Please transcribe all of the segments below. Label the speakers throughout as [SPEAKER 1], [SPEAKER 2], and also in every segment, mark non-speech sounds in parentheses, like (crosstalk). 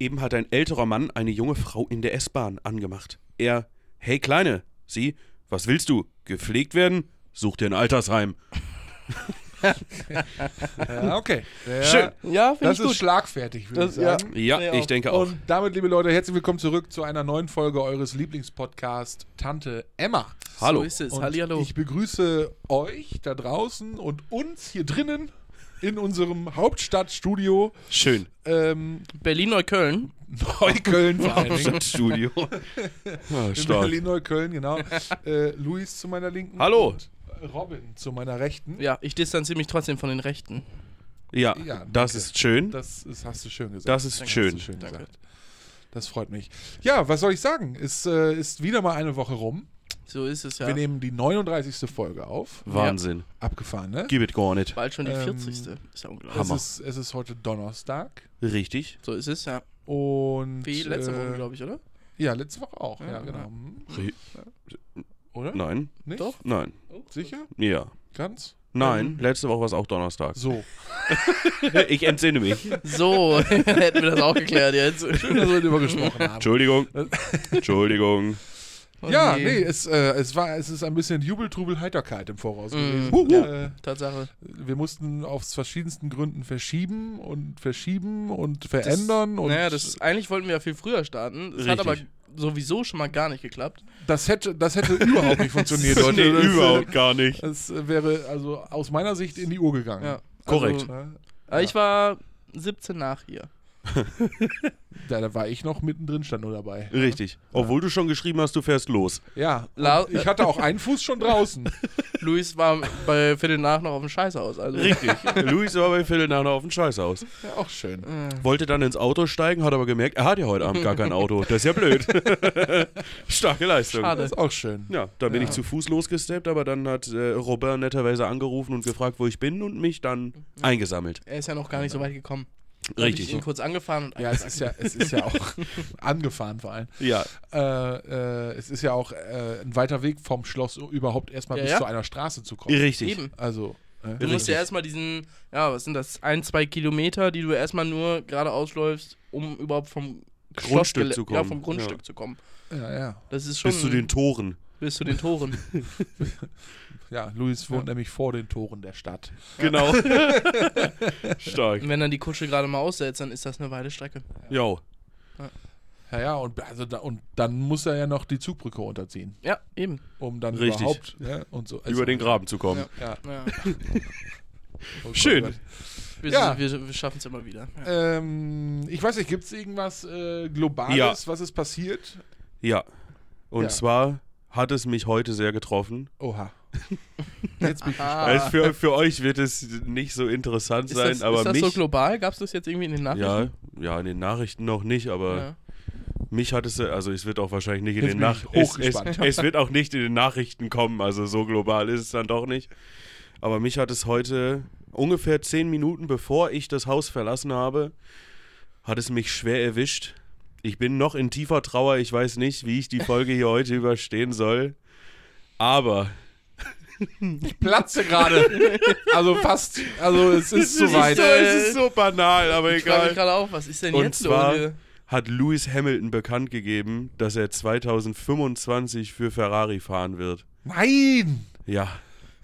[SPEAKER 1] Eben hat ein älterer Mann eine junge Frau in der S-Bahn angemacht. Er, hey Kleine, sie, was willst du? Gepflegt werden? Such dir ein Altersheim.
[SPEAKER 2] Ja, okay. Ja,
[SPEAKER 1] Schön.
[SPEAKER 3] Ja, finde
[SPEAKER 2] Das
[SPEAKER 3] ich
[SPEAKER 2] ist
[SPEAKER 3] gut.
[SPEAKER 2] schlagfertig, würde ich
[SPEAKER 3] Das- ja.
[SPEAKER 2] sagen.
[SPEAKER 1] Ja,
[SPEAKER 3] Ja,
[SPEAKER 1] ich denke auch.
[SPEAKER 2] Und damit, liebe Leute, herzlich willkommen zurück zu einer neuen Folge eures Lieblingspodcasts Tante Emma.
[SPEAKER 1] Hallo.
[SPEAKER 3] So ist es.
[SPEAKER 2] Und
[SPEAKER 3] Hallihallo.
[SPEAKER 2] Ich begrüße euch da draußen und uns hier drinnen in unserem Hauptstadtstudio
[SPEAKER 1] Schön.
[SPEAKER 2] ähm,
[SPEAKER 3] Berlin-Neukölln.
[SPEAKER 2] Neukölln vor
[SPEAKER 1] (laughs)
[SPEAKER 2] allen Dingen.
[SPEAKER 1] Studio. Ah,
[SPEAKER 2] In
[SPEAKER 1] stark.
[SPEAKER 2] Berlin-Neukölln, genau. äh, Luis zu meiner Linken.
[SPEAKER 1] Hallo.
[SPEAKER 2] Und Robin zu meiner Rechten.
[SPEAKER 3] Ja, ich distanziere mich trotzdem von den Rechten.
[SPEAKER 1] Ja,
[SPEAKER 2] Ja,
[SPEAKER 1] das
[SPEAKER 2] danke.
[SPEAKER 1] ist schön.
[SPEAKER 2] Das ist, hast du schön gesagt.
[SPEAKER 1] Das ist
[SPEAKER 3] Danke.
[SPEAKER 1] schön.
[SPEAKER 2] Hast du schön
[SPEAKER 3] Danke.
[SPEAKER 2] gesagt. Das freut mich. Ja, was soll ich sagen? Es äh, ist wieder mal eine Woche rum.
[SPEAKER 3] So ist es ja.
[SPEAKER 2] Wir nehmen die 39. Folge auf.
[SPEAKER 1] Wahnsinn.
[SPEAKER 2] Abgefahren, ne?
[SPEAKER 1] Gib it gar nicht.
[SPEAKER 3] Bald schon die
[SPEAKER 2] Ähm,
[SPEAKER 3] 40. Ist ja unglaublich.
[SPEAKER 2] Es
[SPEAKER 1] Hammer.
[SPEAKER 2] ist, es ist heute Donnerstag.
[SPEAKER 1] Richtig.
[SPEAKER 3] So ist es ja.
[SPEAKER 2] Und.
[SPEAKER 3] Wie letzte Woche,
[SPEAKER 2] äh,
[SPEAKER 3] glaube
[SPEAKER 2] (laughs)
[SPEAKER 3] ich, oder?
[SPEAKER 2] Ja, letzte Woche auch. Ja,
[SPEAKER 3] Ja,
[SPEAKER 2] genau.
[SPEAKER 3] ja.
[SPEAKER 2] Hm,
[SPEAKER 1] Ri-
[SPEAKER 2] Oder?
[SPEAKER 1] Nein.
[SPEAKER 2] Nicht?
[SPEAKER 3] Doch.
[SPEAKER 1] Nein.
[SPEAKER 2] Sicher?
[SPEAKER 1] Ja.
[SPEAKER 2] Ganz?
[SPEAKER 1] Nein,
[SPEAKER 3] Ähm.
[SPEAKER 1] letzte Woche war es auch
[SPEAKER 2] (laughs)
[SPEAKER 1] Donnerstag.
[SPEAKER 2] So.
[SPEAKER 1] Ich entsinne mich.
[SPEAKER 3] So, (laughs) hätten wir das auch geklärt jetzt.
[SPEAKER 2] Schön, dass wir darüber gesprochen haben.
[SPEAKER 1] Entschuldigung. Entschuldigung.
[SPEAKER 3] Oh
[SPEAKER 2] ja, nee, es, äh, es, war, es ist ein bisschen Jubel, Trubel, Heiterkeit im
[SPEAKER 3] Mhm.
[SPEAKER 2] Voraus gewesen.
[SPEAKER 1] Huhu.
[SPEAKER 2] Äh,
[SPEAKER 3] Tatsache.
[SPEAKER 2] wir mussten aus verschiedensten Gründen verschieben und verschieben und verändern. und
[SPEAKER 3] naja, das ist, eigentlich wollten wir ja viel früher starten. Das hat aber
[SPEAKER 1] Richtig.
[SPEAKER 3] sowieso schon mal gar nicht geklappt.
[SPEAKER 2] das hätte, das hätte überhaupt
[SPEAKER 3] (laughs)
[SPEAKER 2] nicht funktioniert,
[SPEAKER 1] (laughs)
[SPEAKER 2] Leute.
[SPEAKER 1] nee,
[SPEAKER 2] das, äh,
[SPEAKER 1] überhaupt gar nicht.
[SPEAKER 2] Das äh, wäre also aus meiner Sicht in die Uhr gegangen.
[SPEAKER 3] Ja.
[SPEAKER 1] Korrekt.
[SPEAKER 3] Also,
[SPEAKER 2] Ja,
[SPEAKER 3] äh, Ich war 17 nach hier.
[SPEAKER 2] Da, da war ich noch mittendrin, stand nur dabei.
[SPEAKER 1] Richtig. Obwohl du schon geschrieben hast, du fährst los.
[SPEAKER 2] Ja,
[SPEAKER 3] La-
[SPEAKER 2] und ich hatte auch einen Fuß schon
[SPEAKER 3] (laughs)
[SPEAKER 2] draußen.
[SPEAKER 3] Luis war bei Viertel nach noch auf dem Scheißhaus. Also,
[SPEAKER 1] Richtig. (laughs) Luis war bei Phil nachher auf dem Scheißhaus.
[SPEAKER 2] Ja, auch schön.
[SPEAKER 3] Mhm.
[SPEAKER 1] Wollte dann ins Auto steigen, hat aber gemerkt, er hat ja heute Abend gar kein Auto. Das ist ja blöd. (laughs) Starke Leistung.
[SPEAKER 3] Schade.
[SPEAKER 2] Das ist auch schön.
[SPEAKER 1] Ja, da bin ich zu Fuß losgesteppt, aber dann hat äh, Robert netterweise angerufen und gefragt, wo ich bin und mich dann eingesammelt.
[SPEAKER 3] er ist ja noch gar nicht so weit gekommen. Hab Ich
[SPEAKER 1] Richtig.
[SPEAKER 3] ihn kurz angefahren und
[SPEAKER 2] Ja, es ist ja, es ist ja
[SPEAKER 3] (laughs)
[SPEAKER 2] auch angefahren vor allem.
[SPEAKER 1] Ja,
[SPEAKER 2] äh, äh, es ist ja auch äh, ein weiter Weg vom Schloss um überhaupt erstmal
[SPEAKER 3] Ja,
[SPEAKER 2] bis
[SPEAKER 3] ja.
[SPEAKER 2] zu einer Straße zu kommen.
[SPEAKER 1] richtig.
[SPEAKER 3] eben.
[SPEAKER 2] Also, äh,
[SPEAKER 3] Du musst ja erstmal diesen, ja, was sind das, ein, zwei Kilometer, die du erstmal nur geradeaus läufst, um überhaupt vom
[SPEAKER 1] Grundstück
[SPEAKER 3] Schlossgele-
[SPEAKER 1] zu
[SPEAKER 3] Ja,
[SPEAKER 1] kommen.
[SPEAKER 3] vom Grundstück
[SPEAKER 1] Ja.
[SPEAKER 3] zu kommen.
[SPEAKER 2] ja, ja.
[SPEAKER 3] Das ist schon.
[SPEAKER 1] Bis zu den Toren.
[SPEAKER 3] bis zu
[SPEAKER 1] (laughs)
[SPEAKER 3] den Toren.
[SPEAKER 2] ja, Luis wohnt nämlich vor den Toren der Stadt.
[SPEAKER 3] (laughs)
[SPEAKER 1] Genau. Stark.
[SPEAKER 3] Und wenn dann die Kutsche gerade mal aussetzt, dann ist das eine weite Strecke.
[SPEAKER 1] Jo.
[SPEAKER 2] Ja, ja, und, also da, und dann muss er ja noch die Zugbrücke unterziehen,
[SPEAKER 3] Ja, eben.
[SPEAKER 2] um dann
[SPEAKER 1] Richtig.
[SPEAKER 2] überhaupt ne, und so. Also,
[SPEAKER 1] über den Graben zu kommen.
[SPEAKER 3] Ja.
[SPEAKER 2] Ja,
[SPEAKER 3] Ja,
[SPEAKER 2] oh Gott,
[SPEAKER 1] Schön.
[SPEAKER 2] Gott.
[SPEAKER 3] wir,
[SPEAKER 2] Ja.
[SPEAKER 3] wir, wir schaffen es immer wieder.
[SPEAKER 1] (laughs)
[SPEAKER 3] Ja.
[SPEAKER 2] Ähm, ich weiß nicht, gibt es irgendwas äh, Globales,
[SPEAKER 1] Ja.
[SPEAKER 2] was ist passiert?
[SPEAKER 1] Ja. Und
[SPEAKER 2] Ja.
[SPEAKER 1] zwar hat es mich heute sehr getroffen.
[SPEAKER 2] Oha. Jetzt bin ich gespannt.
[SPEAKER 1] Also für, für euch wird es nicht so interessant
[SPEAKER 3] Ah. ist
[SPEAKER 1] sein,
[SPEAKER 3] das,
[SPEAKER 1] aber
[SPEAKER 3] ist das
[SPEAKER 1] mich.
[SPEAKER 3] so global? Gab es das jetzt irgendwie in den Nachrichten?
[SPEAKER 1] ja, ja, in den Nachrichten noch nicht, aber mich hat es, also es wird auch wahrscheinlich nicht in
[SPEAKER 2] Jetzt
[SPEAKER 1] den
[SPEAKER 2] bin ich
[SPEAKER 1] Nachrichten. Es, es,
[SPEAKER 2] hochgespannt.
[SPEAKER 1] es wird auch nicht in den Nachrichten kommen, also so global ist es dann doch nicht. Aber mich hat es heute ungefähr zehn Minuten bevor ich das Haus verlassen habe, hat es mich schwer erwischt. Ich bin noch in tiefer Trauer, ich weiß nicht, wie ich die Folge hier heute überstehen soll. Aber
[SPEAKER 2] (laughs) platze gerade. also fast. Also es ist
[SPEAKER 1] es, ist
[SPEAKER 2] soweit.
[SPEAKER 1] so, es ist so banal, aber
[SPEAKER 3] Ich frage mich
[SPEAKER 1] egal.
[SPEAKER 3] gerade auch, was ist denn
[SPEAKER 1] Und
[SPEAKER 3] jetzt
[SPEAKER 1] zwar-
[SPEAKER 3] los?
[SPEAKER 1] Hat Lewis Hamilton bekannt gegeben, dass er 2025 für Ferrari fahren wird.
[SPEAKER 2] Nein!
[SPEAKER 1] Ja.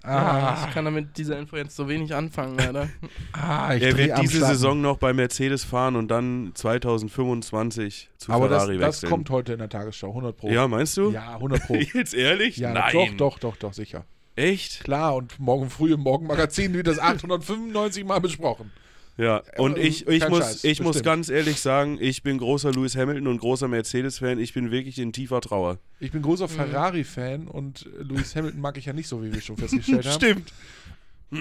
[SPEAKER 3] Ah, ich kann damit dieser Info jetzt so wenig anfangen, leider.
[SPEAKER 2] ah, ich
[SPEAKER 1] Er
[SPEAKER 2] dreh
[SPEAKER 1] wird
[SPEAKER 2] am
[SPEAKER 1] diese
[SPEAKER 2] Schlappen.
[SPEAKER 1] Saison noch bei Mercedes fahren und dann 2025 zu
[SPEAKER 2] Aber das,
[SPEAKER 1] Ferrari
[SPEAKER 2] das
[SPEAKER 1] wechseln.
[SPEAKER 2] kommt heute in der Tagesschau, 100 Pro.
[SPEAKER 1] ja, meinst du?
[SPEAKER 2] Ja, 100
[SPEAKER 1] (laughs)
[SPEAKER 2] Pro.
[SPEAKER 1] Jetzt ehrlich?
[SPEAKER 2] Ja,
[SPEAKER 1] Nein.
[SPEAKER 2] doch, doch, doch, doch, sicher.
[SPEAKER 1] Echt?
[SPEAKER 2] Klar, und morgen früh im Morgenmagazin wird das 895 Mal besprochen.
[SPEAKER 1] Ja. Und
[SPEAKER 2] ähm,
[SPEAKER 1] ich, ich,
[SPEAKER 2] kein
[SPEAKER 1] muss,
[SPEAKER 2] Scheiß,
[SPEAKER 1] ich muss
[SPEAKER 2] bestimmt.
[SPEAKER 1] ganz ehrlich sagen, ich bin großer Lewis Hamilton und großer Mercedes-Fan. Ich bin wirklich in tiefer Trauer.
[SPEAKER 2] Ich bin großer Ferrari-Fan und äh, Lewis Hamilton mag ich ja nicht so, wie wir schon festgestellt haben.
[SPEAKER 1] (laughs) Stimmt.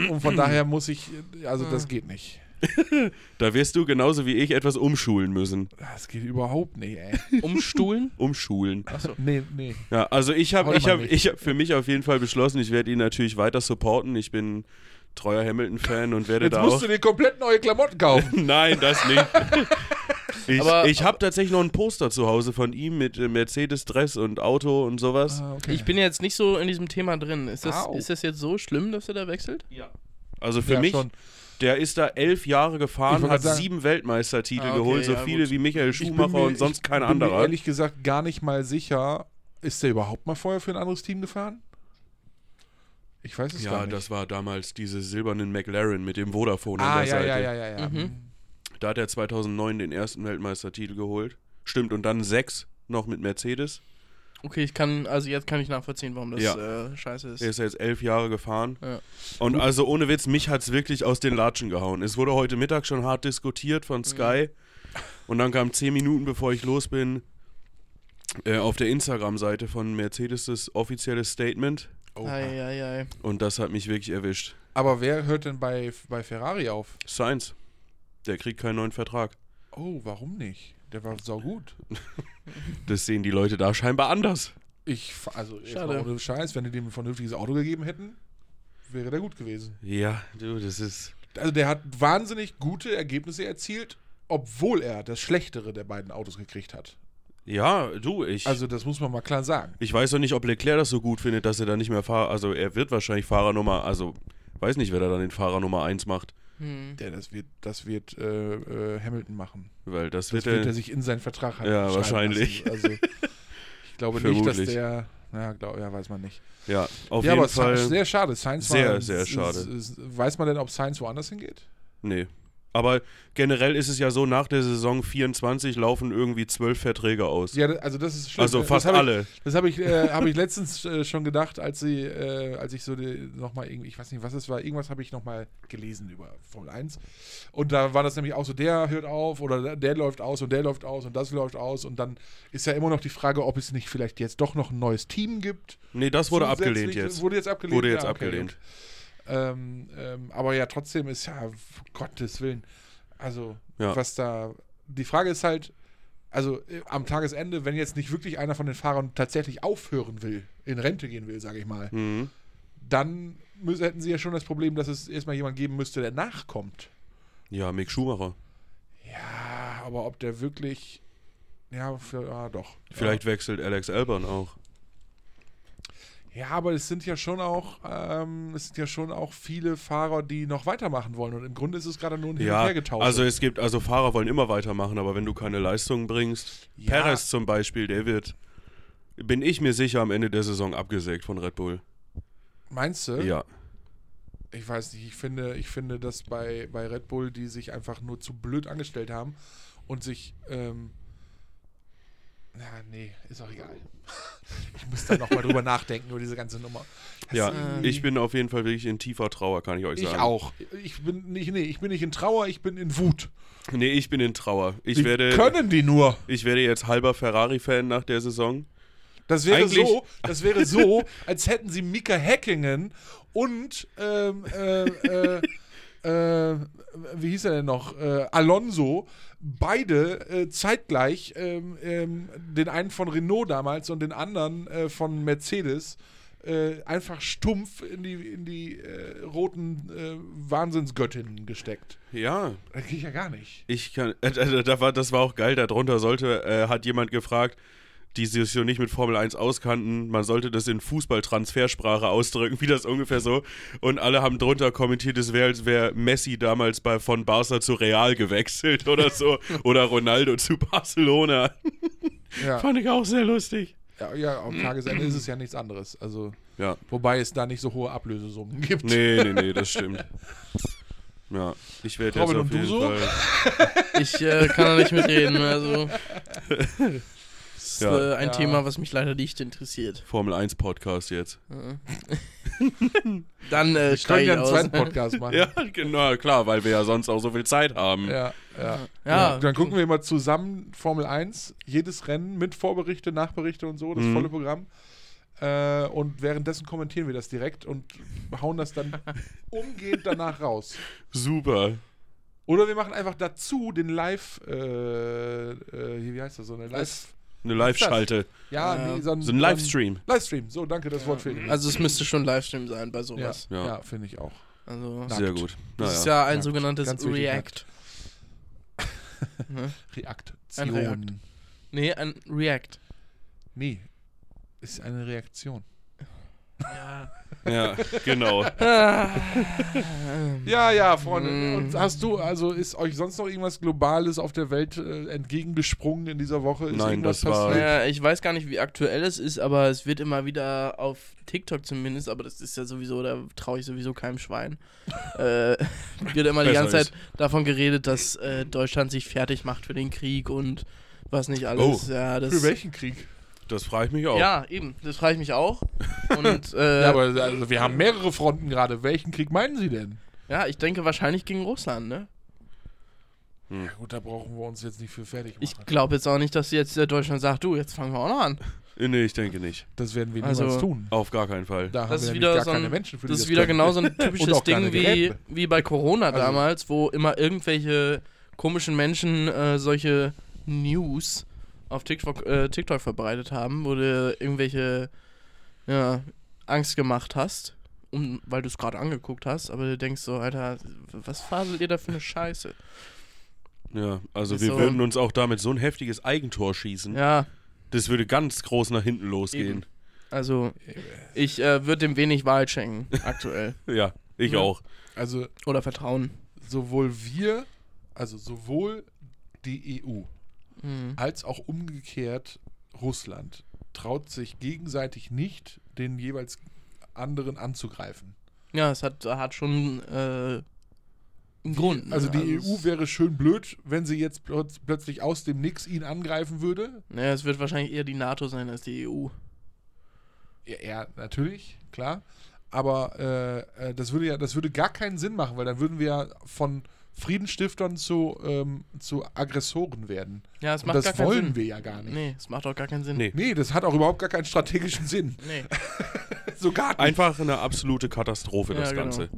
[SPEAKER 2] Und von daher muss ich, äh, also das geht nicht.
[SPEAKER 1] Da wirst du genauso wie ich etwas umschulen müssen.
[SPEAKER 2] Das geht überhaupt nicht, ey.
[SPEAKER 3] Umstuhlen?
[SPEAKER 1] Umschulen.
[SPEAKER 2] Nee, nee.
[SPEAKER 1] Ja, also ich habe
[SPEAKER 2] Heute
[SPEAKER 1] ich
[SPEAKER 2] mal
[SPEAKER 1] hab,
[SPEAKER 2] nicht.
[SPEAKER 1] ich hab für mich auf jeden Fall beschlossen, ich werde ihn natürlich weiter supporten. Ich bin treuer Hamilton-Fan und werde
[SPEAKER 2] Jetzt
[SPEAKER 1] da auch.
[SPEAKER 2] musst du dir komplett neue Klamotten (laughs)
[SPEAKER 1] (laughs)
[SPEAKER 2] kaufen.
[SPEAKER 1] Nein, das nicht. Ich,
[SPEAKER 3] Aber-
[SPEAKER 1] ich habe tatsächlich noch ein Poster zu Hause von ihm mit äh, Mercedes-Dress und Auto und sowas.
[SPEAKER 2] Ah, okay.
[SPEAKER 3] Ich bin jetzt nicht so in diesem Thema drin. Ist das,
[SPEAKER 2] Au.
[SPEAKER 3] ist das jetzt so schlimm, dass er da wechselt?
[SPEAKER 1] Also für
[SPEAKER 2] Ja,
[SPEAKER 1] mich,
[SPEAKER 2] schon.
[SPEAKER 1] Der ist da elf Jahre
[SPEAKER 2] Ich
[SPEAKER 1] gefahren,
[SPEAKER 2] wollte
[SPEAKER 1] hat
[SPEAKER 2] gerade sagen-
[SPEAKER 1] sieben Weltmeistertitel
[SPEAKER 3] Ah, okay,
[SPEAKER 1] geholt, so
[SPEAKER 3] ja,
[SPEAKER 1] viele
[SPEAKER 3] gut.
[SPEAKER 1] wie Michael
[SPEAKER 2] Ich bin
[SPEAKER 1] Schumacher
[SPEAKER 2] mir-
[SPEAKER 1] und sonst kein
[SPEAKER 2] ich bin mir
[SPEAKER 1] anderer.
[SPEAKER 2] ehrlich gesagt gar nicht mal sicher, ist der überhaupt mal vorher für ein anderes Team gefahren? Ich weiß es gar
[SPEAKER 1] ja,
[SPEAKER 2] nicht.
[SPEAKER 1] das war damals diese silbernen McLaren mit dem Vodafone
[SPEAKER 2] ah,
[SPEAKER 1] an der
[SPEAKER 2] ja,
[SPEAKER 1] Seite.
[SPEAKER 2] ja, ja, ja, ja.
[SPEAKER 3] Mhm.
[SPEAKER 1] Da hat er 2009 den ersten Weltmeistertitel geholt. Stimmt, und dann sechs noch mit Mercedes.
[SPEAKER 3] Okay, ich kann, also jetzt kann ich nachvollziehen, warum das
[SPEAKER 1] Ja.
[SPEAKER 3] äh, scheiße ist.
[SPEAKER 1] Er ist ja jetzt elf Jahre gefahren.
[SPEAKER 3] Ja.
[SPEAKER 1] Und also ohne Witz, mich hat es wirklich aus den Latschen gehauen. Es wurde heute Mittag schon hart diskutiert
[SPEAKER 3] Mhm.
[SPEAKER 1] von Sky. Und dann kam zehn Minuten, bevor ich los bin, äh, auf der Instagram-Seite von Mercedes das offizielle Statement.
[SPEAKER 2] Oh.
[SPEAKER 3] Ei, ei, ei.
[SPEAKER 1] Und das hat mich wirklich erwischt.
[SPEAKER 2] Aber wer hört denn bei, bei Ferrari auf?
[SPEAKER 1] Sainz, der kriegt keinen neuen Vertrag.
[SPEAKER 2] Oh, warum nicht? Der war saugut.
[SPEAKER 1] Das sehen die Leute da scheinbar anders.
[SPEAKER 2] Ich, f- also, jetzt
[SPEAKER 3] Schade.
[SPEAKER 2] mal ohne Scheiß, wenn die dem ein vernünftiges Auto gegeben hätten, wäre der gut gewesen.
[SPEAKER 1] Ja, du, das ist.
[SPEAKER 2] Also, der hat wahnsinnig gute Ergebnisse erzielt, obwohl er das schlechtere der beiden Autos gekriegt hat.
[SPEAKER 1] Ja, du, ich.
[SPEAKER 2] Also, das muss man mal klar sagen.
[SPEAKER 1] Ich weiß noch nicht, ob Leclerc das so gut findet, dass er da nicht mehr Fahrer. Also, er wird wahrscheinlich Fahrer Nummer. Also, weiß nicht, wer da dann den Fahrer Nummer 1 macht.
[SPEAKER 3] Hm.
[SPEAKER 2] Der, das wird, das wird äh, äh, Hamilton machen.
[SPEAKER 1] Weil das,
[SPEAKER 2] Das
[SPEAKER 1] wird, er.
[SPEAKER 2] wird er sich in seinen Vertrag halt
[SPEAKER 1] Ja,
[SPEAKER 2] schreiben
[SPEAKER 1] wahrscheinlich.
[SPEAKER 2] lassen. Also,
[SPEAKER 1] (laughs)
[SPEAKER 2] ich glaube nicht, dass
[SPEAKER 1] Vermutlich.
[SPEAKER 2] der. Ja, glaub, ja, weiß man nicht.
[SPEAKER 1] ja, auf jeden
[SPEAKER 2] ja, aber ne? es
[SPEAKER 1] Fall.
[SPEAKER 2] ist sehr schade. Science
[SPEAKER 1] Sehr,
[SPEAKER 2] war,
[SPEAKER 1] sehr
[SPEAKER 2] s-
[SPEAKER 1] schade.
[SPEAKER 2] s- Weiß man denn, ob Science woanders hingeht?
[SPEAKER 1] nee. Aber generell ist es ja so, nach der Saison 24 laufen irgendwie zwölf Verträge aus.
[SPEAKER 2] Ja, also das ist schlimm.
[SPEAKER 1] also,
[SPEAKER 2] Das
[SPEAKER 1] fast
[SPEAKER 2] hab ich-
[SPEAKER 1] alle.
[SPEAKER 2] Das habe ich, äh, hab ich letztens äh, schon gedacht, als sie, äh, als ich so die, noch mal irgendwie, ich weiß nicht, was es war, irgendwas habe ich noch mal gelesen über Formel 1. Und da war das nämlich auch so, der hört auf oder der läuft aus und der läuft aus und das läuft aus und dann ist ja immer noch die Frage, ob es nicht vielleicht jetzt doch noch ein neues Team gibt.
[SPEAKER 1] Nee, das wurde
[SPEAKER 2] Zusätzlich-
[SPEAKER 1] abgelehnt jetzt.
[SPEAKER 2] Wurde jetzt abgelehnt.
[SPEAKER 1] Wurde jetzt
[SPEAKER 2] ja, okay,
[SPEAKER 1] abgelehnt.
[SPEAKER 2] gut. Ähm, ähm, aber ja, trotzdem ist ja, f- Gottes Willen, also
[SPEAKER 1] Ja.
[SPEAKER 2] was da, die Frage ist halt, also äh, am Tagesende, wenn jetzt nicht wirklich einer von den Fahrern tatsächlich aufhören will, in Rente gehen will, sage ich mal,
[SPEAKER 1] Mhm.
[SPEAKER 2] dann müssen, hätten sie ja schon das Problem, dass es erstmal jemand geben müsste, der nachkommt.
[SPEAKER 1] Ja, Mick Schumacher.
[SPEAKER 2] Ja, aber ob der wirklich, ja, für, ah, doch.
[SPEAKER 1] Vielleicht wechselt Alex Albon auch.
[SPEAKER 2] Ja, aber es sind ja schon auch, ähm, es sind ja schon auch viele Fahrer, die noch weitermachen wollen. Und im Grunde ist es gerade nur ein Hin- und
[SPEAKER 1] Ja,
[SPEAKER 2] Hergetausche.
[SPEAKER 1] also es gibt, also Fahrer wollen immer weitermachen, aber wenn du keine Leistung bringst,
[SPEAKER 2] Ja.
[SPEAKER 1] Perez zum Beispiel, der wird, bin ich mir sicher, am Ende der Saison abgesägt von Red Bull.
[SPEAKER 2] Meinst du?
[SPEAKER 1] Ja.
[SPEAKER 2] Ich weiß nicht, ich finde, ich finde, dass bei, bei Red Bull, die sich einfach nur zu blöd angestellt haben und sich, ähm, na, nee, ist auch egal. (laughs) Ich muss da nochmal drüber nachdenken, über diese ganze Nummer. Das
[SPEAKER 1] Ja,
[SPEAKER 2] ist irgendwie-
[SPEAKER 1] ich bin auf jeden Fall wirklich in tiefer Trauer, kann ich euch
[SPEAKER 2] Ähm. Ich
[SPEAKER 1] sagen.
[SPEAKER 2] auch. Ich bin nicht, nee, ich bin nicht in Trauer, ich bin in Wut.
[SPEAKER 1] Nee, ich bin in Trauer. Ich
[SPEAKER 2] Wie
[SPEAKER 1] werde,
[SPEAKER 2] können die nur?
[SPEAKER 1] ich werde jetzt halber Ferrari-Fan nach der Saison.
[SPEAKER 2] Das wäre,
[SPEAKER 1] Eigentlich-
[SPEAKER 2] so, das wäre so, als hätten sie Mika Häkkinen und ähm, äh, äh, äh, wie hieß er denn noch? Äh, Alonso, beide äh, zeitgleich, ähm, ähm, den einen von Renault damals und den anderen äh, von Mercedes, äh, einfach stumpf in die, in die äh, roten äh, Wahnsinnsgöttinnen gesteckt.
[SPEAKER 1] Ja,
[SPEAKER 2] Das geht ja gar nicht.
[SPEAKER 1] ich kann, (laughs) äh, äh, da war, das war auch geil, darunter sollte, äh, hat jemand gefragt, die sich so nicht mit Formel 1 auskannten, man sollte das in Fußballtransfersprache ausdrücken, (laughs) wie das ungefähr so. Und alle haben drunter kommentiert, es wäre, als wäre Messi damals bei, von Barca zu Real gewechselt oder so. oder Ronaldo zu Barcelona.
[SPEAKER 2] Ja,
[SPEAKER 1] Fand ich auch sehr lustig.
[SPEAKER 2] ja, ja am Tagesende ist es ja nichts anderes. Also,
[SPEAKER 1] Ja.
[SPEAKER 2] wobei es da nicht so hohe Ablösesummen gibt.
[SPEAKER 1] Nee, nee, nee, das stimmt. Ja, ich werde jetzt
[SPEAKER 2] Robin,
[SPEAKER 1] auf
[SPEAKER 2] und du
[SPEAKER 1] jeden
[SPEAKER 2] so?
[SPEAKER 1] Fall.
[SPEAKER 3] Ich äh, kann da nicht mitreden. Also, das ist
[SPEAKER 1] Ja.
[SPEAKER 3] äh, ein
[SPEAKER 2] Ja.
[SPEAKER 3] Thema, was mich leider nicht interessiert.
[SPEAKER 1] Formel 1 Podcast jetzt.
[SPEAKER 3] Dann äh, (laughs)
[SPEAKER 2] Können
[SPEAKER 3] steige
[SPEAKER 2] ja
[SPEAKER 3] ich
[SPEAKER 2] einen
[SPEAKER 3] aus.
[SPEAKER 2] zweiten Podcast
[SPEAKER 1] (laughs)
[SPEAKER 2] machen.
[SPEAKER 1] Ja, genau, klar, weil wir ja sonst auch so viel Zeit haben.
[SPEAKER 2] Ja, ja.
[SPEAKER 3] Ja,
[SPEAKER 2] Dann gucken wir immer zusammen Formel 1, jedes Rennen mit Vorberichte, Nachberichte und so, das
[SPEAKER 1] Mhm.
[SPEAKER 2] volle Programm. Äh, und währenddessen kommentieren wir das direkt und hauen das dann umgehend danach raus.
[SPEAKER 1] Super.
[SPEAKER 2] Oder wir machen einfach dazu den Live, äh, äh, hier, wie heißt das so? Eine Live,
[SPEAKER 3] Es-
[SPEAKER 1] Eine
[SPEAKER 2] Was ist das?
[SPEAKER 1] Live-Schalte.
[SPEAKER 2] ja,
[SPEAKER 3] Ja.
[SPEAKER 2] nee, so ein,
[SPEAKER 1] So ein Livestream.
[SPEAKER 2] so ein- Livestream, so, danke, das Wort fehlt. mir.
[SPEAKER 3] Also es müsste schon Livestream sein bei
[SPEAKER 2] ja,
[SPEAKER 3] sowas.
[SPEAKER 2] ja.
[SPEAKER 1] Ja.
[SPEAKER 2] finde ich auch.
[SPEAKER 3] Also
[SPEAKER 2] Na,
[SPEAKER 1] Sehr
[SPEAKER 2] nackt.
[SPEAKER 1] gut.
[SPEAKER 3] das ist
[SPEAKER 1] Naja.
[SPEAKER 3] ja ein
[SPEAKER 2] nackt.
[SPEAKER 3] sogenanntes
[SPEAKER 2] Ganz wichtig, (laughs)
[SPEAKER 3] React. ne?
[SPEAKER 2] Reaktion.
[SPEAKER 3] Ein Reakt.
[SPEAKER 2] (laughs)
[SPEAKER 3] Nee, ein React. (laughs)
[SPEAKER 2] Nee, ist eine Reaktion.
[SPEAKER 1] (laughs) Ja, genau.
[SPEAKER 2] Ja, ja, Freunde.
[SPEAKER 3] Mm.
[SPEAKER 2] Und hast du, also ist euch sonst noch irgendwas Globales auf der Welt äh, entgegengesprungen in dieser Woche? Ist
[SPEAKER 1] Nein,
[SPEAKER 2] irgendwas
[SPEAKER 1] das war-
[SPEAKER 2] passiert?
[SPEAKER 3] Ja, Äh, ich weiß gar nicht, wie aktuell es ist, aber es wird immer wieder auf TikTok zumindest, aber das ist ja sowieso, da traue ich sowieso keinem
[SPEAKER 2] (laughs)
[SPEAKER 3] Schwein. äh, wird immer die
[SPEAKER 1] Besser
[SPEAKER 3] ganze Zeit davon geredet, dass äh, Deutschland sich fertig macht für den Krieg und was nicht alles. Ja, das,
[SPEAKER 2] Oh. Für welchen Krieg?
[SPEAKER 1] Das frage ich mich auch.
[SPEAKER 3] ja, eben, das frage ich mich auch.
[SPEAKER 2] (laughs)
[SPEAKER 3] Und äh,
[SPEAKER 2] ja,
[SPEAKER 3] ja,
[SPEAKER 2] aber also, wir haben mehrere Fronten gerade. Welchen Krieg meinen Sie denn?
[SPEAKER 3] ich denke wahrscheinlich gegen Russland, ne?
[SPEAKER 2] Ja, gut, da brauchen wir uns jetzt nicht für fertig machen.
[SPEAKER 3] Ich glaube jetzt auch nicht, dass jetzt äh, Deutschland sagt, du, jetzt fangen wir auch noch an.
[SPEAKER 1] Äh, Nee, ich denke nicht.
[SPEAKER 2] das werden wir niemals
[SPEAKER 3] Also-
[SPEAKER 2] tun.
[SPEAKER 1] Auf gar keinen Fall.
[SPEAKER 2] Da
[SPEAKER 3] Das ist
[SPEAKER 2] haben wir nämlich
[SPEAKER 3] wieder
[SPEAKER 2] gar
[SPEAKER 3] so ein-
[SPEAKER 2] keine Menschen für die
[SPEAKER 3] Das ist wieder
[SPEAKER 2] können.
[SPEAKER 3] genau so
[SPEAKER 2] (laughs)
[SPEAKER 3] ein typisches
[SPEAKER 2] auch keine
[SPEAKER 3] Ding wie,
[SPEAKER 2] Geräte.
[SPEAKER 3] wie bei Corona
[SPEAKER 2] Also-
[SPEAKER 3] damals, wo immer irgendwelche komischen Menschen äh, solche News auf TikTok, äh, TikTok verbreitet haben, wo du irgendwelche ja, Angst gemacht hast, um, weil du es gerade angeguckt hast, aber du denkst so, Alter, was faselt ihr da für eine Scheiße?
[SPEAKER 1] Ja, also
[SPEAKER 3] Ist
[SPEAKER 1] wir
[SPEAKER 3] so.
[SPEAKER 1] würden uns auch damit so ein heftiges Eigentor schießen.
[SPEAKER 3] Ja,
[SPEAKER 1] Das würde ganz groß nach hinten losgehen.
[SPEAKER 3] also ich äh, würde dem wenig
[SPEAKER 2] (laughs)
[SPEAKER 3] Wahrheit schenken, aktuell.
[SPEAKER 1] Ja, ich
[SPEAKER 3] Ja.
[SPEAKER 1] auch.
[SPEAKER 2] Also
[SPEAKER 3] Oder Vertrauen.
[SPEAKER 2] sowohl wir, also sowohl die EU
[SPEAKER 3] Mhm.
[SPEAKER 2] als auch umgekehrt Russland traut sich gegenseitig nicht, den jeweils anderen anzugreifen.
[SPEAKER 3] Ja, es hat, hat schon äh, einen Grund. ne?
[SPEAKER 2] Also die
[SPEAKER 3] es-
[SPEAKER 2] EU wäre schön blöd, wenn sie jetzt plötz- plötzlich aus dem Nix ihn angreifen würde.
[SPEAKER 3] Naja, es wird wahrscheinlich eher die NATO sein als die E EU.
[SPEAKER 2] Ja, ja natürlich, klar. Aber äh, äh, das würde ja, das würde gar keinen Sinn machen, weil dann würden wir ja von Friedensstiftern zu, ähm, zu Aggressoren werden.
[SPEAKER 3] Ja, es
[SPEAKER 2] Und
[SPEAKER 3] macht
[SPEAKER 2] das
[SPEAKER 3] gar keinen
[SPEAKER 2] wollen
[SPEAKER 3] Sinn.
[SPEAKER 2] wir ja gar nicht.
[SPEAKER 3] Nee, es macht auch gar keinen Sinn.
[SPEAKER 1] Nee.
[SPEAKER 2] Nee, das hat auch überhaupt gar keinen strategischen Sinn. (laughs)
[SPEAKER 3] Nee.
[SPEAKER 2] so gar nicht.
[SPEAKER 1] Einfach eine absolute Katastrophe,
[SPEAKER 3] Ja,
[SPEAKER 1] das
[SPEAKER 3] genau.
[SPEAKER 1] Ganze.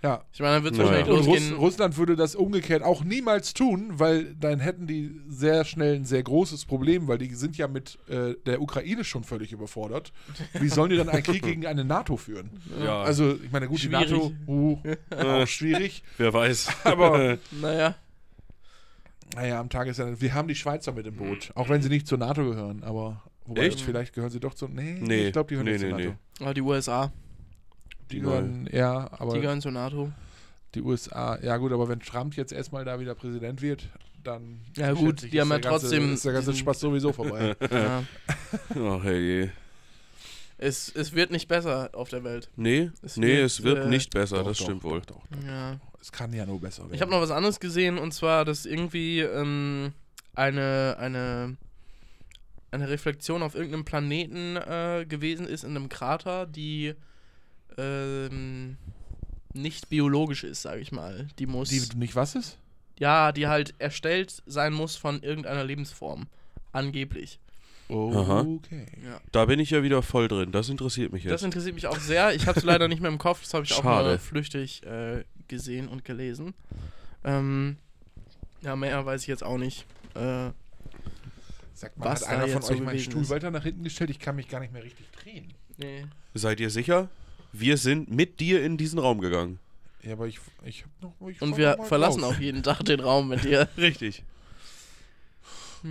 [SPEAKER 2] Ja.
[SPEAKER 3] Ich meine, dann wird es
[SPEAKER 1] Ja.
[SPEAKER 3] wahrscheinlich
[SPEAKER 2] Und Russ,
[SPEAKER 3] losgehen.
[SPEAKER 2] Russland würde das umgekehrt auch niemals tun, weil dann hätten die sehr schnell ein sehr großes Problem, weil die sind ja mit äh, der Ukraine schon völlig überfordert. Wie sollen die dann einen Krieg gegen eine NATO führen?
[SPEAKER 1] Ja, also,
[SPEAKER 2] Also, ich meine, gut,
[SPEAKER 3] Schwierig.
[SPEAKER 2] die NATO, uh, auch schwierig.
[SPEAKER 1] wer
[SPEAKER 3] (laughs)
[SPEAKER 1] weiß.
[SPEAKER 2] Aber-
[SPEAKER 3] naja,
[SPEAKER 2] Naja, am Tag ist ja, wir haben die Schweizer mit im Boot, auch wenn sie nicht zur NATO gehören, aber wobei,
[SPEAKER 1] Echt?
[SPEAKER 2] vielleicht gehören sie doch zur, nee,
[SPEAKER 1] Nee,
[SPEAKER 2] ich glaube, die gehören
[SPEAKER 1] nee,
[SPEAKER 2] nicht zur
[SPEAKER 1] nee,
[SPEAKER 2] NATO.
[SPEAKER 1] nee.
[SPEAKER 3] aber die USA,
[SPEAKER 2] Die gehören, ja, aber
[SPEAKER 3] die gehören zur NATO.
[SPEAKER 2] die USA, ja gut, aber wenn Trump jetzt erstmal da wieder Präsident wird, dann
[SPEAKER 3] Ja, gut,
[SPEAKER 2] schätze ich,
[SPEAKER 3] die haben
[SPEAKER 2] ist
[SPEAKER 3] ja
[SPEAKER 2] der ganze-
[SPEAKER 3] trotzdem
[SPEAKER 2] ist der ganze
[SPEAKER 3] diesen-
[SPEAKER 2] Spaß
[SPEAKER 1] (laughs)
[SPEAKER 2] sowieso vorbei.
[SPEAKER 3] ja.
[SPEAKER 1] (laughs) Ach hey.
[SPEAKER 3] es, es wird nicht besser auf der Welt.
[SPEAKER 1] Nee,
[SPEAKER 3] Es
[SPEAKER 1] nee,
[SPEAKER 3] wird,
[SPEAKER 1] es wird
[SPEAKER 3] äh,
[SPEAKER 1] nicht besser,
[SPEAKER 2] Doch,
[SPEAKER 1] das
[SPEAKER 2] doch,
[SPEAKER 1] stimmt wohl.
[SPEAKER 2] Doch, doch,
[SPEAKER 3] Ja.
[SPEAKER 2] doch. Es kann ja nur besser werden.
[SPEAKER 3] Ich habe noch was anderes gesehen und zwar, dass irgendwie ähm, eine, eine, eine Reflexion auf irgendeinem Planeten äh, gewesen ist in einem Krater, die ähm, nicht biologisch ist, sage ich mal. Die muss
[SPEAKER 2] die nicht was ist?
[SPEAKER 3] ja, die halt erstellt sein muss von irgendeiner Lebensform. Angeblich.
[SPEAKER 1] Aha.
[SPEAKER 2] Okay.
[SPEAKER 1] Da bin ich ja wieder voll drin, das interessiert mich
[SPEAKER 3] Das
[SPEAKER 1] jetzt.
[SPEAKER 3] interessiert mich auch sehr. Ich habe es leider nicht mehr im Kopf. Das habe ich auch
[SPEAKER 1] Schade.
[SPEAKER 3] nur flüchtig äh, gesehen und gelesen. Ähm, ja, mehr weiß ich jetzt auch nicht. Äh,
[SPEAKER 2] Sagt mal,
[SPEAKER 3] Was
[SPEAKER 2] hat
[SPEAKER 3] da
[SPEAKER 2] einer von
[SPEAKER 3] jetzt so
[SPEAKER 2] euch meinen
[SPEAKER 3] gewesen
[SPEAKER 2] Stuhl
[SPEAKER 3] ist.
[SPEAKER 2] weiter nach hinten gestellt? Ich kann mich gar nicht mehr richtig drehen.
[SPEAKER 3] nee.
[SPEAKER 1] Seid ihr sicher? Wir sind mit dir in diesen Raum gegangen.
[SPEAKER 2] Ja, aber ich, ich hab noch. Ich
[SPEAKER 3] Und
[SPEAKER 2] fahr
[SPEAKER 3] wir
[SPEAKER 2] noch mal
[SPEAKER 3] verlassen (laughs)
[SPEAKER 2] drauf.
[SPEAKER 3] auch jeden Tag den Raum mit dir.
[SPEAKER 1] Richtig. (laughs)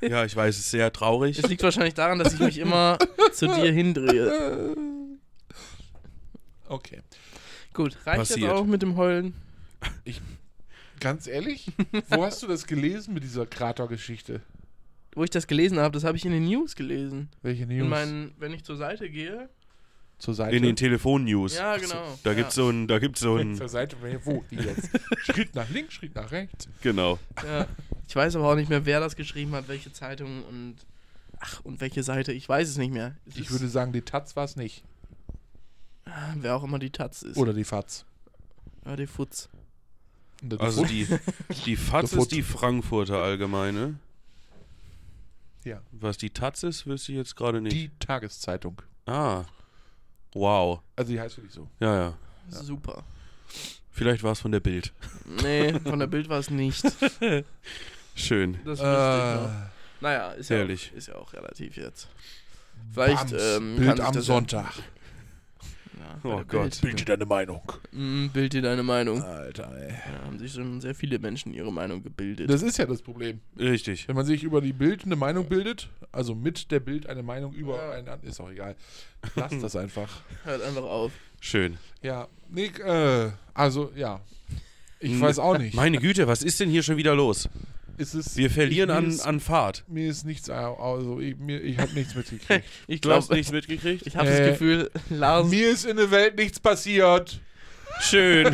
[SPEAKER 1] ja, ich weiß, es ist sehr traurig.
[SPEAKER 3] Es liegt wahrscheinlich daran, dass ich mich immer zu dir hindrehe.
[SPEAKER 2] Okay.
[SPEAKER 3] Gut, reicht
[SPEAKER 1] Passiert.
[SPEAKER 3] jetzt auch mit dem Heulen?
[SPEAKER 2] Ganz ehrlich? Wo hast du das gelesen mit dieser Kratergeschichte?
[SPEAKER 3] Wo ich das gelesen habe, das habe ich in den News gelesen.
[SPEAKER 2] Welche
[SPEAKER 3] In
[SPEAKER 2] News?
[SPEAKER 3] meinen, wenn ich zur Seite gehe.
[SPEAKER 2] Zur Seite.
[SPEAKER 1] In den Telefonnews.
[SPEAKER 3] Ja, genau.
[SPEAKER 1] Da
[SPEAKER 3] ja.
[SPEAKER 1] gibt's so ein, da gibt's so
[SPEAKER 2] (laughs)
[SPEAKER 1] ein,
[SPEAKER 2] Zur Seite, wo? Wie jetzt? Schritt nach links, Schritt nach rechts.
[SPEAKER 1] genau.
[SPEAKER 3] Ja. Ich weiß aber auch nicht mehr, wer das geschrieben hat, welche Zeitung und ach und welche Seite. Ich weiß es nicht mehr. Es
[SPEAKER 2] Ich
[SPEAKER 3] ist-
[SPEAKER 2] würde sagen, die Taz war es nicht.
[SPEAKER 3] ah, wer auch immer die Taz ist.
[SPEAKER 2] Oder die Faz.
[SPEAKER 3] Ja, die Futz.
[SPEAKER 2] Und die
[SPEAKER 1] Also
[SPEAKER 2] Fut- (laughs)
[SPEAKER 1] die, die Fatz
[SPEAKER 2] Der Fut.
[SPEAKER 1] ist die Frankfurter Allgemeine.
[SPEAKER 2] ja.
[SPEAKER 1] Was die Taz ist, wüsste ich jetzt gerade nicht.
[SPEAKER 2] die Tageszeitung.
[SPEAKER 1] Ah. Wow.
[SPEAKER 2] Also die heißt wirklich so.
[SPEAKER 1] Ja, ja.
[SPEAKER 3] Super.
[SPEAKER 1] Vielleicht war es von der Bild.
[SPEAKER 2] (laughs)
[SPEAKER 3] Nee, (laughs) von der Bild war es nicht.
[SPEAKER 1] Schön.
[SPEAKER 3] Das wüsste ich noch.
[SPEAKER 2] Äh,
[SPEAKER 3] Naja, ist ja, auch,
[SPEAKER 1] Ehrlich.
[SPEAKER 3] ist ja auch relativ jetzt. Vielleicht,
[SPEAKER 2] Bams,
[SPEAKER 3] ähm, kann
[SPEAKER 2] Bild
[SPEAKER 3] sich
[SPEAKER 2] am
[SPEAKER 3] das ja-
[SPEAKER 2] Sonntag.
[SPEAKER 3] Ja,
[SPEAKER 1] Oh
[SPEAKER 3] bei der
[SPEAKER 1] Gott.
[SPEAKER 3] Bild.
[SPEAKER 2] Bild dir deine Meinung.
[SPEAKER 3] Mm, bild dir deine
[SPEAKER 2] Ah.
[SPEAKER 3] Meinung.
[SPEAKER 2] Alter, ey.
[SPEAKER 3] Da haben sich schon sehr viele Menschen ihre Meinung gebildet.
[SPEAKER 2] Das ist ja das Problem.
[SPEAKER 1] Richtig.
[SPEAKER 2] Wenn man sich über die Bild eine Meinung bildet, also mit der Bild eine Meinung über einen an, ist auch egal. Lass das einfach.
[SPEAKER 3] Hört einfach auf.
[SPEAKER 1] Schön.
[SPEAKER 2] Ja, nee, äh, also ja. Ich weiß auch nicht.
[SPEAKER 1] Meine Güte, was ist denn hier schon wieder los?
[SPEAKER 2] Es ist,
[SPEAKER 1] Wir verlieren
[SPEAKER 2] ich, mir
[SPEAKER 1] an,
[SPEAKER 2] Ist,
[SPEAKER 1] an Fahrt.
[SPEAKER 2] mir ist nichts, also ich, mir- ich habe nichts mitgekriegt.
[SPEAKER 1] (laughs)
[SPEAKER 3] Ich
[SPEAKER 1] Du hast
[SPEAKER 3] glaube,
[SPEAKER 2] (laughs)
[SPEAKER 1] nichts mitgekriegt?
[SPEAKER 3] (laughs) ich habe
[SPEAKER 2] Äh,
[SPEAKER 3] das Gefühl,
[SPEAKER 1] Also
[SPEAKER 3] Lars.
[SPEAKER 2] mir ist in der Welt nichts passiert.
[SPEAKER 1] Schön.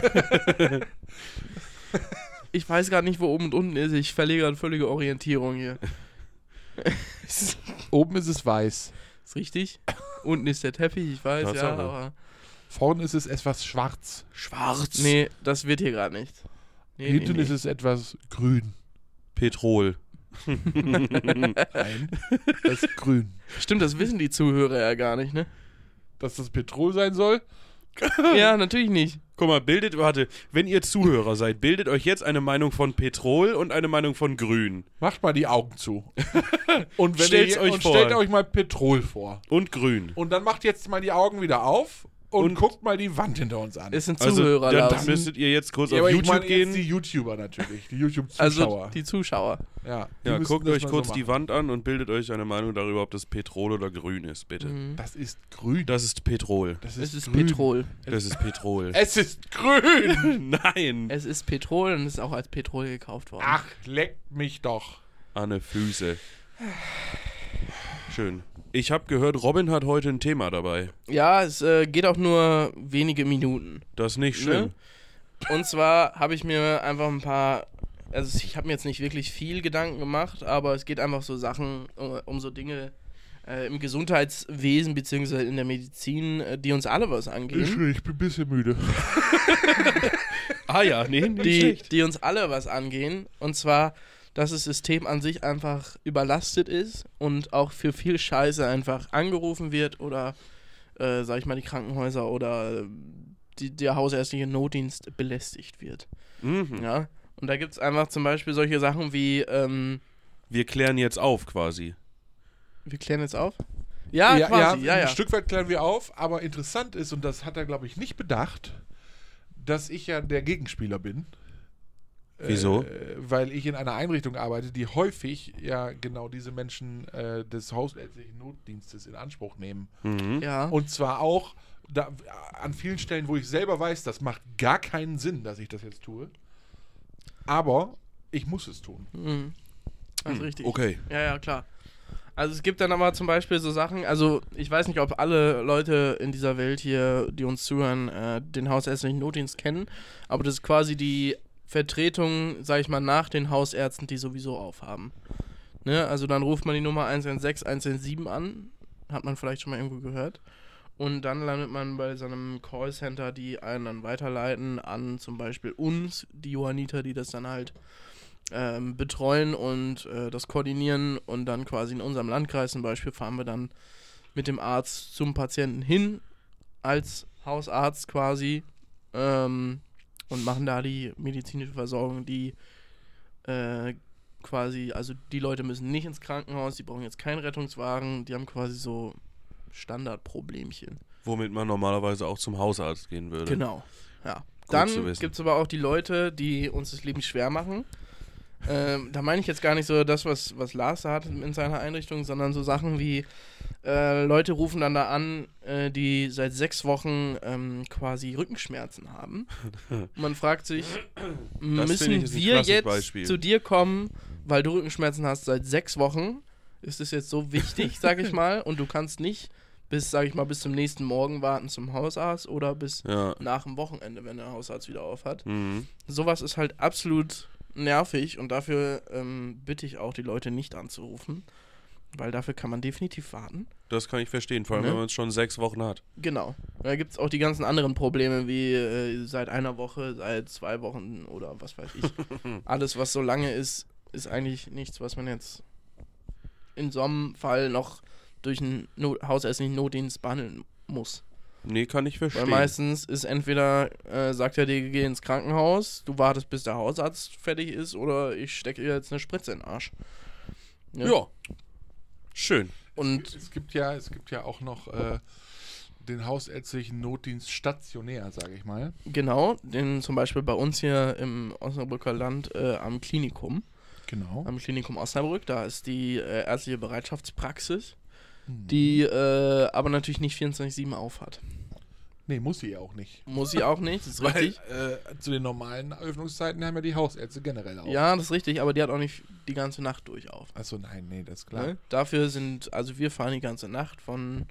[SPEAKER 3] Ich weiß gar nicht, wo oben und unten ist. Ich verliere gerade völlige Orientierung hier. ist
[SPEAKER 2] Oben ist es weiß.
[SPEAKER 3] richtig? Unten ist der Teppich, ich weiß, ja.
[SPEAKER 1] Tatsache.
[SPEAKER 3] Aber
[SPEAKER 2] Vorne ist es etwas schwarz.
[SPEAKER 1] Schwarz.
[SPEAKER 3] nee, das wird hier gerade nicht. Nee,
[SPEAKER 2] Hinten
[SPEAKER 3] nee,
[SPEAKER 2] ist
[SPEAKER 3] nee.
[SPEAKER 2] es etwas grün.
[SPEAKER 1] Petrol. (laughs)
[SPEAKER 2] Nein, das ist grün.
[SPEAKER 3] Stimmt, das wissen die Zuhörer ja gar nicht, ne?
[SPEAKER 2] Dass das Petrol sein soll?
[SPEAKER 3] ja, natürlich nicht.
[SPEAKER 1] Guck mal, bildet, warte, wenn ihr Zuhörer seid, bildet euch jetzt eine Meinung von Petrol und eine Meinung von Grün.
[SPEAKER 2] Macht mal die Augen zu. Und, wenn
[SPEAKER 1] Stellt's
[SPEAKER 2] ihr,
[SPEAKER 1] euch
[SPEAKER 2] und
[SPEAKER 1] vor.
[SPEAKER 2] stellt euch mal Petrol vor.
[SPEAKER 1] Und Grün.
[SPEAKER 2] Und dann macht jetzt mal die Augen wieder auf und,
[SPEAKER 1] Und-
[SPEAKER 2] guckt mal die Wand hinter uns an.
[SPEAKER 3] Es sind
[SPEAKER 1] Also,
[SPEAKER 3] Zuhörer,
[SPEAKER 1] dann
[SPEAKER 3] Lars.
[SPEAKER 1] müsstet ihr jetzt kurz
[SPEAKER 2] Ja,
[SPEAKER 1] auf
[SPEAKER 2] aber
[SPEAKER 1] YouTube
[SPEAKER 2] ich meine
[SPEAKER 1] gehen.
[SPEAKER 2] jetzt die YouTuber natürlich, die
[SPEAKER 3] Also
[SPEAKER 2] YouTube-Zuschauer.
[SPEAKER 3] die Zuschauer.
[SPEAKER 2] ja, die
[SPEAKER 1] ja,
[SPEAKER 2] müssen
[SPEAKER 1] guckt
[SPEAKER 2] das
[SPEAKER 1] euch
[SPEAKER 2] mal so
[SPEAKER 1] kurz die
[SPEAKER 2] machen.
[SPEAKER 1] Wand an und bildet euch eine Meinung darüber, ob das Petrol oder Grün ist, bitte.
[SPEAKER 3] Mhm.
[SPEAKER 2] Das ist grün.
[SPEAKER 1] Das ist Petrol.
[SPEAKER 2] Das
[SPEAKER 3] Es ist
[SPEAKER 2] grün.
[SPEAKER 3] Petrol.
[SPEAKER 1] Das ist Petrol.
[SPEAKER 2] Es ist grün.
[SPEAKER 1] (laughs) Nein.
[SPEAKER 3] Es ist Petrol und ist auch als Petrol gekauft worden.
[SPEAKER 2] Ach, leckt mich doch.
[SPEAKER 1] Anne Füße. Schön. Ich habe gehört, Robin hat heute ein Thema dabei.
[SPEAKER 3] Ja, es äh, geht auch nur wenige Minuten.
[SPEAKER 1] Das ist nicht schlimm.
[SPEAKER 3] Ne? Und zwar habe ich mir einfach ein paar, also ich habe mir jetzt nicht wirklich viel Gedanken gemacht, aber es geht einfach so Sachen, äh, um so Dinge äh, im Gesundheitswesen beziehungsweise in der Medizin, äh, die uns alle was angehen.
[SPEAKER 2] Ich bin ein bisschen müde.
[SPEAKER 1] Ah ja, nee, nicht
[SPEAKER 3] Die,
[SPEAKER 1] schlecht.
[SPEAKER 3] die uns alle was angehen. Und zwar, dass das System an sich einfach überlastet ist und auch für viel Scheiße einfach angerufen wird oder, äh, sag ich mal, die Krankenhäuser oder äh, die, der hausärztliche Notdienst belästigt wird.
[SPEAKER 1] Mhm.
[SPEAKER 3] Ja. Und da gibt es einfach zum Beispiel solche Sachen wie, ähm,
[SPEAKER 1] Wir klären jetzt auf quasi.
[SPEAKER 3] wir klären jetzt auf. Ja, quasi, ja, ja.
[SPEAKER 2] Ein Stück weit klären wir auf, aber interessant ist, und das hat er, glaube ich, nicht bedacht, dass ich ja der Gegenspieler bin.
[SPEAKER 1] Wieso?
[SPEAKER 2] Äh, weil ich in einer Einrichtung arbeite, die häufig ja genau diese Menschen äh, des hausärztlichen Notdienstes in Anspruch nehmen.
[SPEAKER 1] Mhm.
[SPEAKER 3] ja.
[SPEAKER 2] Und zwar auch da, an vielen Stellen, wo ich selber weiß, das macht gar keinen Sinn, dass ich das jetzt tue. Aber ich muss es tun.
[SPEAKER 3] Mhm. Das ist richtig.
[SPEAKER 1] Hm, Okay.
[SPEAKER 3] Ja, ja, klar. Also es gibt dann aber zum Beispiel so Sachen, also ich weiß nicht, ob alle Leute in dieser Welt hier, die uns zuhören, äh, den hausärztlichen Notdienst kennen, aber das ist quasi die Vertretung, sag ich mal, nach den Hausärzten, die sowieso aufhaben. Ne? Also dann ruft man die Nummer 116, 117 an, hat man vielleicht schon mal irgendwo gehört. Und dann landet man bei so einem Callcenter, die einen dann weiterleiten an zum Beispiel uns, die Johanniter, die das dann halt ähm, betreuen und äh, das koordinieren und dann quasi in unserem Landkreis zum Beispiel fahren wir dann mit dem Arzt zum Patienten hin als Hausarzt quasi ähm, und machen da die medizinische Versorgung, die äh, quasi, also die Leute müssen nicht ins Krankenhaus, die brauchen jetzt keinen Rettungswagen, die haben quasi so Standardproblemchen.
[SPEAKER 1] Womit man normalerweise auch zum Hausarzt gehen würde.
[SPEAKER 3] Genau. Ja.
[SPEAKER 1] Gut zu
[SPEAKER 3] Dann
[SPEAKER 1] wissen.
[SPEAKER 3] gibt es aber auch die Leute, die uns das Leben schwer machen. Ähm, da meine ich jetzt gar nicht so das, was, was Lars da hat in seiner Einrichtung, sondern so Sachen wie äh, Leute rufen dann da an, äh, die seit sechs Wochen ähm, quasi
[SPEAKER 1] (laughs)
[SPEAKER 3] Rückenschmerzen haben. Und man fragt sich,
[SPEAKER 1] finde ich
[SPEAKER 3] müssen
[SPEAKER 1] ist ein
[SPEAKER 3] wir
[SPEAKER 1] krasses
[SPEAKER 3] jetzt
[SPEAKER 1] Beispiel.
[SPEAKER 3] zu dir kommen, weil du Rückenschmerzen hast seit sechs Wochen? Ist es jetzt so wichtig,
[SPEAKER 1] (laughs)
[SPEAKER 3] sag ich mal, und du kannst nicht bis, sag ich mal, bis zum nächsten Morgen warten zum Hausarzt oder bis
[SPEAKER 1] Ja.
[SPEAKER 3] nach dem Wochenende, wenn der Hausarzt wieder auf hat.
[SPEAKER 1] Mhm.
[SPEAKER 3] Sowas ist halt absolut nervig und dafür ähm, bitte ich auch die Leute nicht anzurufen, weil dafür kann man definitiv warten.
[SPEAKER 1] Das kann ich verstehen, vor allem
[SPEAKER 3] Ne?
[SPEAKER 1] wenn man es schon sechs Wochen hat.
[SPEAKER 3] Genau. Da gibt es auch die ganzen anderen Probleme, wie äh, seit einer Woche, seit zwei Wochen oder was weiß ich. Alles, was so lange ist, ist eigentlich nichts, was man jetzt in so einem Fall noch durch einen Not hausärztlichen Notdienst behandeln muss.
[SPEAKER 1] Nee, kann ich
[SPEAKER 3] Weil
[SPEAKER 1] verstehen.
[SPEAKER 3] meistens ist entweder, äh, sagt der DGG ins Krankenhaus, du wartest, bis der Hausarzt fertig ist, oder ich stecke ihr jetzt eine Spritze in den Arsch. Ne?
[SPEAKER 1] ja. Schön.
[SPEAKER 3] Und
[SPEAKER 2] Es gibt ja, es gibt ja auch noch äh, den hausärztlichen Notdienst stationär, sage ich mal.
[SPEAKER 3] Genau, den zum Beispiel bei uns hier im Osnabrücker Land äh, am Klinikum,
[SPEAKER 2] Genau.
[SPEAKER 3] am Klinikum Osnabrück, da ist die äh, ärztliche Bereitschaftspraxis, die äh, aber natürlich nicht 24-7 auf hat.
[SPEAKER 2] Nee, muss sie ja auch nicht.
[SPEAKER 3] Muss sie auch nicht, das ist
[SPEAKER 2] Weil
[SPEAKER 3] richtig.
[SPEAKER 2] äh, zu den normalen Öffnungszeiten haben ja die Hausärzte generell auf.
[SPEAKER 3] Ja, das ist richtig, aber die hat auch nicht die ganze Nacht durch auf.
[SPEAKER 2] Achso, nein, nee, das ist klar.
[SPEAKER 3] Ne? Dafür sind, also wir fahren die ganze Nacht von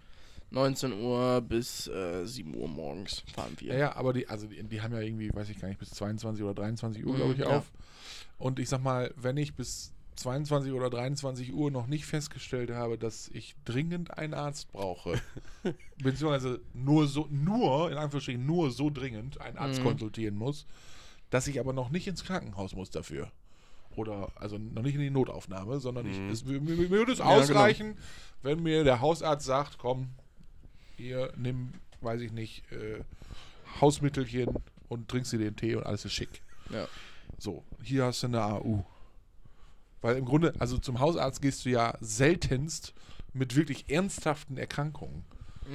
[SPEAKER 3] 19 Uhr bis äh, 7 Uhr morgens fahren wir.
[SPEAKER 2] Ja, ja, aber die, also die, die haben ja irgendwie, weiß ich gar nicht, bis 22 oder 23 Uhr,
[SPEAKER 3] Mhm,
[SPEAKER 2] glaube ich,
[SPEAKER 3] ja.
[SPEAKER 2] auf. Und ich sag mal, wenn ich bis 22 oder 23 Uhr noch nicht festgestellt habe, dass ich dringend einen Arzt
[SPEAKER 3] (laughs)
[SPEAKER 2] brauche, beziehungsweise nur so, nur, in Anführungsstrichen, nur so dringend einen Arzt
[SPEAKER 3] Mhm.
[SPEAKER 2] konsultieren muss, dass ich aber noch nicht ins Krankenhaus muss dafür. Oder, also noch nicht in die Notaufnahme, sondern ich,
[SPEAKER 1] Mhm.
[SPEAKER 2] es, mir, mir mir würde es
[SPEAKER 3] Ja, genau.
[SPEAKER 2] ausreichen, wenn mir der Hausarzt sagt, komm, ihr nimm, weiß ich nicht, äh, Hausmittelchen und trinkst dir den Tee und alles ist schick.
[SPEAKER 3] Ja.
[SPEAKER 2] So, hier hast du eine AU. Weil im Grunde, also zum Hausarzt gehst du ja seltenst mit wirklich ernsthaften Erkrankungen.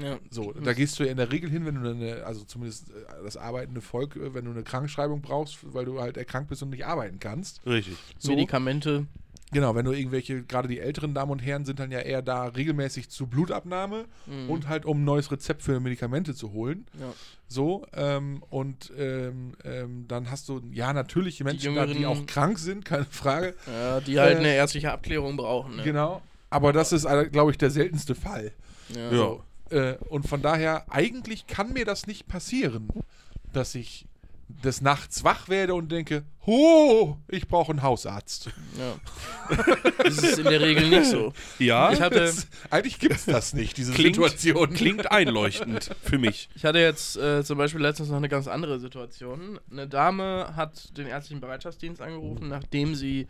[SPEAKER 3] Ja.
[SPEAKER 2] So, da
[SPEAKER 3] Mhm.
[SPEAKER 2] gehst du ja in der Regel hin, wenn du eine, also zumindest äh, das arbeitende Volk, äh, wenn du eine Krankschreibung brauchst, weil du halt erkrankt bist und nicht arbeiten kannst.
[SPEAKER 1] Richtig.
[SPEAKER 2] So,
[SPEAKER 3] Medikamente.
[SPEAKER 2] Genau, wenn du irgendwelche, gerade die älteren Damen und Herren sind dann ja eher da regelmäßig zur Blutabnahme
[SPEAKER 3] Mhm.
[SPEAKER 2] und halt um ein neues Rezept für Medikamente zu holen.
[SPEAKER 3] Ja.
[SPEAKER 2] So, ähm, und ähm, ähm, dann hast du, ja, natürlich Menschen, die, da, die
[SPEAKER 3] jüngeren-
[SPEAKER 2] auch krank sind, keine Frage.
[SPEAKER 3] Ja, die halt
[SPEAKER 2] Äh,
[SPEAKER 3] eine ärztliche Abklärung brauchen. (laughs) Ne?
[SPEAKER 2] Genau. Aber das ist, äh, glaube ich, der seltenste Fall.
[SPEAKER 3] Ja.
[SPEAKER 1] Ja.
[SPEAKER 2] So, äh, und von daher, eigentlich kann mir das nicht passieren, dass ich des Nachts wach werde und denke, ho, ich brauche einen Hausarzt.
[SPEAKER 3] Ja. (laughs) Das ist in der Regel nicht so.
[SPEAKER 1] Ja,
[SPEAKER 3] Ich
[SPEAKER 2] (laughs)
[SPEAKER 3] hatte,
[SPEAKER 2] Das, eigentlich gibt es das nicht, diese
[SPEAKER 1] Klingt-
[SPEAKER 2] Situation.
[SPEAKER 1] klingt einleuchtend für
[SPEAKER 3] (laughs)
[SPEAKER 1] mich.
[SPEAKER 3] ich hatte jetzt äh, zum Beispiel letztens noch eine ganz andere Situation. Eine Dame hat den ärztlichen Bereitschaftsdienst angerufen, nachdem sie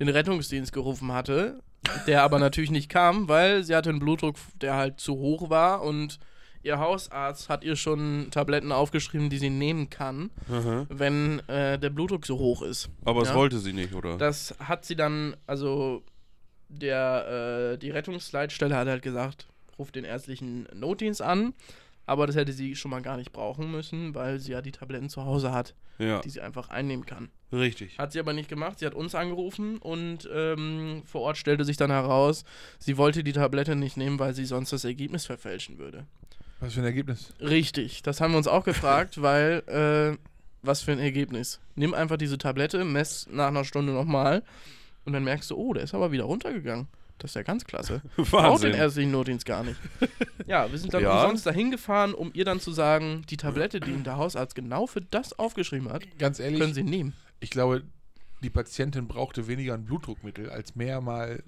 [SPEAKER 3] den Rettungsdienst gerufen hatte, der aber natürlich nicht kam, weil sie hatte einen Blutdruck, der halt zu hoch war und ihr Hausarzt hat ihr schon Tabletten aufgeschrieben, die sie nehmen kann,
[SPEAKER 1] Aha.
[SPEAKER 3] wenn äh, der Blutdruck so hoch ist.
[SPEAKER 1] Aber es
[SPEAKER 3] Ja.
[SPEAKER 1] wollte sie nicht, oder?
[SPEAKER 3] Das hat sie dann, also der, äh, die Rettungsleitstelle hat halt gesagt, ruft den ärztlichen Notdienst an. Aber das hätte sie schon mal gar nicht brauchen müssen, weil sie ja die Tabletten zu Hause hat,
[SPEAKER 1] ja,
[SPEAKER 3] die sie einfach einnehmen kann.
[SPEAKER 1] richtig.
[SPEAKER 3] Hat sie aber nicht gemacht, sie hat uns angerufen und ähm, vor Ort stellte sich dann heraus, sie wollte die Tablette nicht nehmen, weil sie sonst das Ergebnis verfälschen würde.
[SPEAKER 2] Was für ein Ergebnis?
[SPEAKER 3] Richtig, das haben wir uns auch
[SPEAKER 1] (laughs)
[SPEAKER 3] gefragt, weil äh, was für ein Ergebnis. Nimm einfach diese Tablette, mess nach einer Stunde nochmal und dann merkst du, oh, der ist aber wieder runtergegangen. Das ist ja
[SPEAKER 1] (laughs)
[SPEAKER 3] ganz klasse. Braucht den
[SPEAKER 1] Wahnsinn.
[SPEAKER 3] ärztlichen Notdienst
[SPEAKER 1] (laughs)
[SPEAKER 3] gar nicht. Ja, wir sind dann
[SPEAKER 1] Ja.
[SPEAKER 3] umsonst dahin gefahren, um ihr dann zu sagen, die Tablette, die ihm der Hausarzt genau für das aufgeschrieben hat,
[SPEAKER 2] Ganz ehrlich,
[SPEAKER 3] können sie nehmen.
[SPEAKER 2] ich glaube, die Patientin brauchte weniger ein Blutdruckmittel als mehr mal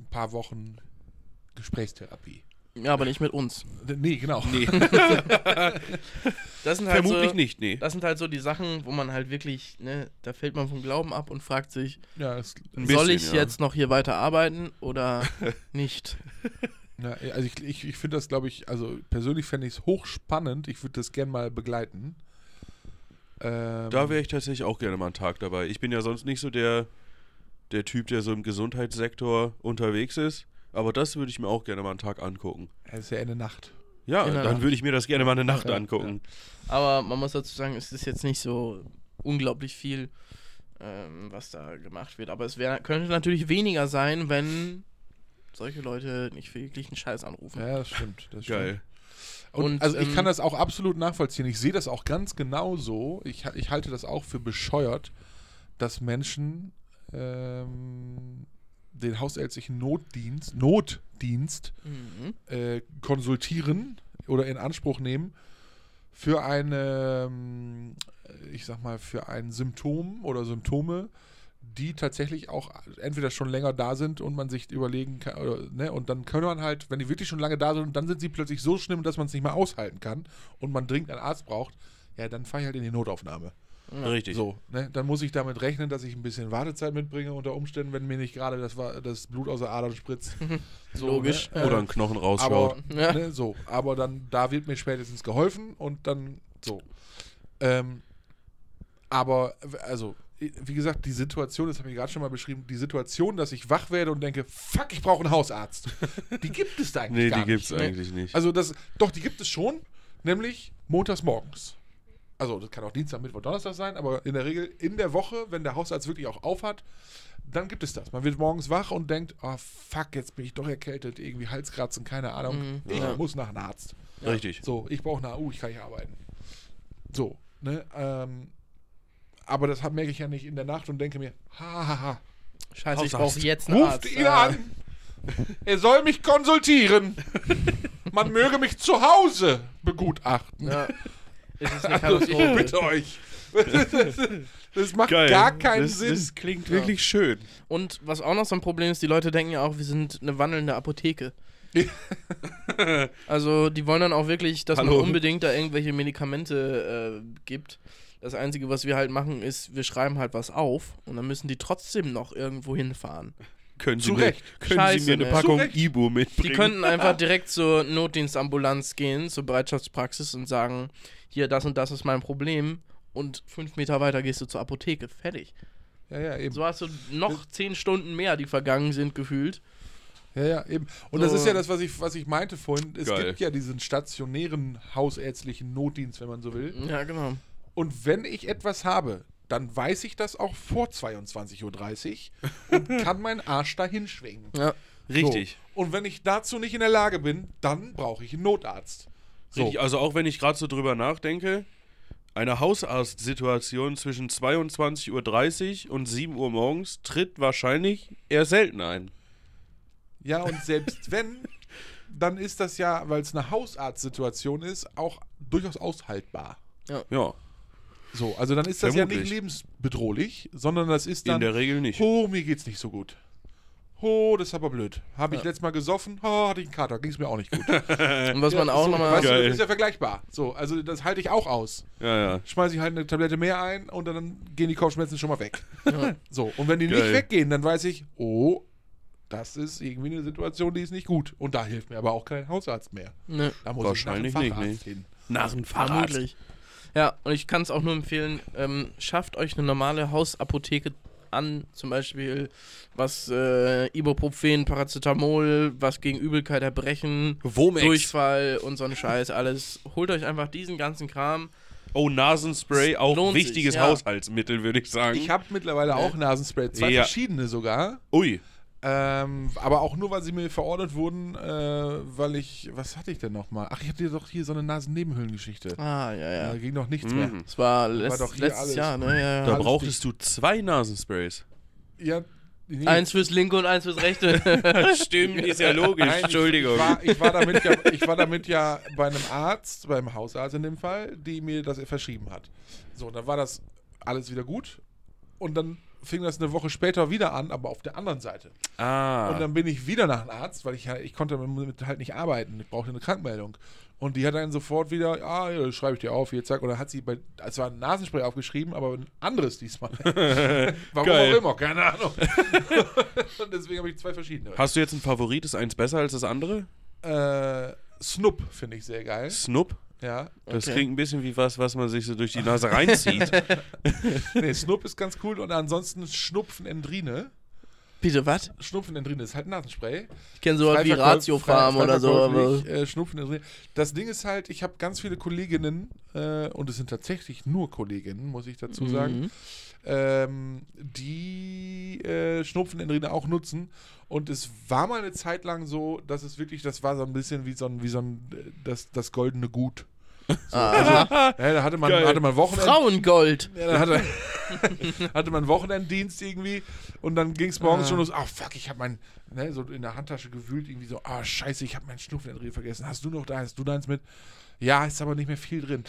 [SPEAKER 2] ein paar Wochen Gesprächstherapie.
[SPEAKER 3] Ja, aber nicht mit uns.
[SPEAKER 2] Nee, genau.
[SPEAKER 1] Nee,
[SPEAKER 3] Das sind halt
[SPEAKER 1] vermutlich
[SPEAKER 3] so,
[SPEAKER 1] nicht, nee.
[SPEAKER 3] Das sind halt so die Sachen, wo man halt wirklich, ne, da fällt man vom Glauben ab und fragt sich,
[SPEAKER 2] (laughs) Ja, es,
[SPEAKER 1] Ein
[SPEAKER 3] soll
[SPEAKER 1] bisschen,
[SPEAKER 3] ich
[SPEAKER 1] ja.
[SPEAKER 3] jetzt noch hier weiter arbeiten
[SPEAKER 1] (laughs)
[SPEAKER 3] oder nicht?
[SPEAKER 2] ja, also ich, ich, ich finde das, glaube ich, also persönlich fände ich es hochspannend. Ich würde das gern mal begleiten. Ähm,
[SPEAKER 1] Da wäre ich tatsächlich auch gerne mal einen Tag dabei. Ich bin ja sonst nicht so der, der Typ, der so im Gesundheitssektor unterwegs ist. Aber das würde ich mir auch gerne mal einen Tag angucken.
[SPEAKER 2] Es ist ja Ende Nacht.
[SPEAKER 1] Ja,
[SPEAKER 3] In der
[SPEAKER 1] dann
[SPEAKER 3] Nacht.
[SPEAKER 1] würde ich mir das gerne mal eine Nacht
[SPEAKER 2] Ja,
[SPEAKER 1] angucken.
[SPEAKER 3] Aber man muss dazu sagen, es ist jetzt nicht so unglaublich viel, ähm, was da gemacht wird. Aber es wär, könnte natürlich weniger sein, wenn solche Leute nicht wirklich einen Scheiß anrufen.
[SPEAKER 2] Ja, das stimmt. Das stimmt.
[SPEAKER 1] Geil.
[SPEAKER 2] Und,
[SPEAKER 3] Und,
[SPEAKER 2] also ich
[SPEAKER 3] ähm,
[SPEAKER 2] kann das auch absolut nachvollziehen. Ich sehe das auch ganz genau so. Ich, ha- ich halte das auch für bescheuert, dass Menschen ähm, den hausärztlichen Notdienst, Notdienst
[SPEAKER 3] Mhm.
[SPEAKER 2] äh, konsultieren oder in Anspruch nehmen für eine, ähm, ich sag mal, für ein Symptom oder Symptome, die tatsächlich auch entweder schon länger da sind und man sich überlegen kann, oder, ne, und dann kann man halt, wenn die wirklich schon lange da sind und dann sind sie plötzlich so schlimm, dass man es nicht mehr aushalten kann und man dringend einen Arzt braucht, ja, dann fahre ich halt in die Notaufnahme.
[SPEAKER 3] Ja.
[SPEAKER 1] Richtig.
[SPEAKER 2] So, ne, dann muss ich damit rechnen, dass ich ein bisschen Wartezeit mitbringe unter Umständen, wenn mir nicht gerade das, Wa- das Blut aus der Adern spritzt. So,
[SPEAKER 3] Logisch.
[SPEAKER 2] ne, äh,
[SPEAKER 1] Oder einen Knochen
[SPEAKER 2] aber,
[SPEAKER 1] rausschaut.
[SPEAKER 3] Ja.
[SPEAKER 2] ne, so, aber dann, da wird mir spätestens geholfen und dann so. Ähm, aber, w- also, wie gesagt, die Situation, das habe ich gerade schon mal beschrieben, die Situation, dass ich wach werde und denke, fuck, ich brauche einen Hausarzt. Die gibt es da eigentlich
[SPEAKER 1] Nee,
[SPEAKER 2] gar
[SPEAKER 1] die gibt's
[SPEAKER 2] nicht.
[SPEAKER 1] eigentlich nicht.
[SPEAKER 2] Also das, doch, die gibt es schon, nämlich montags morgens. Also das kann auch Dienstag, Mittwoch, Donnerstag sein, aber in der Regel in der Woche, wenn der Hausarzt wirklich auch auf hat, dann gibt es das. Man wird morgens wach und denkt, oh fuck, jetzt bin ich doch erkältet, irgendwie Halskratzen, keine Ahnung.
[SPEAKER 3] Mhm.
[SPEAKER 2] Ich
[SPEAKER 1] Ja.
[SPEAKER 2] muss nach einem Arzt.
[SPEAKER 1] Richtig.
[SPEAKER 2] So, ich brauche eine AU, ich kann nicht arbeiten. So, ne? Ähm, aber das hab- merke ich ja nicht in der Nacht und denke mir, hahaha,
[SPEAKER 3] Scheiße, ich
[SPEAKER 1] Hausarzt.
[SPEAKER 3] brauche jetzt einen
[SPEAKER 2] ruft
[SPEAKER 3] Arzt.
[SPEAKER 2] ihn
[SPEAKER 3] äh,
[SPEAKER 2] an. er soll mich konsultieren. Man möge mich zu Hause
[SPEAKER 1] (laughs)
[SPEAKER 2] begutachten.
[SPEAKER 3] Ja. Es ist eine
[SPEAKER 2] Also, ich
[SPEAKER 3] Katastrophe.
[SPEAKER 2] bitte euch. Das macht
[SPEAKER 1] Geil.
[SPEAKER 2] gar keinen
[SPEAKER 1] das,
[SPEAKER 2] Sinn.
[SPEAKER 1] Das klingt wirklich schön.
[SPEAKER 3] Und was auch noch so ein Problem ist, die Leute denken ja auch, wir sind eine wandelnde (laughs) Apotheke. also die wollen dann auch wirklich, dass
[SPEAKER 1] Hallo.
[SPEAKER 3] man unbedingt da irgendwelche Medikamente äh, gibt. Das Einzige, was wir halt machen, ist, wir schreiben halt was auf und dann müssen die trotzdem noch irgendwo hinfahren.
[SPEAKER 1] Können Sie,
[SPEAKER 2] Zu
[SPEAKER 1] mir,
[SPEAKER 2] Recht.
[SPEAKER 1] können
[SPEAKER 3] Scheiße,
[SPEAKER 1] Sie mir eine
[SPEAKER 3] ne?
[SPEAKER 1] Packung
[SPEAKER 2] Zu Recht.
[SPEAKER 1] Ibu mitbringen?
[SPEAKER 3] Die könnten (laughs) einfach direkt zur Notdienstambulanz gehen, zur Bereitschaftspraxis und sagen, hier, das und das ist mein Problem und fünf Meter weiter gehst du zur Apotheke. Fertig.
[SPEAKER 2] Ja, ja, eben.
[SPEAKER 3] So hast du noch zehn Stunden mehr, die vergangen sind, gefühlt.
[SPEAKER 2] Ja, ja, eben. Und das
[SPEAKER 3] So.
[SPEAKER 2] ist ja das, was ich, was ich meinte vorhin. Es
[SPEAKER 1] Geil.
[SPEAKER 2] gibt ja diesen stationären hausärztlichen Notdienst, wenn man so will.
[SPEAKER 3] Ja, genau.
[SPEAKER 2] Und wenn ich etwas habe, dann weiß ich das auch vor 22.30 Uhr
[SPEAKER 1] (laughs)
[SPEAKER 2] und kann meinen Arsch dahin schwingen.
[SPEAKER 3] Ja.
[SPEAKER 1] Richtig.
[SPEAKER 2] So. Und wenn ich dazu nicht in der Lage bin, dann brauche ich einen Notarzt. So.
[SPEAKER 1] Richtig. Also auch wenn ich gerade so drüber nachdenke, eine Hausarzt-Situation zwischen 22.30 Uhr und 7 Uhr morgens tritt wahrscheinlich eher selten ein.
[SPEAKER 2] Ja, und selbst wenn, dann ist das ja, weil es eine Hausarztsituation ist, auch durchaus aushaltbar.
[SPEAKER 1] Ja,
[SPEAKER 2] So, also dann ist das ja
[SPEAKER 1] Vermutlich.
[SPEAKER 2] nicht lebensbedrohlich, sondern das ist
[SPEAKER 1] in
[SPEAKER 2] dann
[SPEAKER 1] der Regel nicht.
[SPEAKER 2] Oh, mir geht's nicht so gut. Oh, das ist aber blöd. Habe ich letztes Mal gesoffen, oh, hatte ich einen Kater, ging's mir auch nicht gut.
[SPEAKER 3] Und was man auch
[SPEAKER 2] so,
[SPEAKER 3] nochmal.
[SPEAKER 2] weißt du,
[SPEAKER 1] Geil.
[SPEAKER 2] das ist ja vergleichbar. So, also das halte ich auch aus.
[SPEAKER 1] Ja, ja.
[SPEAKER 2] Schmeiße ich halt eine Tablette mehr ein und dann gehen die Kopfschmerzen schon mal weg. (laughs) So, und wenn die
[SPEAKER 1] Geil.
[SPEAKER 2] nicht weggehen, dann weiß ich, oh, das ist irgendwie eine Situation, die ist nicht gut. Und da hilft mir aber auch kein Hausarzt mehr.
[SPEAKER 3] Ne,
[SPEAKER 2] Da muss
[SPEAKER 1] Wahrscheinlich
[SPEAKER 2] ich nach dem
[SPEAKER 1] nicht,
[SPEAKER 2] Facharzt
[SPEAKER 1] nee.
[SPEAKER 2] hin.
[SPEAKER 1] Nach dem
[SPEAKER 3] vermutlich. Ja, und ich kann es auch nur empfehlen, ähm, schafft euch eine normale Hausapotheke an, zum Beispiel was äh, Ibuprofen, Paracetamol, was gegen Übelkeit, Erbrechen,
[SPEAKER 1] Womex.
[SPEAKER 3] Durchfall und so ein Scheiß, alles. Holt euch einfach diesen ganzen Kram.
[SPEAKER 1] Oh, Nasenspray, auch
[SPEAKER 3] Lohnt sich,
[SPEAKER 1] wichtiges
[SPEAKER 3] ja.
[SPEAKER 1] Haushaltsmittel, würde ich sagen.
[SPEAKER 2] Ich habe mittlerweile auch Nasenspray, zwei
[SPEAKER 1] Ja.
[SPEAKER 2] verschiedene sogar.
[SPEAKER 1] Ui,
[SPEAKER 2] Ähm, aber auch nur, weil sie mir verordnet wurden, äh, weil ich, was hatte ich denn nochmal? Ach, ich hatte doch hier so eine Nasennebenhöhlengeschichte.
[SPEAKER 3] Ah, ja, ja.
[SPEAKER 2] Da ging doch nichts
[SPEAKER 1] Mhm.
[SPEAKER 2] mehr.
[SPEAKER 3] Das war, letzt,
[SPEAKER 2] doch hier
[SPEAKER 3] letztes
[SPEAKER 2] alles.
[SPEAKER 3] Jahr, ne? Ja,
[SPEAKER 1] da
[SPEAKER 3] ja.
[SPEAKER 2] alles
[SPEAKER 1] brauchtest du zwei Nasensprays. (laughs)
[SPEAKER 2] Ja, nee.
[SPEAKER 3] Eins fürs linke und eins fürs rechte.
[SPEAKER 2] (laughs)
[SPEAKER 1] Stimmt, ist ja logisch.
[SPEAKER 2] Nein, ich-
[SPEAKER 1] Entschuldigung.
[SPEAKER 2] Ich war, ich, war damit ja, ich war damit ja bei einem Arzt, beim Hausarzt in dem Fall, die mir das verschrieben hat. So, dann war das alles wieder gut. Und dann fing das eine Woche später wieder an, aber auf der anderen Seite.
[SPEAKER 1] ah.
[SPEAKER 2] Und dann bin ich wieder nach einem Arzt, weil ich, ja- ich konnte damit halt nicht arbeiten. Ich brauchte eine Krankmeldung. Und die hat dann sofort wieder, ah, ja, das schreibe ich dir auf, hier, zack. Und dann hat sie, bei, es war ein Nasenspray aufgeschrieben, aber ein
[SPEAKER 1] (laughs)
[SPEAKER 2] anderes diesmal. Warum
[SPEAKER 1] Geil.
[SPEAKER 2] auch immer, keine Ahnung. (laughs) Und deswegen habe ich zwei verschiedene.
[SPEAKER 1] Hast du jetzt einen Favorit? Ist eins besser als das andere?
[SPEAKER 2] Äh, Snoop finde ich sehr geil.
[SPEAKER 1] Snoop?
[SPEAKER 2] Ja.
[SPEAKER 1] Das
[SPEAKER 3] Okay.
[SPEAKER 1] klingt ein bisschen wie was, was man sich so durch die Nase
[SPEAKER 2] (laughs)
[SPEAKER 1] reinzieht.
[SPEAKER 2] Nee, Snoop ist ganz cool. Und ansonsten Schnupfenendrine.
[SPEAKER 3] Bitte, was?
[SPEAKER 2] Schnupfenendrine ist halt Nasenspray.
[SPEAKER 3] Ich kenne sowas wie
[SPEAKER 2] Freiverkäuf-
[SPEAKER 3] Ratio Farm
[SPEAKER 2] frei-
[SPEAKER 3] oder so, aber.
[SPEAKER 2] freiverkäuflich, Äh, Schnupfen in der Regel. das Ding ist halt, ich habe ganz viele Kolleginnen, äh, und es sind tatsächlich nur Kolleginnen, muss ich dazu sagen,
[SPEAKER 3] Mhm.
[SPEAKER 2] ähm, die äh, Schnupfen in der Regel auch nutzen. Und es war mal eine Zeit lang so, dass es wirklich, das war so ein bisschen wie so ein, wie so ein äh, das, das goldene Gut.
[SPEAKER 3] Ah,
[SPEAKER 2] Ja, da hatte man,
[SPEAKER 1] Geil.
[SPEAKER 2] hatte man Wochenende.
[SPEAKER 3] Frauengold.
[SPEAKER 2] Ja, dann hatte, hatte (laughs) man Wochenenddienst irgendwie und dann ging es morgens
[SPEAKER 3] Ah.
[SPEAKER 2] schon los, ah fuck, ich habe mein, ne, so in der Handtasche gewühlt, irgendwie so, ah scheiße, ich habe meinen Schnupfenendreh vergessen. Hast du noch da, hast du deins mit? Ja, ist aber nicht mehr viel drin.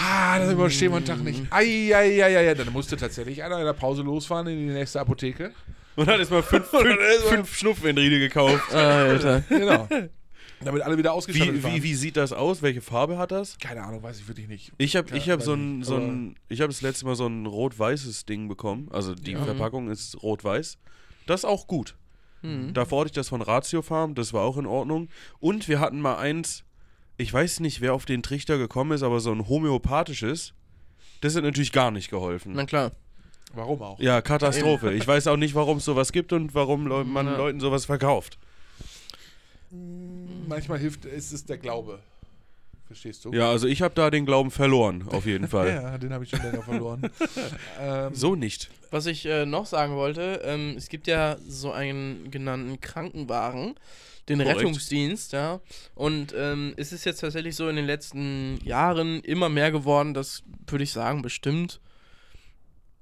[SPEAKER 2] Ah, das überstehen wir einen
[SPEAKER 1] Mm.
[SPEAKER 2] Tag nicht. Eieieiei, dann musste tatsächlich einer in der Pause losfahren in die nächste Apotheke.
[SPEAKER 1] Und hat erstmal
[SPEAKER 2] (laughs)
[SPEAKER 1] fünf, fünf, fünf Schnupfenriede gekauft.
[SPEAKER 3] Alter.
[SPEAKER 2] Genau.
[SPEAKER 1] (laughs)
[SPEAKER 2] Damit alle wieder ausgestattet
[SPEAKER 1] Wie,
[SPEAKER 2] waren.
[SPEAKER 1] wie, wie sieht das aus? Welche Farbe hat das?
[SPEAKER 2] Keine Ahnung, weiß ich wirklich nicht.
[SPEAKER 1] Ich habe ich
[SPEAKER 2] Ja,
[SPEAKER 1] hab so
[SPEAKER 2] weiß
[SPEAKER 1] ein,
[SPEAKER 2] nicht,
[SPEAKER 1] so ein, ich habe das letzte Mal so ein rot-weißes Ding bekommen. Also die
[SPEAKER 3] Ja.
[SPEAKER 1] Verpackung ist rot-weiß. Das ist auch gut.
[SPEAKER 3] Mhm.
[SPEAKER 1] Davor hatte ich das von Ratio Farm, das war auch in Ordnung. Und wir hatten mal eins, ich weiß nicht, wer auf den Trichter gekommen ist, aber so ein homöopathisches. Das hat natürlich gar nicht geholfen.
[SPEAKER 3] Na klar.
[SPEAKER 2] Warum auch?
[SPEAKER 1] Ja, Katastrophe. Ich weiß auch nicht, warum es sowas gibt und warum Leu man
[SPEAKER 3] Ja.
[SPEAKER 1] Leuten sowas verkauft.
[SPEAKER 2] Manchmal hilft, ist es der Glaube. Verstehst du?
[SPEAKER 1] Ja, also ich habe da den Glauben verloren, auf
[SPEAKER 3] (laughs)
[SPEAKER 1] jeden Fall.
[SPEAKER 2] Ja, den habe ich schon länger verloren. ähm,
[SPEAKER 1] So nicht.
[SPEAKER 3] Was ich äh, noch sagen wollte, ähm, es gibt ja so einen genannten Krankenwagen, den
[SPEAKER 1] Korrekt.
[SPEAKER 3] Rettungsdienst, ja. Und ähm, es ist jetzt tatsächlich so in den letzten Jahren immer mehr geworden, dass, würde ich sagen, bestimmt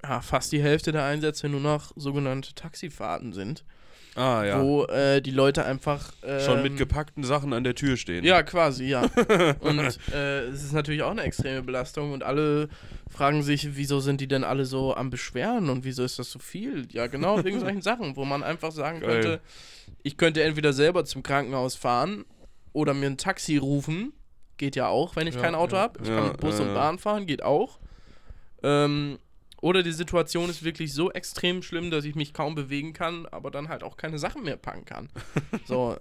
[SPEAKER 3] ja, fast die Hälfte der Einsätze nur noch sogenannte Taxifahrten sind,
[SPEAKER 1] Ah ja.
[SPEAKER 3] wo äh, die Leute einfach.
[SPEAKER 1] Schon
[SPEAKER 3] ähm,
[SPEAKER 1] mit gepackten Sachen an der Tür stehen.
[SPEAKER 3] ja,
[SPEAKER 1] (laughs)
[SPEAKER 3] quasi, ja. Und äh, es ist natürlich auch eine extreme Belastung und alle fragen sich, wieso sind die denn alle so am Beschweren und wieso ist das so viel? Ja, genau, wegen
[SPEAKER 1] (laughs)
[SPEAKER 3] solchen Sachen, wo man einfach sagen
[SPEAKER 1] Geil.
[SPEAKER 3] könnte, ich könnte entweder selber zum Krankenhaus fahren oder mir ein Taxi rufen, geht ja auch, wenn ich
[SPEAKER 2] Ja,
[SPEAKER 3] kein Auto
[SPEAKER 2] ja.
[SPEAKER 3] habe. Ich
[SPEAKER 1] Ja,
[SPEAKER 3] kann mit Bus
[SPEAKER 1] ja,
[SPEAKER 3] und
[SPEAKER 1] ja.
[SPEAKER 3] Bahn fahren, geht auch. Ähm, oder die Situation ist wirklich so extrem schlimm, dass ich mich kaum bewegen kann, aber dann halt auch keine Sachen mehr packen kann.
[SPEAKER 2] (laughs)
[SPEAKER 3] So.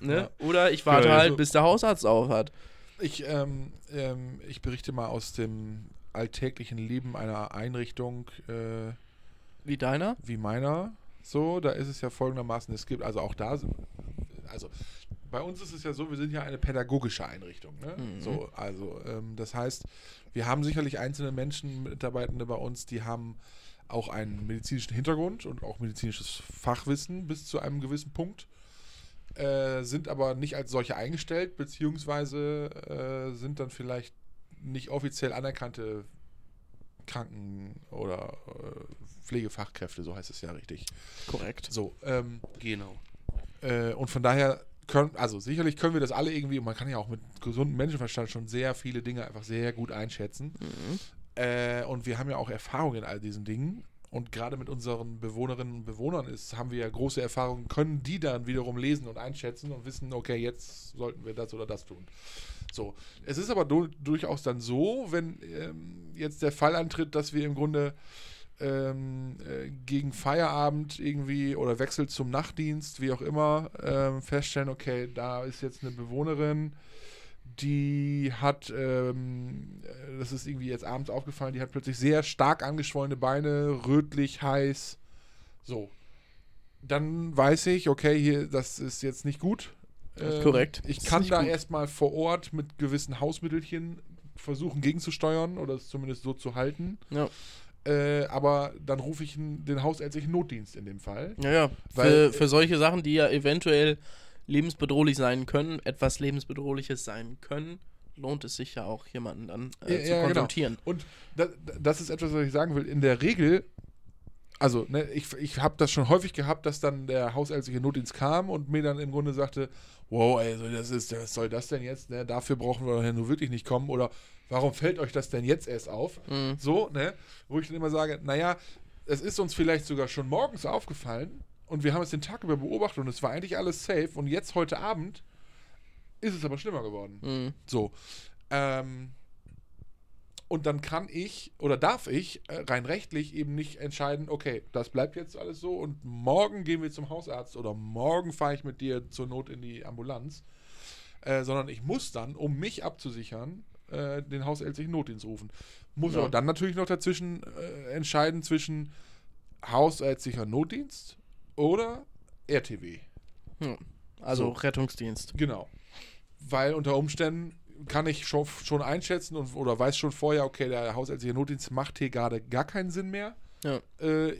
[SPEAKER 3] Ne? Oder ich warte
[SPEAKER 1] Geil.
[SPEAKER 3] halt, bis der Hausarzt auf hat.
[SPEAKER 2] ich, ähm, ähm, ich berichte mal aus dem alltäglichen Leben einer Einrichtung äh,
[SPEAKER 3] Wie deiner?
[SPEAKER 2] wie meiner. So, da ist es ja folgendermaßen: Es gibt also auch da, also bei uns ist es ja so, wir sind ja eine pädagogische Einrichtung. Ne?
[SPEAKER 3] Mhm.
[SPEAKER 2] So, also ähm, das heißt, wir haben sicherlich einzelne Menschen, Mitarbeitende bei uns, die haben auch einen medizinischen Hintergrund und auch medizinisches Fachwissen bis zu einem gewissen Punkt, äh, sind aber nicht als solche eingestellt, beziehungsweise äh, sind dann vielleicht nicht offiziell anerkannte Kranken- oder äh, Pflegefachkräfte, so heißt es ja richtig.
[SPEAKER 3] Korrekt.
[SPEAKER 2] So, ähm,
[SPEAKER 1] genau.
[SPEAKER 2] äh, und von daher können, also sicherlich können wir das alle irgendwie, und man kann ja auch mit gesundem Menschenverstand schon sehr viele Dinge einfach sehr gut einschätzen. Äh, und wir haben ja auch Erfahrung in all diesen Dingen. Und gerade mit unseren Bewohnerinnen und Bewohnern ist, haben wir ja große Erfahrungen, können die dann wiederum lesen und einschätzen und wissen, okay, jetzt sollten wir das oder das tun. So, es ist aber du durchaus dann so, wenn ähm, jetzt der Fall antritt, dass wir im Grunde ähm, äh, gegen Feierabend irgendwie oder Wechsel zum Nachtdienst, wie auch immer, ähm, feststellen, okay, da ist jetzt eine Bewohnerin, die hat, ähm, äh, das ist irgendwie jetzt abends aufgefallen, die hat plötzlich sehr stark angeschwollene Beine, rötlich, heiß, so. Dann weiß ich, okay, hier, das ist jetzt nicht gut.
[SPEAKER 3] Das ist
[SPEAKER 2] Ähm,
[SPEAKER 3] korrekt.
[SPEAKER 2] Ich
[SPEAKER 3] Das ist
[SPEAKER 2] kann
[SPEAKER 3] nicht
[SPEAKER 2] da
[SPEAKER 3] gut.
[SPEAKER 2] erstmal vor Ort mit gewissen Hausmittelchen versuchen gegenzusteuern oder es zumindest so zu halten.
[SPEAKER 3] Ja,
[SPEAKER 2] Äh, aber dann rufe ich n- den hausärztlichen Notdienst in dem Fall.
[SPEAKER 3] ja. ja.
[SPEAKER 2] Weil-
[SPEAKER 3] für, für solche Sachen, die ja eventuell lebensbedrohlich sein können, etwas lebensbedrohliches sein können, lohnt es sich ja auch, jemanden dann äh, zu
[SPEAKER 2] Ja, ja, genau.
[SPEAKER 3] konsultieren.
[SPEAKER 2] Und da, da- das ist etwas, was ich sagen will. In der Regel, also ne, ich, ich habe das schon häufig gehabt, dass dann der hausärztliche Notdienst kam und mir dann im Grunde sagte, wow, also das ist, was soll das denn jetzt? Ne, dafür brauchen wir doch nur wirklich nicht kommen. Oder warum fällt euch das denn jetzt erst auf?
[SPEAKER 3] Mhm.
[SPEAKER 2] So, ne? Wo ich dann immer sage, naja, es ist uns vielleicht sogar schon morgens aufgefallen und wir haben es den Tag über beobachtet und es war eigentlich alles safe und jetzt heute Abend ist es aber schlimmer geworden.
[SPEAKER 3] Mhm.
[SPEAKER 2] So. Ähm, und dann kann ich oder darf ich äh, rein rechtlich eben nicht entscheiden, okay, das bleibt jetzt alles so und morgen gehen wir zum Hausarzt oder morgen fahre ich mit dir zur Not in die Ambulanz, äh, sondern ich muss dann, um mich abzusichern, äh, den hausärztlichen Notdienst rufen. Muss
[SPEAKER 3] Ja.
[SPEAKER 2] aber dann natürlich noch dazwischen äh, entscheiden zwischen hausärztlicher Notdienst oder RTW.
[SPEAKER 3] Ja. Also
[SPEAKER 2] So.
[SPEAKER 3] Rettungsdienst.
[SPEAKER 2] Genau. Weil unter Umständen kann ich schon, schon einschätzen und, oder weiß schon vorher, okay, der hausärztliche Notdienst macht hier gerade gar keinen Sinn mehr.
[SPEAKER 3] Ja.
[SPEAKER 2] Äh,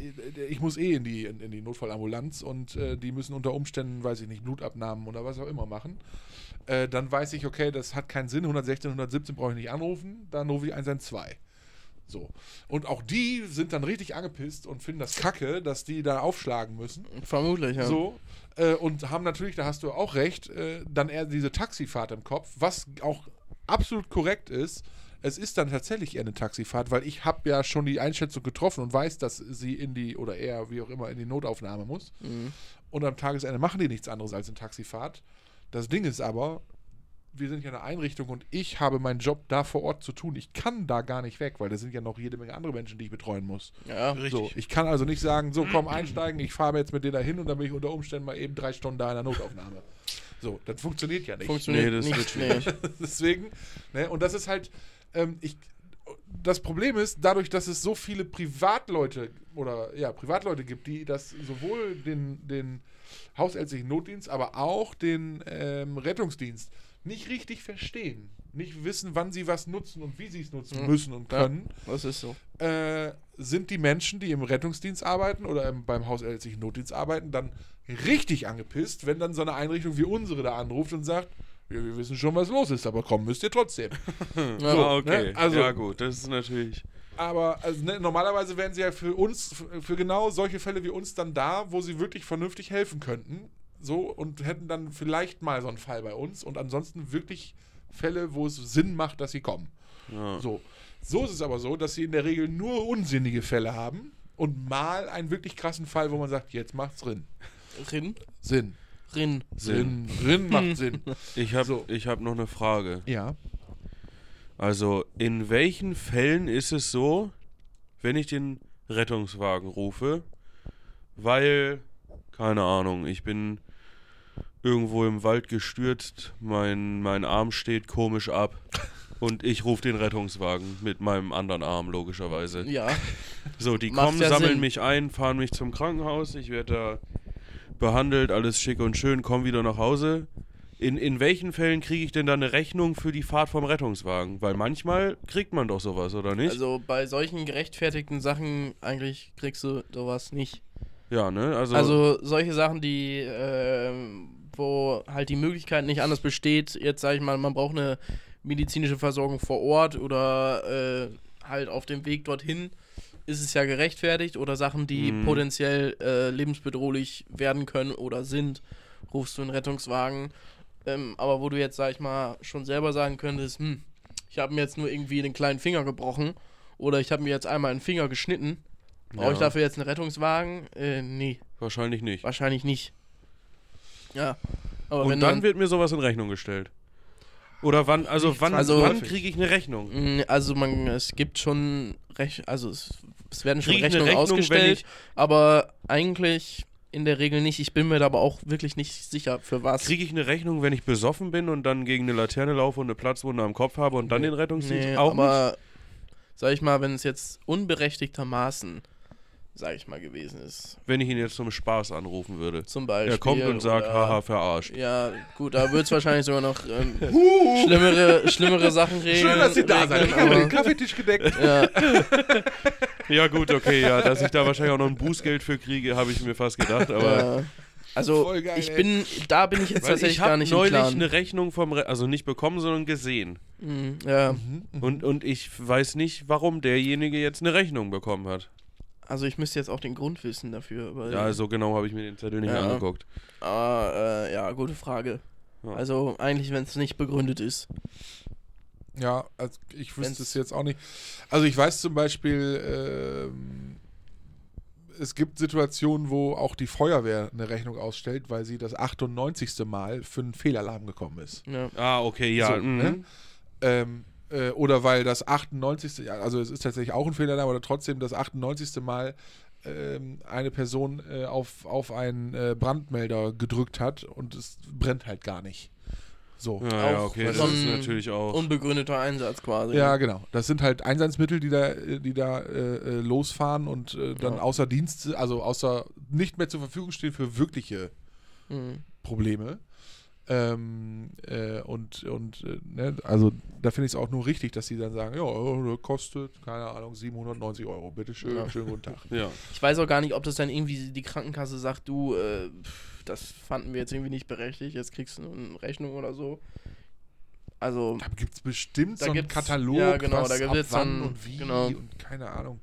[SPEAKER 2] ich muss eh in die, in, in die Notfallambulanz und äh, die müssen unter Umständen, weiß ich nicht, Blutabnahmen oder was auch immer machen. Äh, dann weiß ich, okay, das hat keinen Sinn, 116, 117 brauche ich nicht anrufen, dann rufe ich 112. So. Und auch die sind dann richtig angepisst und finden das kacke, dass die da aufschlagen müssen.
[SPEAKER 3] Vermutlich, ja.
[SPEAKER 2] So. Äh, und haben natürlich, da hast du auch recht, äh, dann eher diese Taxifahrt im Kopf, was auch absolut korrekt ist. Es ist dann tatsächlich eher eine Taxifahrt, weil ich habe ja schon die Einschätzung getroffen und weiß, dass sie in die, oder er, wie auch immer, in die Notaufnahme muss.
[SPEAKER 3] Mhm.
[SPEAKER 2] Und am Tagesende machen die nichts anderes als eine Taxifahrt. Das Ding ist aber, wir sind ja eine Einrichtung und ich habe meinen Job da vor Ort zu tun. Ich kann da gar nicht weg, weil da sind ja noch jede Menge andere Menschen, die ich betreuen muss.
[SPEAKER 3] Ja.
[SPEAKER 2] So, ich kann also nicht sagen, so komm einsteigen, ich fahre jetzt mit dir dahin und dann bin ich unter Umständen mal eben drei Stunden da in der Notaufnahme. So, das (laughs) funktioniert ja nicht.
[SPEAKER 3] Funktioniert
[SPEAKER 1] Nee, das
[SPEAKER 3] nicht. Nee.
[SPEAKER 2] Deswegen, ne, und das ist halt, ähm, ich, das Problem ist, dadurch, dass es so viele Privatleute oder ja, Privatleute gibt, die das sowohl den, den hausärztlichen Notdienst, aber auch den ähm, Rettungsdienst nicht richtig verstehen, nicht wissen, wann sie was nutzen und wie sie es nutzen
[SPEAKER 3] Ja.
[SPEAKER 2] müssen und
[SPEAKER 3] Ja.
[SPEAKER 2] können,
[SPEAKER 3] Das ist so.
[SPEAKER 2] äh, sind die Menschen, die im Rettungsdienst arbeiten oder im, beim hausärztlichen Notdienst arbeiten, dann richtig angepisst, wenn dann so eine Einrichtung wie unsere da anruft und sagt, ja, wir wissen schon, was los ist, aber kommen müsst ihr trotzdem.
[SPEAKER 3] Ja.
[SPEAKER 2] So.
[SPEAKER 1] ah, okay.
[SPEAKER 2] ne? Also-
[SPEAKER 1] ja, gut, das ist natürlich.
[SPEAKER 2] Aber also, ne, normalerweise wären sie ja für uns, f- für genau solche Fälle wie uns dann da, wo sie wirklich vernünftig helfen könnten. So und hätten dann vielleicht mal so einen Fall bei uns und ansonsten wirklich Fälle, wo es Sinn macht, dass sie kommen.
[SPEAKER 1] Ja.
[SPEAKER 2] So. So ist es aber so, dass sie in der Regel nur unsinnige Fälle haben und mal einen wirklich krassen Fall, wo man sagt, jetzt macht's Sinn.
[SPEAKER 3] Rin?
[SPEAKER 2] Sinn.
[SPEAKER 3] Rin.
[SPEAKER 1] Sinn.
[SPEAKER 2] Sinn macht Sinn.
[SPEAKER 1] Ich habe
[SPEAKER 2] So.
[SPEAKER 1] ich hab noch eine Frage.
[SPEAKER 2] Ja.
[SPEAKER 1] Also, in welchen Fällen ist es so, wenn ich den Rettungswagen rufe, weil, keine Ahnung, ich bin irgendwo im Wald gestürzt, mein, mein Arm steht komisch
[SPEAKER 2] (laughs)
[SPEAKER 1] ab und ich rufe den Rettungswagen mit meinem anderen Arm, logischerweise.
[SPEAKER 3] Ja.
[SPEAKER 1] So, die
[SPEAKER 3] Macht
[SPEAKER 1] kommen,
[SPEAKER 3] ja
[SPEAKER 1] sammeln
[SPEAKER 3] Sinn.
[SPEAKER 1] mich ein, fahren mich zum Krankenhaus, ich werde da behandelt, alles schick und schön, komme wieder nach Hause. In, in welchen Fällen kriege ich denn da eine Rechnung für die Fahrt vom Rettungswagen? Weil manchmal kriegt man doch sowas, oder nicht?
[SPEAKER 3] Also bei solchen gerechtfertigten Sachen eigentlich kriegst du sowas nicht.
[SPEAKER 1] ja, ne? Also,
[SPEAKER 3] Also solche Sachen, die, ähm, wo halt die Möglichkeit nicht anders besteht, jetzt sage ich mal, man braucht eine medizinische Versorgung vor Ort oder äh, halt auf dem Weg dorthin, ist es ja gerechtfertigt oder Sachen, die
[SPEAKER 1] Mhm.
[SPEAKER 3] potenziell äh, lebensbedrohlich werden können oder sind, rufst du einen Rettungswagen. Ähm, aber wo du jetzt, sag ich mal, schon selber sagen könntest, hm, ich habe mir jetzt nur irgendwie den kleinen Finger gebrochen oder ich habe mir jetzt einmal einen Finger geschnitten, brauche ich
[SPEAKER 1] Ja.
[SPEAKER 3] dafür jetzt einen Rettungswagen? Äh, nee.
[SPEAKER 1] wahrscheinlich nicht.
[SPEAKER 3] Wahrscheinlich nicht. Ja. Aber
[SPEAKER 1] Und
[SPEAKER 3] Also, wenn
[SPEAKER 1] dann
[SPEAKER 3] man,
[SPEAKER 1] wird mir sowas in Rechnung gestellt. Oder wann, also wann,
[SPEAKER 3] Also-
[SPEAKER 1] wann kriege ich eine Rechnung?
[SPEAKER 3] Mm, also man, es gibt schon Rech also es, es werden schon
[SPEAKER 1] Krieg ich eine
[SPEAKER 3] Rechnungen
[SPEAKER 1] Rechnung, wenn
[SPEAKER 3] ausgestellt,
[SPEAKER 1] ich-
[SPEAKER 3] aber eigentlich in der Regel nicht. Ich bin mir da aber auch wirklich nicht sicher, für was.
[SPEAKER 1] Kriege ich eine Rechnung, wenn ich besoffen bin und dann gegen eine Laterne laufe und eine Platzwunde am Kopf habe und dann den Rettungsdienst?
[SPEAKER 3] nee,
[SPEAKER 1] auch nicht?
[SPEAKER 3] aber sag ich mal, wenn es jetzt unberechtigtermaßen, sag ich mal, gewesen ist.
[SPEAKER 1] Wenn ich ihn jetzt zum Spaß anrufen würde.
[SPEAKER 3] Zum Beispiel.
[SPEAKER 1] Er kommt und sagt,
[SPEAKER 3] oder-
[SPEAKER 1] haha, verarscht.
[SPEAKER 3] Ja, gut, da wird es wahrscheinlich sogar noch ähm,
[SPEAKER 1] (laughs)
[SPEAKER 3] schlimmere, schlimmere Sachen regeln.
[SPEAKER 2] Schön, dass ihr da seid. Ich
[SPEAKER 3] regnen,
[SPEAKER 2] habe
[SPEAKER 3] aber-
[SPEAKER 2] den Kaffeetisch gedeckt.
[SPEAKER 3] Ja,
[SPEAKER 1] Ja, gut, okay, ja. Dass ich da wahrscheinlich auch noch ein Bußgeld für kriege, habe ich mir fast gedacht. Aber
[SPEAKER 3] Ja. Also
[SPEAKER 2] Voll geil,
[SPEAKER 3] ich
[SPEAKER 2] ey.
[SPEAKER 3] bin, da bin ich jetzt
[SPEAKER 1] weil
[SPEAKER 3] tatsächlich
[SPEAKER 1] ich
[SPEAKER 3] gar
[SPEAKER 1] habe
[SPEAKER 3] nicht
[SPEAKER 1] neulich ne-
[SPEAKER 3] im
[SPEAKER 1] eine Rechnung vom, Re also nicht bekommen, sondern gesehen.
[SPEAKER 3] Klaren. Mm, ja,
[SPEAKER 2] Mhm.
[SPEAKER 1] Und, und ich weiß nicht, warum derjenige jetzt eine Rechnung bekommen hat.
[SPEAKER 3] also ich müsste jetzt auch den Grund wissen dafür. Weil,
[SPEAKER 1] Ja, so genau habe ich mir den Zettel nicht
[SPEAKER 3] Ja.
[SPEAKER 1] angeguckt.
[SPEAKER 3] Ah, äh, ja, gute Frage.
[SPEAKER 1] Ja.
[SPEAKER 3] Also eigentlich, wenn es nicht begründet ist.
[SPEAKER 2] Ja, also ich wüsste
[SPEAKER 3] Wenn's-
[SPEAKER 2] es jetzt auch nicht. Also ich weiß zum Beispiel, ähm, es gibt Situationen, wo auch die Feuerwehr eine Rechnung ausstellt, weil sie das 98. Mal für einen Fehlalarm gekommen ist.
[SPEAKER 3] Ja.
[SPEAKER 1] Ah, okay, ja.
[SPEAKER 2] So,
[SPEAKER 1] mhm.
[SPEAKER 2] ne? Ähm, äh, oder weil das 98. ja, Also es ist tatsächlich auch ein Fehlalarm, aber trotzdem das 98. Mal ähm, eine Person äh, auf, auf einen äh, Brandmelder gedrückt hat und es brennt halt gar nicht. So.
[SPEAKER 1] Ja, ja,
[SPEAKER 3] Auch
[SPEAKER 1] okay, das
[SPEAKER 3] von-
[SPEAKER 1] ist natürlich auch.
[SPEAKER 3] um Unbegründeter Einsatz quasi. ne?
[SPEAKER 2] Ja, genau. Das sind halt Einsatzmittel, die da, äh, die da äh, äh, losfahren und äh, dann
[SPEAKER 3] Ja.
[SPEAKER 2] außer Dienst, also außer nicht mehr zur Verfügung stehen für wirkliche
[SPEAKER 3] Mhm.
[SPEAKER 2] Probleme. Ähm, äh, und und äh, ne, also da finde ich es auch nur richtig, dass sie dann sagen, ja, äh, kostet, keine Ahnung, 790 Euro. Bitteschön,
[SPEAKER 3] Ja.
[SPEAKER 2] schönen guten Tag.
[SPEAKER 3] (laughs)
[SPEAKER 1] Ja.
[SPEAKER 3] Ich weiß auch gar nicht, ob das dann irgendwie die Krankenkasse sagt, du, äh, pff, das fanden wir jetzt irgendwie nicht berechtigt, jetzt kriegst du eine Rechnung oder so. Also
[SPEAKER 2] Da gibt es bestimmt
[SPEAKER 3] Da
[SPEAKER 2] so einen
[SPEAKER 3] gibt's-
[SPEAKER 2] Katalog,
[SPEAKER 3] ja, genau,
[SPEAKER 2] was
[SPEAKER 3] da
[SPEAKER 2] ab
[SPEAKER 3] gibt's
[SPEAKER 2] wann
[SPEAKER 3] dann-
[SPEAKER 2] und wie
[SPEAKER 3] genau.
[SPEAKER 2] und keine Ahnung.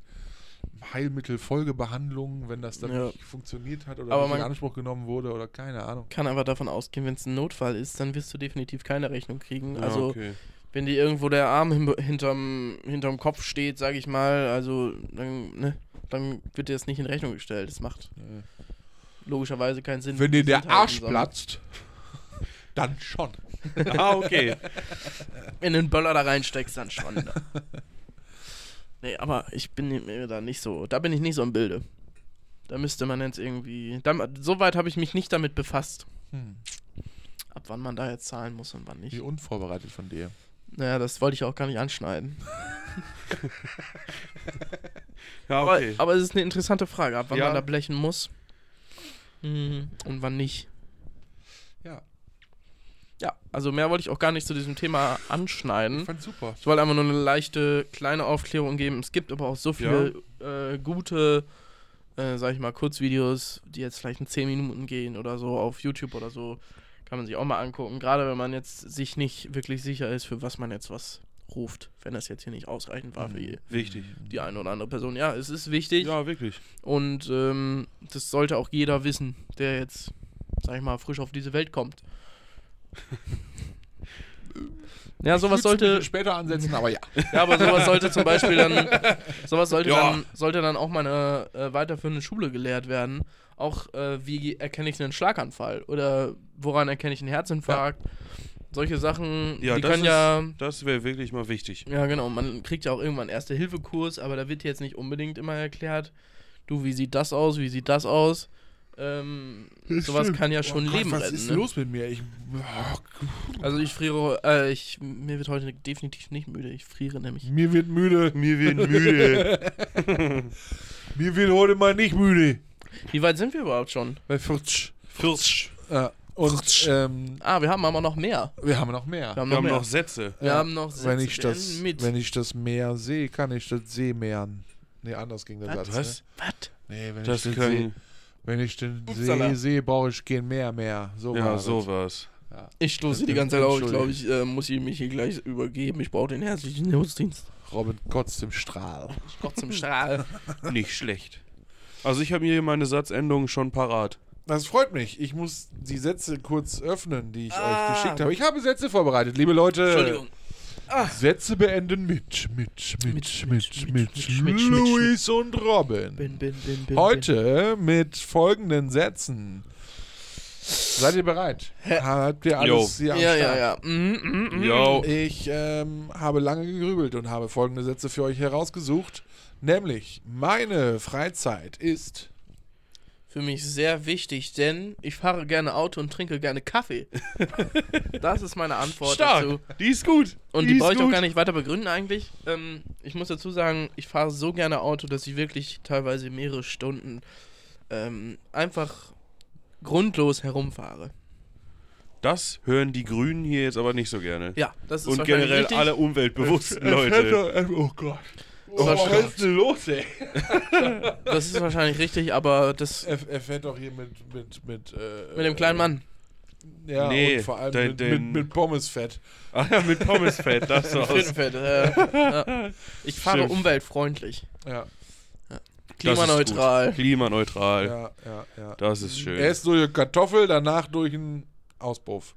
[SPEAKER 2] Heilmittelfolgebehandlungen, wenn das dann
[SPEAKER 3] Ja.
[SPEAKER 2] nicht funktioniert hat oder
[SPEAKER 3] Aber
[SPEAKER 2] nicht in
[SPEAKER 3] man-
[SPEAKER 2] Anspruch genommen wurde oder keine Ahnung.
[SPEAKER 3] kann einfach davon ausgehen, wenn es ein Notfall ist, dann wirst du definitiv keine Rechnung kriegen.
[SPEAKER 1] Ja,
[SPEAKER 3] also
[SPEAKER 1] okay.
[SPEAKER 3] wenn dir irgendwo der Arm hin, hinterm, hinterm Kopf steht, sage ich mal, also dann, ne, dann wird dir das nicht in Rechnung gestellt. Das macht logischerweise keinen Sinn.
[SPEAKER 2] Wenn dir
[SPEAKER 3] Die sind
[SPEAKER 2] der
[SPEAKER 3] halt
[SPEAKER 2] Arsch
[SPEAKER 3] im Sommer.
[SPEAKER 2] platzt, (laughs) dann schon.
[SPEAKER 1] Ah, okay.
[SPEAKER 3] Wenn du einen Böller da reinsteckst, dann schon.
[SPEAKER 2] (laughs)
[SPEAKER 3] ne? nee, aber ich bin mir da nicht so, da bin ich nicht so im Bilde. Da müsste man jetzt irgendwie, da, so weit habe ich mich nicht damit befasst,
[SPEAKER 2] Hm.
[SPEAKER 3] ab wann man da jetzt zahlen muss und wann nicht.
[SPEAKER 2] Wie unvorbereitet von dir.
[SPEAKER 3] Naja, das wollte ich auch gar nicht anschneiden.
[SPEAKER 1] Ja,
[SPEAKER 3] Aber,
[SPEAKER 1] okay.
[SPEAKER 3] aber es ist eine interessante Frage, ab wann
[SPEAKER 1] Ja.
[SPEAKER 3] man da blechen muss Mhm. und wann nicht.
[SPEAKER 2] Ja,
[SPEAKER 3] Ja, also mehr wollte ich auch gar nicht zu diesem Thema anschneiden.
[SPEAKER 2] ich fand's super.
[SPEAKER 3] Ich wollte einfach nur eine leichte, kleine Aufklärung geben. Es gibt aber auch so viele äh, gute, äh, sag ich mal, Kurzvideos, die jetzt vielleicht in 10 Minuten gehen oder so auf YouTube oder so. Kann man sich auch mal angucken. Gerade wenn man jetzt sich nicht wirklich sicher ist, für was man jetzt was ruft. Wenn das jetzt hier nicht ausreichend war für die,
[SPEAKER 1] Wichtig.
[SPEAKER 3] die eine oder andere Person. Ja, es ist wichtig.
[SPEAKER 1] Mhm. Ja, wirklich.
[SPEAKER 3] Und ähm, das sollte auch jeder wissen, der jetzt, sag ich mal, frisch auf diese
[SPEAKER 1] (laughs)
[SPEAKER 3] Welt kommt. ja, sowas
[SPEAKER 2] Ich würd's ein
[SPEAKER 3] (laughs) sollte.
[SPEAKER 2] bisschen später ansetzen, aber ja.
[SPEAKER 3] Ja, aber sowas sollte zum Beispiel
[SPEAKER 1] (laughs)
[SPEAKER 3] dann, sowas sollte,
[SPEAKER 1] Ja.
[SPEAKER 3] dann, sollte dann auch mal eine äh, weiterführende Schule gelehrt werden. Auch äh, wie erkenne ich einen Schlaganfall oder woran erkenne ich einen Herzinfarkt? Solche Sachen,
[SPEAKER 1] Ja,
[SPEAKER 3] die
[SPEAKER 1] das
[SPEAKER 3] können
[SPEAKER 1] ist,
[SPEAKER 3] ja.
[SPEAKER 1] Das wäre wirklich mal wichtig.
[SPEAKER 3] Ja, genau. Man kriegt ja auch irgendwann Erste-Hilfe-Kurs, aber da wird jetzt nicht unbedingt immer erklärt, du, wie sieht das aus, wie sieht das aus. Ähm, sowas kann ja schon
[SPEAKER 2] oh Gott,
[SPEAKER 3] Leben
[SPEAKER 2] was
[SPEAKER 3] retten.
[SPEAKER 2] ist
[SPEAKER 3] ne?
[SPEAKER 2] los mit mir? Ich, oh,
[SPEAKER 3] Also ich friere, äh, ich, mir wird heute definitiv nicht müde. Ich friere nämlich.
[SPEAKER 2] mir wird müde.
[SPEAKER 1] Mir wird müde.
[SPEAKER 2] (laughs) Mir wird heute mal nicht müde.
[SPEAKER 3] Wie weit sind wir überhaupt schon?
[SPEAKER 2] Bei 40.
[SPEAKER 1] Fürsch.
[SPEAKER 2] Ja. Und ähm,
[SPEAKER 3] Ah, wir haben aber noch mehr.
[SPEAKER 2] wir haben noch mehr.
[SPEAKER 1] Wir haben
[SPEAKER 3] mehr.
[SPEAKER 1] noch Sätze.
[SPEAKER 3] wir haben noch
[SPEAKER 2] wenn
[SPEAKER 3] Sätze
[SPEAKER 2] ich das,
[SPEAKER 3] beenden mit.
[SPEAKER 2] Wenn ich das Meer sehe, kann ich das See meeren. Nee, anders ging der
[SPEAKER 3] Was?
[SPEAKER 2] Satz.
[SPEAKER 1] Was?
[SPEAKER 3] Was?
[SPEAKER 2] Ne? Nee, wenn
[SPEAKER 1] Das
[SPEAKER 2] ich den See,
[SPEAKER 1] können.
[SPEAKER 2] wenn ich den
[SPEAKER 3] Upsala.
[SPEAKER 2] See sehe, brauche ich kein Meer mehr. So war
[SPEAKER 1] Ja,
[SPEAKER 2] das.
[SPEAKER 1] sowas.
[SPEAKER 3] Ich stoße die ganze Zeit auf. Ich glaube, ich äh, muss hier mich hier gleich übergeben. Ich brauche den herzlichen Hilfsdienst.
[SPEAKER 2] Robin kotzt im Strahl.
[SPEAKER 3] Ich kotze (laughs) im Strahl.
[SPEAKER 1] Nicht schlecht. Also ich habe hier meine Satzendungen schon parat.
[SPEAKER 2] Das freut mich. Ich muss die Sätze kurz öffnen, die ich
[SPEAKER 3] Ah.
[SPEAKER 2] euch geschickt habe. Ich habe Sätze vorbereitet, liebe Leute. Ah.
[SPEAKER 3] Entschuldigung.
[SPEAKER 2] Sätze beenden mit, mit, mit,
[SPEAKER 3] Mit,
[SPEAKER 2] mit,
[SPEAKER 3] mit,
[SPEAKER 2] mit,
[SPEAKER 3] mit, mit, mit,
[SPEAKER 2] Luis und Robin.
[SPEAKER 3] Bin, bin, bin, bin,
[SPEAKER 2] Heute mit folgenden Sätzen. Seid ihr bereit? Habt ihr alles
[SPEAKER 1] Jo. Oh.
[SPEAKER 2] hier am
[SPEAKER 3] Ja, ja,
[SPEAKER 2] Start?
[SPEAKER 3] ja. Mhm, mhm, mhm.
[SPEAKER 1] Yo.
[SPEAKER 2] Ich ähm, habe lange gegrübelt und habe folgende Sätze für euch herausgesucht. Nämlich, meine Freizeit ist...
[SPEAKER 3] Für mich sehr wichtig, denn ich fahre gerne Auto und trinke gerne
[SPEAKER 2] (laughs)
[SPEAKER 3] Kaffee. das ist meine Antwort dazu.
[SPEAKER 1] Die ist gut.
[SPEAKER 3] Und die brauche
[SPEAKER 1] ist
[SPEAKER 3] ich auch
[SPEAKER 1] gut.
[SPEAKER 3] gar nicht weiter begründen eigentlich. Ähm, ich muss dazu sagen, ich fahre so gerne Auto, dass ich wirklich teilweise mehrere Stunden ähm, einfach grundlos herumfahre.
[SPEAKER 1] Das hören die Grünen hier jetzt aber nicht so gerne.
[SPEAKER 3] Ja, das ist
[SPEAKER 1] Und
[SPEAKER 3] wahrscheinlich
[SPEAKER 1] generell
[SPEAKER 3] richtig. Äh,
[SPEAKER 1] alle
[SPEAKER 2] (laughs)
[SPEAKER 3] (laughs)
[SPEAKER 1] umweltbewussten
[SPEAKER 2] Fährt
[SPEAKER 1] Leute.
[SPEAKER 2] doch einfach- Oh Gott.
[SPEAKER 3] Das war schlimm.
[SPEAKER 2] denn los, ey?
[SPEAKER 3] Das ist wahrscheinlich richtig, aber das
[SPEAKER 2] Er, er fährt doch hier mit... Mit, mit, äh,
[SPEAKER 3] mit dem kleinen Mann.
[SPEAKER 2] Ja,
[SPEAKER 1] Nee,
[SPEAKER 2] und vor allem
[SPEAKER 1] den-
[SPEAKER 2] mit,
[SPEAKER 1] den-
[SPEAKER 2] mit, mit Pommesfett.
[SPEAKER 1] Ah ja, mit Pommesfett,
[SPEAKER 3] (laughs)
[SPEAKER 1] das so aus.
[SPEAKER 3] Frittenfett, äh,
[SPEAKER 1] (laughs)
[SPEAKER 3] ja. Ich fahre
[SPEAKER 1] Stimmt.
[SPEAKER 3] umweltfreundlich,
[SPEAKER 2] Ja,
[SPEAKER 1] Das ist gut.
[SPEAKER 3] klimaneutral.
[SPEAKER 1] Klimaneutral.
[SPEAKER 2] ja, ja, ja.
[SPEAKER 1] Das ist Äh, schön.
[SPEAKER 2] Erst durch eine Kartoffel, danach durch einen Auspuff.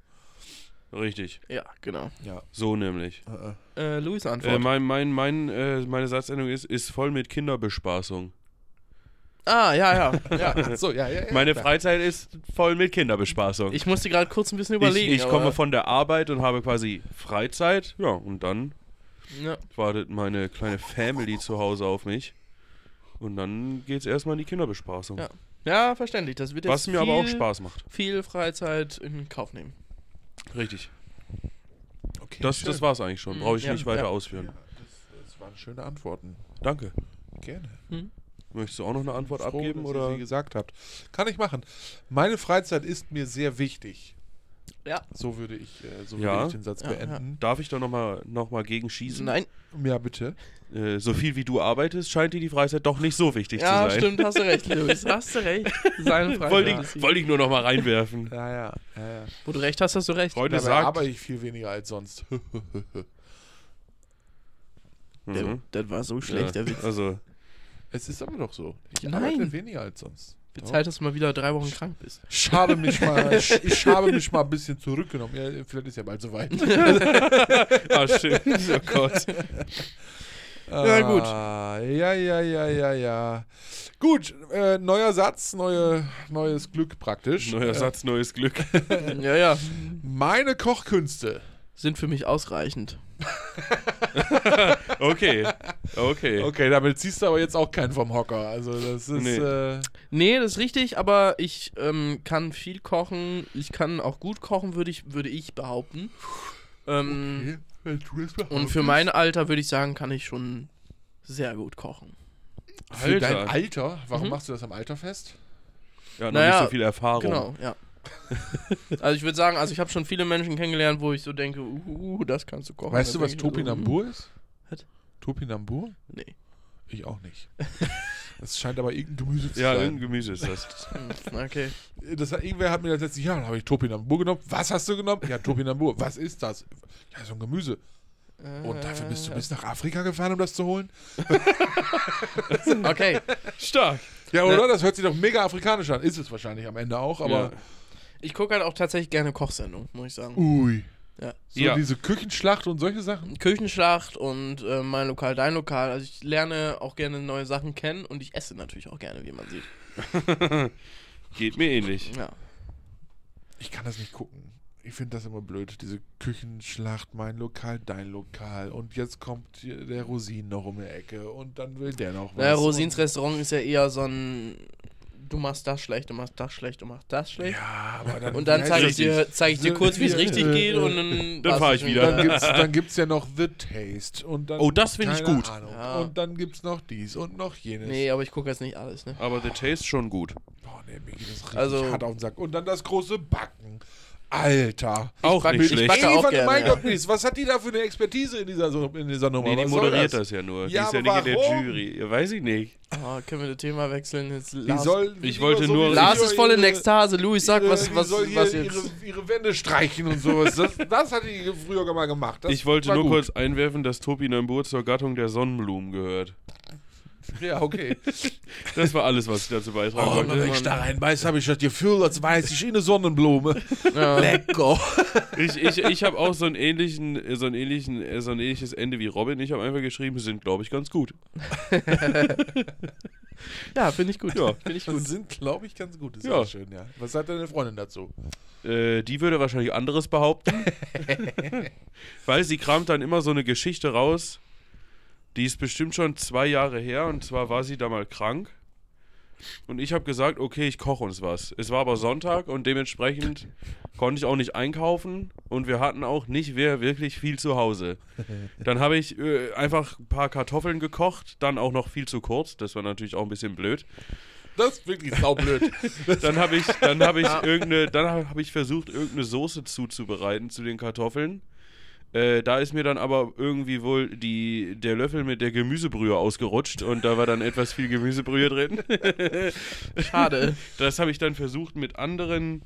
[SPEAKER 1] Richtig.
[SPEAKER 3] Ja, genau.
[SPEAKER 2] Ja.
[SPEAKER 1] So nämlich.
[SPEAKER 2] äh, äh.
[SPEAKER 3] Äh, Luis Antwort.
[SPEAKER 1] Äh, mein, mein, mein, äh, meine Satzendung ist, ist voll mit Kinderbespaßung.
[SPEAKER 3] ah, ja,
[SPEAKER 1] (laughs)
[SPEAKER 3] ja, ja.
[SPEAKER 2] Ach So, ja, ja, ja.
[SPEAKER 1] Meine
[SPEAKER 2] ja.
[SPEAKER 1] Freizeit ist voll mit Kinderbespaßung.
[SPEAKER 3] Ich musste gerade kurz ein bisschen überlegen.
[SPEAKER 1] ich, ich komme
[SPEAKER 3] aber-
[SPEAKER 1] von der Arbeit und habe quasi Freizeit. Ja, und dann
[SPEAKER 3] Ja.
[SPEAKER 1] wartet meine kleine Family zu Hause auf mich. Und dann geht's erstmal in die Kinderbespaßung.
[SPEAKER 3] Ja. ja, verständlich. Das wird jetzt
[SPEAKER 1] was mir
[SPEAKER 3] viel,
[SPEAKER 1] aber auch Spaß macht.
[SPEAKER 3] viel Freizeit in Kauf nehmen.
[SPEAKER 1] Richtig.
[SPEAKER 2] Okay,
[SPEAKER 1] Das,
[SPEAKER 2] schön.
[SPEAKER 1] das war's eigentlich schon.
[SPEAKER 3] Mhm,
[SPEAKER 1] Brauche ich
[SPEAKER 3] ja,
[SPEAKER 1] nicht weiter
[SPEAKER 3] ja.
[SPEAKER 1] ausführen.
[SPEAKER 2] Das, das waren schöne Antworten.
[SPEAKER 1] Danke.
[SPEAKER 2] Gerne.
[SPEAKER 1] Möchtest du auch noch eine Antwort
[SPEAKER 2] Froh,
[SPEAKER 1] abgeben?
[SPEAKER 2] dass ihr
[SPEAKER 1] Oder?
[SPEAKER 2] sie gesagt habt. Kann ich machen. Meine Freizeit ist mir sehr wichtig.
[SPEAKER 3] Ja.
[SPEAKER 2] So würde ich, äh, so
[SPEAKER 1] Ja.
[SPEAKER 2] würde ich den Satz
[SPEAKER 3] Ja,
[SPEAKER 2] beenden.
[SPEAKER 1] Darf ich da nochmal noch mal gegenschießen?
[SPEAKER 3] Nein.
[SPEAKER 2] Ja. bitte.
[SPEAKER 1] Äh, so viel wie du arbeitest, scheint dir die Freizeit doch nicht so wichtig
[SPEAKER 3] Ja,
[SPEAKER 1] zu sein.
[SPEAKER 3] stimmt, hast du recht,
[SPEAKER 1] (laughs)
[SPEAKER 3] Luis. Hast du recht. Seine Freizeit.
[SPEAKER 1] Wollte
[SPEAKER 3] ist
[SPEAKER 1] ich,
[SPEAKER 3] sie.
[SPEAKER 1] wollte ich nur nochmal reinwerfen.
[SPEAKER 2] Ja, ja. ja, ja.
[SPEAKER 3] Wo du recht hast, hast du recht.
[SPEAKER 1] Freunde,
[SPEAKER 2] Dabei
[SPEAKER 1] sagt.
[SPEAKER 2] arbeite ich viel weniger als sonst.
[SPEAKER 3] Der,
[SPEAKER 1] Mhm.
[SPEAKER 3] das war so schlecht, der Witz.
[SPEAKER 1] Also,
[SPEAKER 2] es ist aber doch so. Ich
[SPEAKER 3] Nein.
[SPEAKER 2] arbeite weniger als sonst.
[SPEAKER 3] Wird
[SPEAKER 2] Doch.
[SPEAKER 3] Zeit, dass du mal wieder drei Wochen krank bist.
[SPEAKER 2] Ich habe mich mal, ich, ich habe mich mal ein bisschen zurückgenommen. Ja, vielleicht ist ja bald soweit.
[SPEAKER 1] ah,
[SPEAKER 3] (laughs)
[SPEAKER 1] stimmt. Oh Gott.
[SPEAKER 2] Ja,
[SPEAKER 3] gut.
[SPEAKER 2] Ja, ja, ja, ja, ja. Gut, äh, neuer Satz, neue, neues Glück praktisch.
[SPEAKER 1] Neuer Satz, neues Glück.
[SPEAKER 3] ja, ja.
[SPEAKER 2] Äh, meine Kochkünste.
[SPEAKER 3] Sind für mich ausreichend.
[SPEAKER 1] Okay. Okay.
[SPEAKER 2] Okay, damit ziehst du aber jetzt auch keinen vom Hocker. Also, das ist.
[SPEAKER 1] Nee.
[SPEAKER 2] Äh,
[SPEAKER 3] Nee, das ist richtig, aber ich ähm, kann viel kochen. Ich kann auch gut kochen, würde ich, würde ich behaupten. Ähm,
[SPEAKER 2] okay.
[SPEAKER 3] Und für mein Alter würde ich sagen, kann ich schon sehr gut kochen.
[SPEAKER 2] Für dein
[SPEAKER 1] Alter.
[SPEAKER 2] Alter? Warum
[SPEAKER 3] Mhm.
[SPEAKER 2] machst du das am Alter fest?
[SPEAKER 1] Ja, noch
[SPEAKER 3] Naja,
[SPEAKER 1] nicht so viel Erfahrung.
[SPEAKER 3] Genau,
[SPEAKER 2] (laughs)
[SPEAKER 3] ja. also ich würde sagen, also ich habe schon viele Menschen kennengelernt, wo ich so denke, uh, das kannst du kochen.
[SPEAKER 2] Weißt du,
[SPEAKER 3] Da
[SPEAKER 2] was
[SPEAKER 3] denk ich mir so,
[SPEAKER 2] Topinambur ist?
[SPEAKER 3] Was?
[SPEAKER 2] Topinambur?
[SPEAKER 3] mm, Nee.
[SPEAKER 2] Ich auch nicht. (laughs) Es scheint aber irgendein Gemüse zu
[SPEAKER 1] Ja,
[SPEAKER 2] sein.
[SPEAKER 1] irgendein Gemüse ist das.
[SPEAKER 2] (laughs)
[SPEAKER 3] Hm, Okay.
[SPEAKER 2] Das hat, irgendwer hat mir das letzte Jahr, dann habe ich Topinambur genommen. Was hast du genommen? Ja, Topinambur. Was ist das? Ja, so ein Gemüse. Und Oh, dafür bist du bis nach Afrika gefahren, um das zu holen?
[SPEAKER 3] Äh, Okay.
[SPEAKER 1] Stark.
[SPEAKER 2] Ja, oder? Das hört sich doch mega afrikanisch an. Ist es wahrscheinlich am Ende auch, aber.
[SPEAKER 3] Ich gucke halt auch tatsächlich gerne Kochsendungen, muss ich sagen.
[SPEAKER 2] Ui.
[SPEAKER 3] Ja.
[SPEAKER 2] So
[SPEAKER 1] Ja.
[SPEAKER 2] diese Küchenschlacht und solche Sachen.
[SPEAKER 3] Küchenschlacht und äh, mein Lokal, dein Lokal. Also ich lerne auch gerne neue Sachen kennen und ich esse natürlich auch gerne, wie man sieht.
[SPEAKER 1] Geht mir ähnlich.
[SPEAKER 3] Ja.
[SPEAKER 2] Ich kann das nicht gucken. Ich finde das immer blöd, diese Küchenschlacht, mein Lokal, dein Lokal. Und jetzt kommt hier der Rosin noch um die Ecke und dann will der noch was.
[SPEAKER 3] Naja, Rosins
[SPEAKER 2] und-
[SPEAKER 3] Restaurant ist ja eher so ein, du machst das schlecht, du machst das schlecht, du machst das schlecht.
[SPEAKER 2] Ja, aber dann.
[SPEAKER 3] Und dann
[SPEAKER 2] wie
[SPEAKER 3] zeige ich
[SPEAKER 2] heißt das?
[SPEAKER 3] dir, zeig ich dir
[SPEAKER 2] So-
[SPEAKER 3] kurz, wie es richtig
[SPEAKER 2] Äh,
[SPEAKER 3] geht
[SPEAKER 2] äh,
[SPEAKER 3] und dann,
[SPEAKER 1] Dann
[SPEAKER 3] war's
[SPEAKER 1] fahr ich
[SPEAKER 3] schon
[SPEAKER 1] wieder.
[SPEAKER 2] Dann (laughs) gibt's, dann gibt's ja noch The Taste und dann.
[SPEAKER 1] Oh, das finde ich
[SPEAKER 2] keine
[SPEAKER 1] gut.
[SPEAKER 2] Ahnung.
[SPEAKER 3] Ja.
[SPEAKER 2] Und dann gibt's noch dies und noch jenes.
[SPEAKER 3] Nee, aber ich gucke jetzt nicht alles, ne?
[SPEAKER 1] Aber The Taste schon gut.
[SPEAKER 2] Boah, nee, mir geht das richtig
[SPEAKER 3] Also-
[SPEAKER 2] hart auf den Sack. Und dann das große Backen. Alter.
[SPEAKER 1] Auch
[SPEAKER 3] back-
[SPEAKER 1] nicht
[SPEAKER 3] ich
[SPEAKER 1] schlecht.
[SPEAKER 3] back- Backe auch
[SPEAKER 2] Eva de
[SPEAKER 3] gerne,
[SPEAKER 2] mein
[SPEAKER 3] ja.
[SPEAKER 2] Gott, Mies, was hat die da für eine Expertise in dieser, So- in dieser Nummer?
[SPEAKER 1] Nee, die
[SPEAKER 2] was soll
[SPEAKER 1] moderiert das? ja nur.
[SPEAKER 2] Ja,
[SPEAKER 1] die ist ja
[SPEAKER 2] aber
[SPEAKER 1] nicht in der
[SPEAKER 2] warum?
[SPEAKER 1] Jury. Ja, weiß ich nicht.
[SPEAKER 3] Ah, können wir das Thema wechseln? Jetzt
[SPEAKER 2] Die
[SPEAKER 3] Lars,
[SPEAKER 2] soll,
[SPEAKER 1] Ich
[SPEAKER 2] die
[SPEAKER 1] wollte
[SPEAKER 2] soll
[SPEAKER 1] nur-
[SPEAKER 2] wie
[SPEAKER 3] Lars
[SPEAKER 2] ihre-
[SPEAKER 3] ist voll in
[SPEAKER 2] ihre-
[SPEAKER 3] Ekstase. Louis, sag,
[SPEAKER 2] ihre-
[SPEAKER 3] was,
[SPEAKER 2] die
[SPEAKER 3] was,
[SPEAKER 2] soll hier
[SPEAKER 3] was jetzt?
[SPEAKER 2] Ihre, ihre Wände streichen und sowas. Das, das hat die früher mal gemacht. Das
[SPEAKER 1] ich wollte
[SPEAKER 2] war
[SPEAKER 1] nur
[SPEAKER 2] gut.
[SPEAKER 1] kurz einwerfen, dass Topinambur zur Gattung der Sonnenblumen gehört.
[SPEAKER 2] (laughs) Ja, okay.
[SPEAKER 1] Das war alles, was ich dazu beitragen
[SPEAKER 2] Oh,
[SPEAKER 1] wollte.
[SPEAKER 2] wenn ich da reinbeiß, habe ich das Gefühl, als weiß ich in eine Sonnenblume. (laughs)
[SPEAKER 3] Ja.
[SPEAKER 2] Lecker.
[SPEAKER 1] Ich, ich, ich habe auch so, einen ähnlichen, so, einen ähnlichen, äh, so ein ähnliches Ende wie Robin. Ich habe einfach geschrieben, sind, glaube ich, ganz gut.
[SPEAKER 3] ja, finde ich
[SPEAKER 2] (laughs)
[SPEAKER 3] gut.
[SPEAKER 1] Ja.
[SPEAKER 3] Finde ich
[SPEAKER 2] Das
[SPEAKER 3] gut.
[SPEAKER 2] sind, glaube ich, ganz gut. Das ist
[SPEAKER 1] Ja.
[SPEAKER 2] ja. schön, ja. Was sagt deine Freundin dazu?
[SPEAKER 1] Äh, die würde wahrscheinlich anderes behaupten. weil sie kramt dann immer so eine Geschichte raus, die ist bestimmt schon zwei Jahre her. Und zwar war sie da mal krank. Und ich habe gesagt, okay, ich koche uns was. Es war aber Sonntag und dementsprechend konnte ich auch nicht einkaufen. Und wir hatten auch nicht mehr wirklich viel zu Hause. Dann habe ich äh, einfach ein paar Kartoffeln gekocht, dann auch noch viel zu kurz. Das war natürlich auch ein bisschen blöd.
[SPEAKER 2] Das ist wirklich saublöd.
[SPEAKER 1] Dann habe ich, dann habe ich irgendeine, dann habe ich versucht, irgendeine Soße zuzubereiten zu den Kartoffeln. Äh, da ist mir dann aber irgendwie wohl die, der Löffel mit der Gemüsebrühe ausgerutscht und da war dann etwas viel Gemüsebrühe drin.
[SPEAKER 3] Schade.
[SPEAKER 1] Das habe ich dann versucht mit anderen,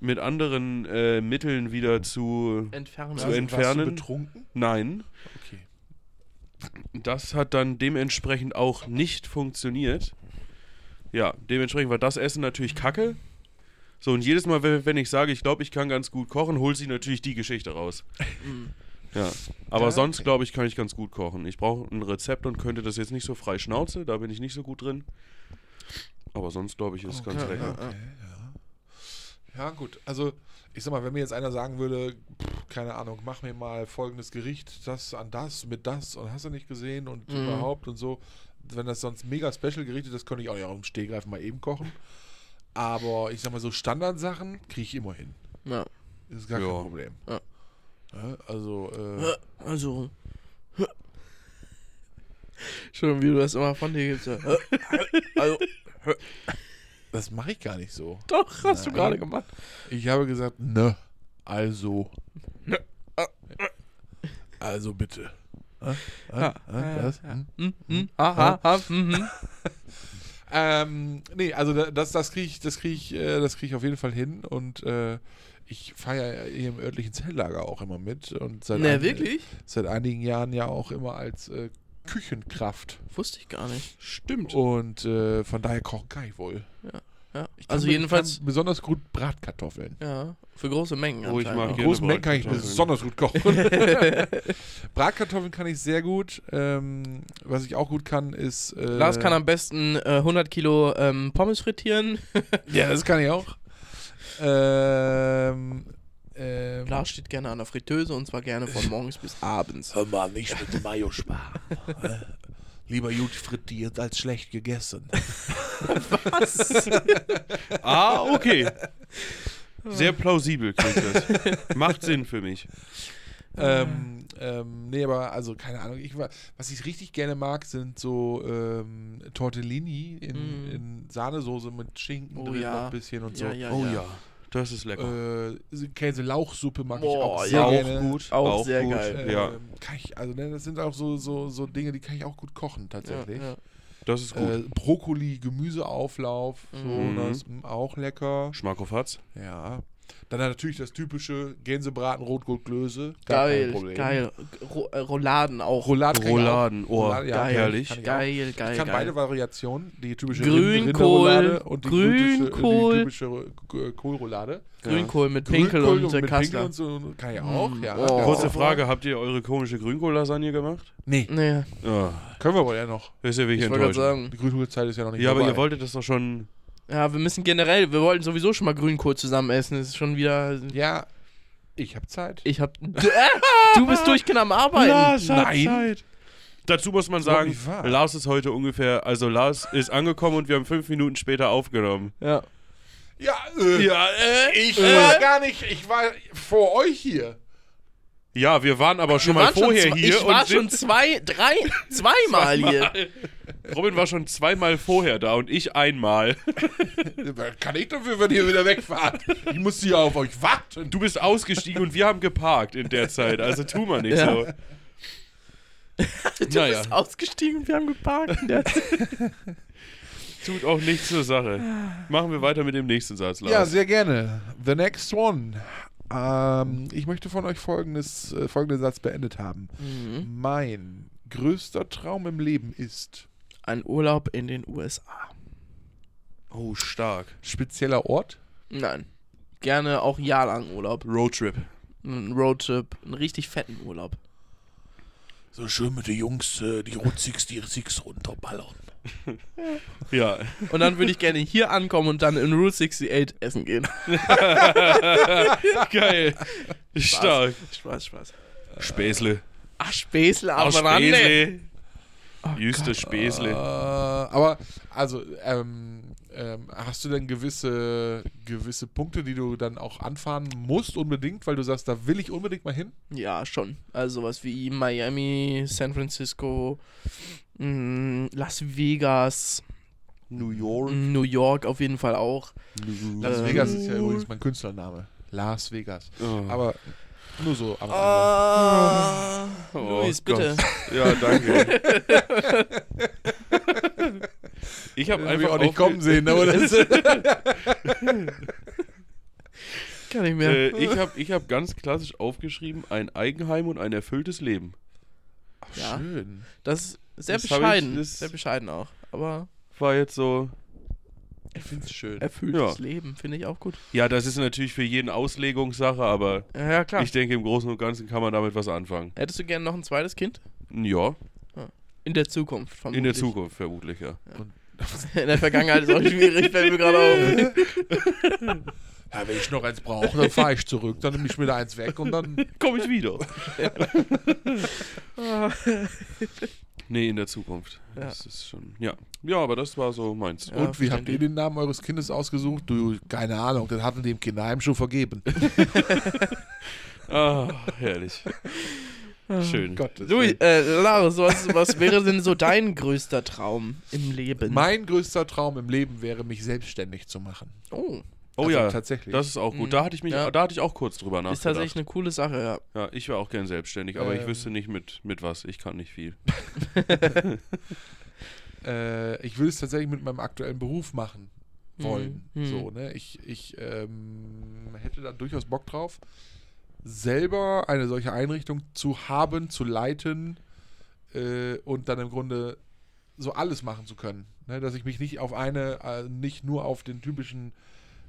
[SPEAKER 1] mit anderen äh, Mitteln wieder zu.
[SPEAKER 3] Entfernen.
[SPEAKER 1] Zu
[SPEAKER 2] Warst du
[SPEAKER 1] entfernen.
[SPEAKER 2] betrunken?
[SPEAKER 1] Nein.
[SPEAKER 2] Okay.
[SPEAKER 1] Das hat dann dementsprechend auch nicht funktioniert. Ja, dementsprechend war das Essen natürlich kacke. So, und jedes Mal, wenn wenn ich sage, ich glaube, ich kann ganz gut kochen, holt sie natürlich die Geschichte raus. Ja, aber
[SPEAKER 2] Ja,
[SPEAKER 1] sonst
[SPEAKER 2] okay.
[SPEAKER 1] glaube ich, kann ich ganz gut kochen. Ich brauche ein Rezept und könnte das jetzt nicht so frei schnauze, da bin ich nicht so gut drin. Aber sonst glaube ich, ist ganz
[SPEAKER 3] ja,
[SPEAKER 1] lecker.
[SPEAKER 3] ja, ja.
[SPEAKER 2] Ja, gut. Also, ich sag mal, wenn mir jetzt einer sagen würde, pff, keine Ahnung, mach mir mal folgendes Gericht, das an das, mit das und hast du nicht gesehen und
[SPEAKER 3] Mhm.
[SPEAKER 2] überhaupt und so. Wenn das sonst mega special Gericht ist, das könnte ich auch nicht im Stehgreif mal eben kochen. Aber ich sag mal, so Standardsachen kriege ich immer hin.
[SPEAKER 3] Ja.
[SPEAKER 2] Ist gar
[SPEAKER 1] Ja.
[SPEAKER 2] kein Problem.
[SPEAKER 3] Ja.
[SPEAKER 2] Ja, Also, äh,
[SPEAKER 3] Also. (laughs) Schon wie du das immer von
[SPEAKER 2] (laughs)
[SPEAKER 3] dir gibst. ja. Also,
[SPEAKER 2] das mache ich gar nicht so.
[SPEAKER 3] doch, hast du
[SPEAKER 2] Nein.
[SPEAKER 3] gerade gemacht.
[SPEAKER 2] Ich habe gesagt, ne, also.
[SPEAKER 3] Nö.
[SPEAKER 2] ah, Also bitte. Hä? Hä?
[SPEAKER 3] Ja.
[SPEAKER 2] Hä? Was?
[SPEAKER 3] Ja.
[SPEAKER 2] Hm?
[SPEAKER 3] Hm, hm, aha, ha, hm, hm.
[SPEAKER 2] Ähm, nee, also da- das, das kriege ich, das krieg ich, äh, das krieg ich auf jeden Fall hin und äh, ich feiere hier im örtlichen Zelllager auch immer mit und seit,
[SPEAKER 3] Ne,
[SPEAKER 2] ein-
[SPEAKER 3] wirklich?
[SPEAKER 2] seit einigen Jahren ja auch immer als äh, Küchenkraft.
[SPEAKER 3] Wusste ich gar nicht.
[SPEAKER 1] Stimmt.
[SPEAKER 2] Und äh, von daher kochen kann ich wohl.
[SPEAKER 3] Ja.
[SPEAKER 2] Ich kann
[SPEAKER 3] Also
[SPEAKER 2] mit-
[SPEAKER 3] jedenfalls,
[SPEAKER 2] kann besonders gut Bratkartoffeln.
[SPEAKER 3] ja, für große Mengen.
[SPEAKER 1] Oh, ich
[SPEAKER 3] anscheinend.
[SPEAKER 1] mag
[SPEAKER 2] In
[SPEAKER 1] gerne
[SPEAKER 2] großen Mengen kann ich
[SPEAKER 1] Bratkartoffeln.
[SPEAKER 2] besonders gut
[SPEAKER 3] (laughs)
[SPEAKER 2] kochen. Bratkartoffeln kann ich sehr gut. Ähm, was ich auch gut kann, ist. Äh,
[SPEAKER 3] Lars kann am besten äh, 100 Kilo ähm, Pommes frittieren.
[SPEAKER 2] Ja, das kann ich auch. Ähm. ähm
[SPEAKER 3] Lars steht gerne an der Fritteuse und zwar gerne von morgens bis
[SPEAKER 2] (laughs)
[SPEAKER 3] abends.
[SPEAKER 2] Hör mal, nicht mit dem Mayo sparen. Lieber gut frittiert als schlecht gegessen.
[SPEAKER 1] Ah, okay. Sehr plausibel klingt das. Macht Sinn für mich.
[SPEAKER 2] Ähm, ähm, nee, aber also keine Ahnung. Ich, wa- was ich richtig gerne mag, sind so ähm, Tortellini in,
[SPEAKER 3] Mm.
[SPEAKER 2] in Sahnesoße mit Schinken
[SPEAKER 3] Oh
[SPEAKER 2] drin
[SPEAKER 3] ja.
[SPEAKER 2] noch ein bisschen und so.
[SPEAKER 3] Ja, ja,
[SPEAKER 1] oh
[SPEAKER 3] ja.
[SPEAKER 1] ja. das ist lecker.
[SPEAKER 2] Äh, Käse-Lauchsuppe mag
[SPEAKER 3] Boah,
[SPEAKER 2] ich auch sehr
[SPEAKER 3] ja, auch
[SPEAKER 2] gerne.
[SPEAKER 1] gut.
[SPEAKER 3] Äh, Auch sehr geil.
[SPEAKER 2] Ähm,
[SPEAKER 1] Ja,
[SPEAKER 2] kann ich, also ne, das sind auch so, so, so Dinge, die kann ich auch gut kochen tatsächlich.
[SPEAKER 3] Ja, ja.
[SPEAKER 1] das ist gut.
[SPEAKER 2] Äh, Brokkoli, Gemüseauflauf, so
[SPEAKER 1] Mhm.
[SPEAKER 2] das mm, auch lecker.
[SPEAKER 1] Schmackofatz.
[SPEAKER 2] Ja. Dann natürlich das typische Gänsebraten, Rotkohlklöße. gar kein
[SPEAKER 3] Geil,
[SPEAKER 2] Problem.
[SPEAKER 3] geil. Ro äh, Rouladen auch.
[SPEAKER 2] Rouladen. kann ich auch.
[SPEAKER 1] Rouladen, oh,
[SPEAKER 2] Rouladen, ja,
[SPEAKER 1] geil. herrlich.
[SPEAKER 2] kann ich auch.
[SPEAKER 3] Geil, geil,
[SPEAKER 2] Ich kann
[SPEAKER 3] geil.
[SPEAKER 2] beide Variationen, die typische
[SPEAKER 3] Grünkohl,
[SPEAKER 2] Rinderroulade und die
[SPEAKER 3] Grünkohl.
[SPEAKER 2] typische, die typische äh, Kohlroulade.
[SPEAKER 3] Grünkohl mit Pinkel
[SPEAKER 2] Grünkohl
[SPEAKER 3] und, äh,
[SPEAKER 2] mit Pinkel
[SPEAKER 3] Kassler.
[SPEAKER 2] und so kann ich auch,
[SPEAKER 3] Mm,
[SPEAKER 2] ja.
[SPEAKER 3] oh.
[SPEAKER 1] Kurze Frage, habt ihr eure komische Grünkohl-Lasagne gemacht?
[SPEAKER 2] Nee,
[SPEAKER 3] Nee,
[SPEAKER 1] Ja,
[SPEAKER 2] können wir wohl ja noch.
[SPEAKER 1] ist ja wirklich
[SPEAKER 3] ich wollte gerade
[SPEAKER 1] enttäuschend.
[SPEAKER 3] sagen.
[SPEAKER 2] Die Grünkohlzeit ist ja noch nicht
[SPEAKER 1] Ja, aber
[SPEAKER 2] vorbei.
[SPEAKER 1] ihr wolltet das doch schon
[SPEAKER 3] Ja, wir müssen generell, wir wollten sowieso schon mal Grünkohl zusammen essen. Es ist schon wieder.
[SPEAKER 2] Ja, ich habe Zeit.
[SPEAKER 3] Ich hab. Du, äh, du bist durchgehend am Arbeiten.
[SPEAKER 1] Lars hat
[SPEAKER 2] Nein.
[SPEAKER 1] Zeit. Dazu muss man
[SPEAKER 2] Überhaupt
[SPEAKER 1] sagen,
[SPEAKER 2] nicht wahr.
[SPEAKER 1] Lars ist heute ungefähr, also Lars ist angekommen und wir haben fünf Minuten später aufgenommen.
[SPEAKER 3] Ja.
[SPEAKER 2] ja, äh,
[SPEAKER 1] Ja,
[SPEAKER 2] ich war gar nicht, ich war vor euch hier.
[SPEAKER 1] ja, wir waren aber schon
[SPEAKER 3] Wir
[SPEAKER 1] mal
[SPEAKER 3] waren schon
[SPEAKER 1] vorher
[SPEAKER 3] zwei-
[SPEAKER 1] hier.
[SPEAKER 3] Ich war
[SPEAKER 1] und
[SPEAKER 3] schon
[SPEAKER 1] sind-
[SPEAKER 3] zwei, drei,
[SPEAKER 2] (laughs)
[SPEAKER 3] zweimal hier.
[SPEAKER 1] Robin war schon zweimal vorher da und ich einmal.
[SPEAKER 2] Was Kann ich dafür, wenn ihr wieder wegfahrt? Ich muss hier auf euch warten.
[SPEAKER 1] Du bist ausgestiegen und wir haben geparkt in der Zeit, also tu mal nicht
[SPEAKER 3] Ja.
[SPEAKER 1] so.
[SPEAKER 3] Du
[SPEAKER 1] Naja.
[SPEAKER 3] bist ausgestiegen und wir haben geparkt.
[SPEAKER 2] (laughs)
[SPEAKER 3] in der-
[SPEAKER 1] Tut auch nichts zur Sache. Machen wir weiter mit dem nächsten Satz, Lars.
[SPEAKER 2] Ja, sehr gerne. The next one. Ähm, ich möchte von euch folgendes, äh, folgenden Satz beendet haben.
[SPEAKER 3] Mhm.
[SPEAKER 2] Mein größter Traum im Leben ist
[SPEAKER 3] Ein Urlaub in den USA.
[SPEAKER 1] oh, stark.
[SPEAKER 2] spezieller Ort.
[SPEAKER 3] Nein. Gerne auch jahrelang Urlaub.
[SPEAKER 1] Roadtrip.
[SPEAKER 3] Ein Roadtrip. Einen richtig fetten Urlaub.
[SPEAKER 2] So schön mit den Jungs, äh, die Rutzigs, die Rutzigs runterballern.
[SPEAKER 1] Ja.
[SPEAKER 3] Und dann würde ich gerne hier ankommen und dann in Route 68 essen gehen.
[SPEAKER 1] (laughs)
[SPEAKER 3] (laughs)
[SPEAKER 1] Geil. Stark.
[SPEAKER 3] Spaß, Spaß.
[SPEAKER 1] Späßle.
[SPEAKER 3] Ach, Späßle am
[SPEAKER 1] Aus
[SPEAKER 3] Rande.
[SPEAKER 1] Späßle. Oh Jüste
[SPEAKER 2] Äh,
[SPEAKER 1] Späßle.
[SPEAKER 2] aber, also, ähm, ähm, hast du denn gewisse, gewisse Punkte, die du dann auch anfahren musst unbedingt, weil du sagst, da will ich unbedingt mal hin?
[SPEAKER 3] Ja, schon. Also sowas wie Miami, San Francisco, mh, Las Vegas,
[SPEAKER 1] New York.
[SPEAKER 3] New York auf jeden Fall auch.
[SPEAKER 2] Mhm. Las
[SPEAKER 3] Ähm.
[SPEAKER 2] Vegas ist ja übrigens mein Künstlername. Las Vegas.
[SPEAKER 1] Oh.
[SPEAKER 2] Aber nur so. am Rande.
[SPEAKER 3] Ah,
[SPEAKER 1] Oh,
[SPEAKER 3] Luis, bitte.
[SPEAKER 1] Ja, (laughs) danke. ich habe
[SPEAKER 2] Hab ich
[SPEAKER 1] einfach
[SPEAKER 2] auch nicht
[SPEAKER 1] aufge-
[SPEAKER 2] kommen sehen, aber (laughs) das
[SPEAKER 3] Kann ich
[SPEAKER 1] Äh,
[SPEAKER 3] mehr.
[SPEAKER 1] ich habe ich hab ganz klassisch aufgeschrieben, ein Eigenheim und ein erfülltes Leben.
[SPEAKER 3] Ja.
[SPEAKER 2] schön.
[SPEAKER 3] Das ist sehr
[SPEAKER 1] das hab ich-
[SPEAKER 3] bescheiden.
[SPEAKER 1] das-
[SPEAKER 3] sehr bescheiden auch. Aber
[SPEAKER 1] War jetzt so.
[SPEAKER 2] Ich find's schön.
[SPEAKER 3] erfülltes
[SPEAKER 1] Ja.
[SPEAKER 3] Leben finde ich auch gut.
[SPEAKER 1] Ja, das ist natürlich für jeden Auslegungssache, aber
[SPEAKER 3] Ja, ja klar.
[SPEAKER 1] ich denke, im Großen und Ganzen kann man damit was anfangen.
[SPEAKER 3] Hättest du gerne noch ein zweites Kind?
[SPEAKER 1] Ja,
[SPEAKER 3] In der Zukunft. Vermutlich.
[SPEAKER 1] in der Zukunft vermutlich, ja.
[SPEAKER 3] In der Vergangenheit ist auch schwierig, fällt mir gerade (laughs) auf.
[SPEAKER 2] Ja, wenn ich noch eins brauche, (laughs) dann fahre ich zurück, dann nehme ich mir da eins weg und dann.
[SPEAKER 1] Komme ich wieder. (laughs) nee, in der Zukunft.
[SPEAKER 3] Ja.
[SPEAKER 1] Das ist schon. Ja. Ja, aber das war so meins.
[SPEAKER 3] Ja,
[SPEAKER 2] und wie habt ihr
[SPEAKER 3] verständlich.
[SPEAKER 2] den Namen eures Kindes ausgesucht? Du, keine Ahnung, den hatten die im Kinderheim schon (laughs) vergeben.
[SPEAKER 1] Ah, herrlich. Schön.
[SPEAKER 2] Gottes
[SPEAKER 3] Louis, äh, Lars, was, was wäre denn so dein größter Traum im Leben?
[SPEAKER 2] Mein größter Traum im Leben wäre, mich selbstständig zu machen.
[SPEAKER 3] oh,
[SPEAKER 1] Oh
[SPEAKER 2] Also
[SPEAKER 1] ja,
[SPEAKER 2] tatsächlich.
[SPEAKER 1] das ist auch gut.
[SPEAKER 3] Mhm.
[SPEAKER 1] Da hatte ich mich,
[SPEAKER 3] Ja.
[SPEAKER 1] da hatte ich auch kurz drüber nachgedacht.
[SPEAKER 3] ist tatsächlich eine coole Sache, ja.
[SPEAKER 1] ja, ich wäre auch gern selbstständig, aber ich
[SPEAKER 2] Ähm.
[SPEAKER 1] wüsste nicht mit, mit was. Ich kann nicht viel. (laughs)
[SPEAKER 2] Äh, ich will es tatsächlich mit meinem aktuellen Beruf machen wollen.
[SPEAKER 3] Mhm.
[SPEAKER 2] So, ne? Ich, ich ähm, hätte da durchaus Bock drauf, selber eine solche Einrichtung zu haben, zu leiten äh, und dann im Grunde so alles machen zu können. Ne? Dass ich mich nicht auf eine, äh, nicht nur auf den typischen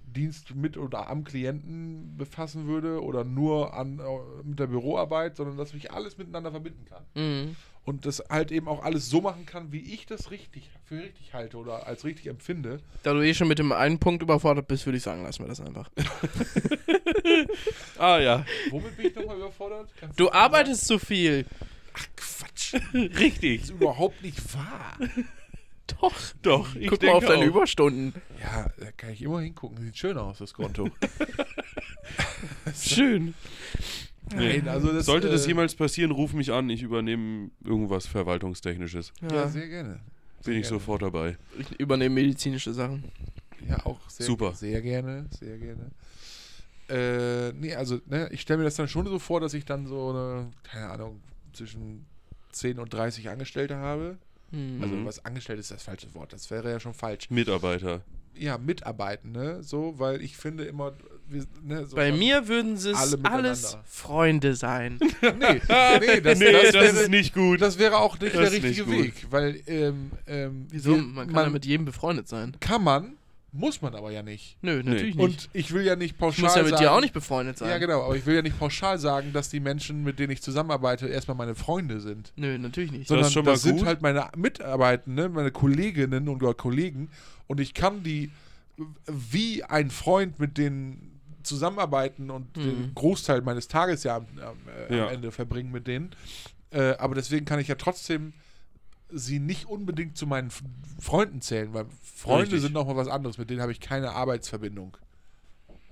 [SPEAKER 2] Dienst mit oder am Klienten befassen würde oder nur an, äh, mit der Büroarbeit, sondern dass ich alles miteinander verbinden kann
[SPEAKER 3] Mhm.
[SPEAKER 2] und das halt eben auch alles so machen kann, wie ich das richtig für richtig halte oder als richtig empfinde.
[SPEAKER 3] Da du eh schon mit dem einen Punkt überfordert bist, würde ich sagen, lassen wir das einfach.
[SPEAKER 1] Ah ja.
[SPEAKER 2] Womit bin ich nochmal überfordert? Kannst
[SPEAKER 3] Du
[SPEAKER 2] das mal
[SPEAKER 3] arbeitest zu viel.
[SPEAKER 2] sagen?
[SPEAKER 3] (laughs)
[SPEAKER 2] Quatsch,
[SPEAKER 1] Richtig.
[SPEAKER 2] ist überhaupt nicht wahr.
[SPEAKER 3] Doch.
[SPEAKER 1] Doch, ich
[SPEAKER 3] Guck mal
[SPEAKER 1] denke
[SPEAKER 3] auf deine
[SPEAKER 1] auch.
[SPEAKER 3] Überstunden.
[SPEAKER 2] Ja, da kann
[SPEAKER 1] (laughs)
[SPEAKER 2] ich immer hingucken. Sieht schön aus, das Konto.
[SPEAKER 1] Schön.
[SPEAKER 2] Nein, also das,
[SPEAKER 1] Sollte das
[SPEAKER 2] äh,
[SPEAKER 1] jemals passieren, ruf mich an, ich übernehme irgendwas Verwaltungstechnisches.
[SPEAKER 2] Ja,
[SPEAKER 3] Ja.
[SPEAKER 2] sehr gerne.
[SPEAKER 1] Bin ich
[SPEAKER 2] gerne.
[SPEAKER 1] sofort dabei.
[SPEAKER 3] Ich übernehme medizinische Sachen.
[SPEAKER 2] Ja, auch sehr,
[SPEAKER 1] Super.
[SPEAKER 2] sehr gerne, sehr gerne. Äh, nee, also ne, ich stelle mir das dann schon so vor, dass ich dann so eine, keine Ahnung, zwischen 10 und 30 Angestellte habe.
[SPEAKER 3] Hm.
[SPEAKER 2] Also
[SPEAKER 1] Mhm.
[SPEAKER 2] was Angestellte ist das falsche Wort, das wäre ja schon falsch.
[SPEAKER 1] Mitarbeiter.
[SPEAKER 2] Ja, Mitarbeitende, so, weil ich finde immer, wir, ne, so
[SPEAKER 3] Bei mir würden sie
[SPEAKER 2] Alle
[SPEAKER 3] es
[SPEAKER 2] miteinander.
[SPEAKER 3] alles Freunde sein. (laughs)
[SPEAKER 2] Nee, nee, das,
[SPEAKER 1] nee,
[SPEAKER 2] das,
[SPEAKER 1] das,
[SPEAKER 2] wäre,
[SPEAKER 1] ist nicht gut.
[SPEAKER 2] das wäre auch nicht
[SPEAKER 1] das
[SPEAKER 2] der
[SPEAKER 1] ist nicht
[SPEAKER 2] richtige
[SPEAKER 1] gut.
[SPEAKER 2] Weg, weil ähm, ähm,
[SPEAKER 3] Wieso?
[SPEAKER 2] wir-
[SPEAKER 3] Man kann ja mit jedem befreundet sein.
[SPEAKER 2] kann man, muss man aber ja nicht.
[SPEAKER 3] Nö, natürlich nicht.
[SPEAKER 2] Und ich will ja nicht pauschal
[SPEAKER 3] ich muss ja mit
[SPEAKER 2] sagen,
[SPEAKER 3] dir auch nicht befreundet sein.
[SPEAKER 2] Ja, genau, aber ich will ja nicht pauschal sagen, dass die Menschen, mit denen ich zusammenarbeite, erstmal meine Freunde sind.
[SPEAKER 3] Nö, natürlich nicht.
[SPEAKER 1] So-
[SPEAKER 2] Sondern das,
[SPEAKER 1] schon mal
[SPEAKER 2] sind
[SPEAKER 1] gut.
[SPEAKER 2] halt meine Mitarbeitenden, ne, meine Kolleginnen und oder Kollegen und ich kann die äh, wie ein Freund mit denen zusammenarbeiten und den Großteil meines Tages ja am, am, äh,
[SPEAKER 1] Mhm. Ja.
[SPEAKER 2] am Ende verbringen mit denen. Äh, aber deswegen kann ich ja trotzdem sie nicht unbedingt zu meinen F- Freunden zählen, weil Freunde
[SPEAKER 1] Richtig.
[SPEAKER 2] sind nochmal was anderes, mit denen habe ich keine Arbeitsverbindung.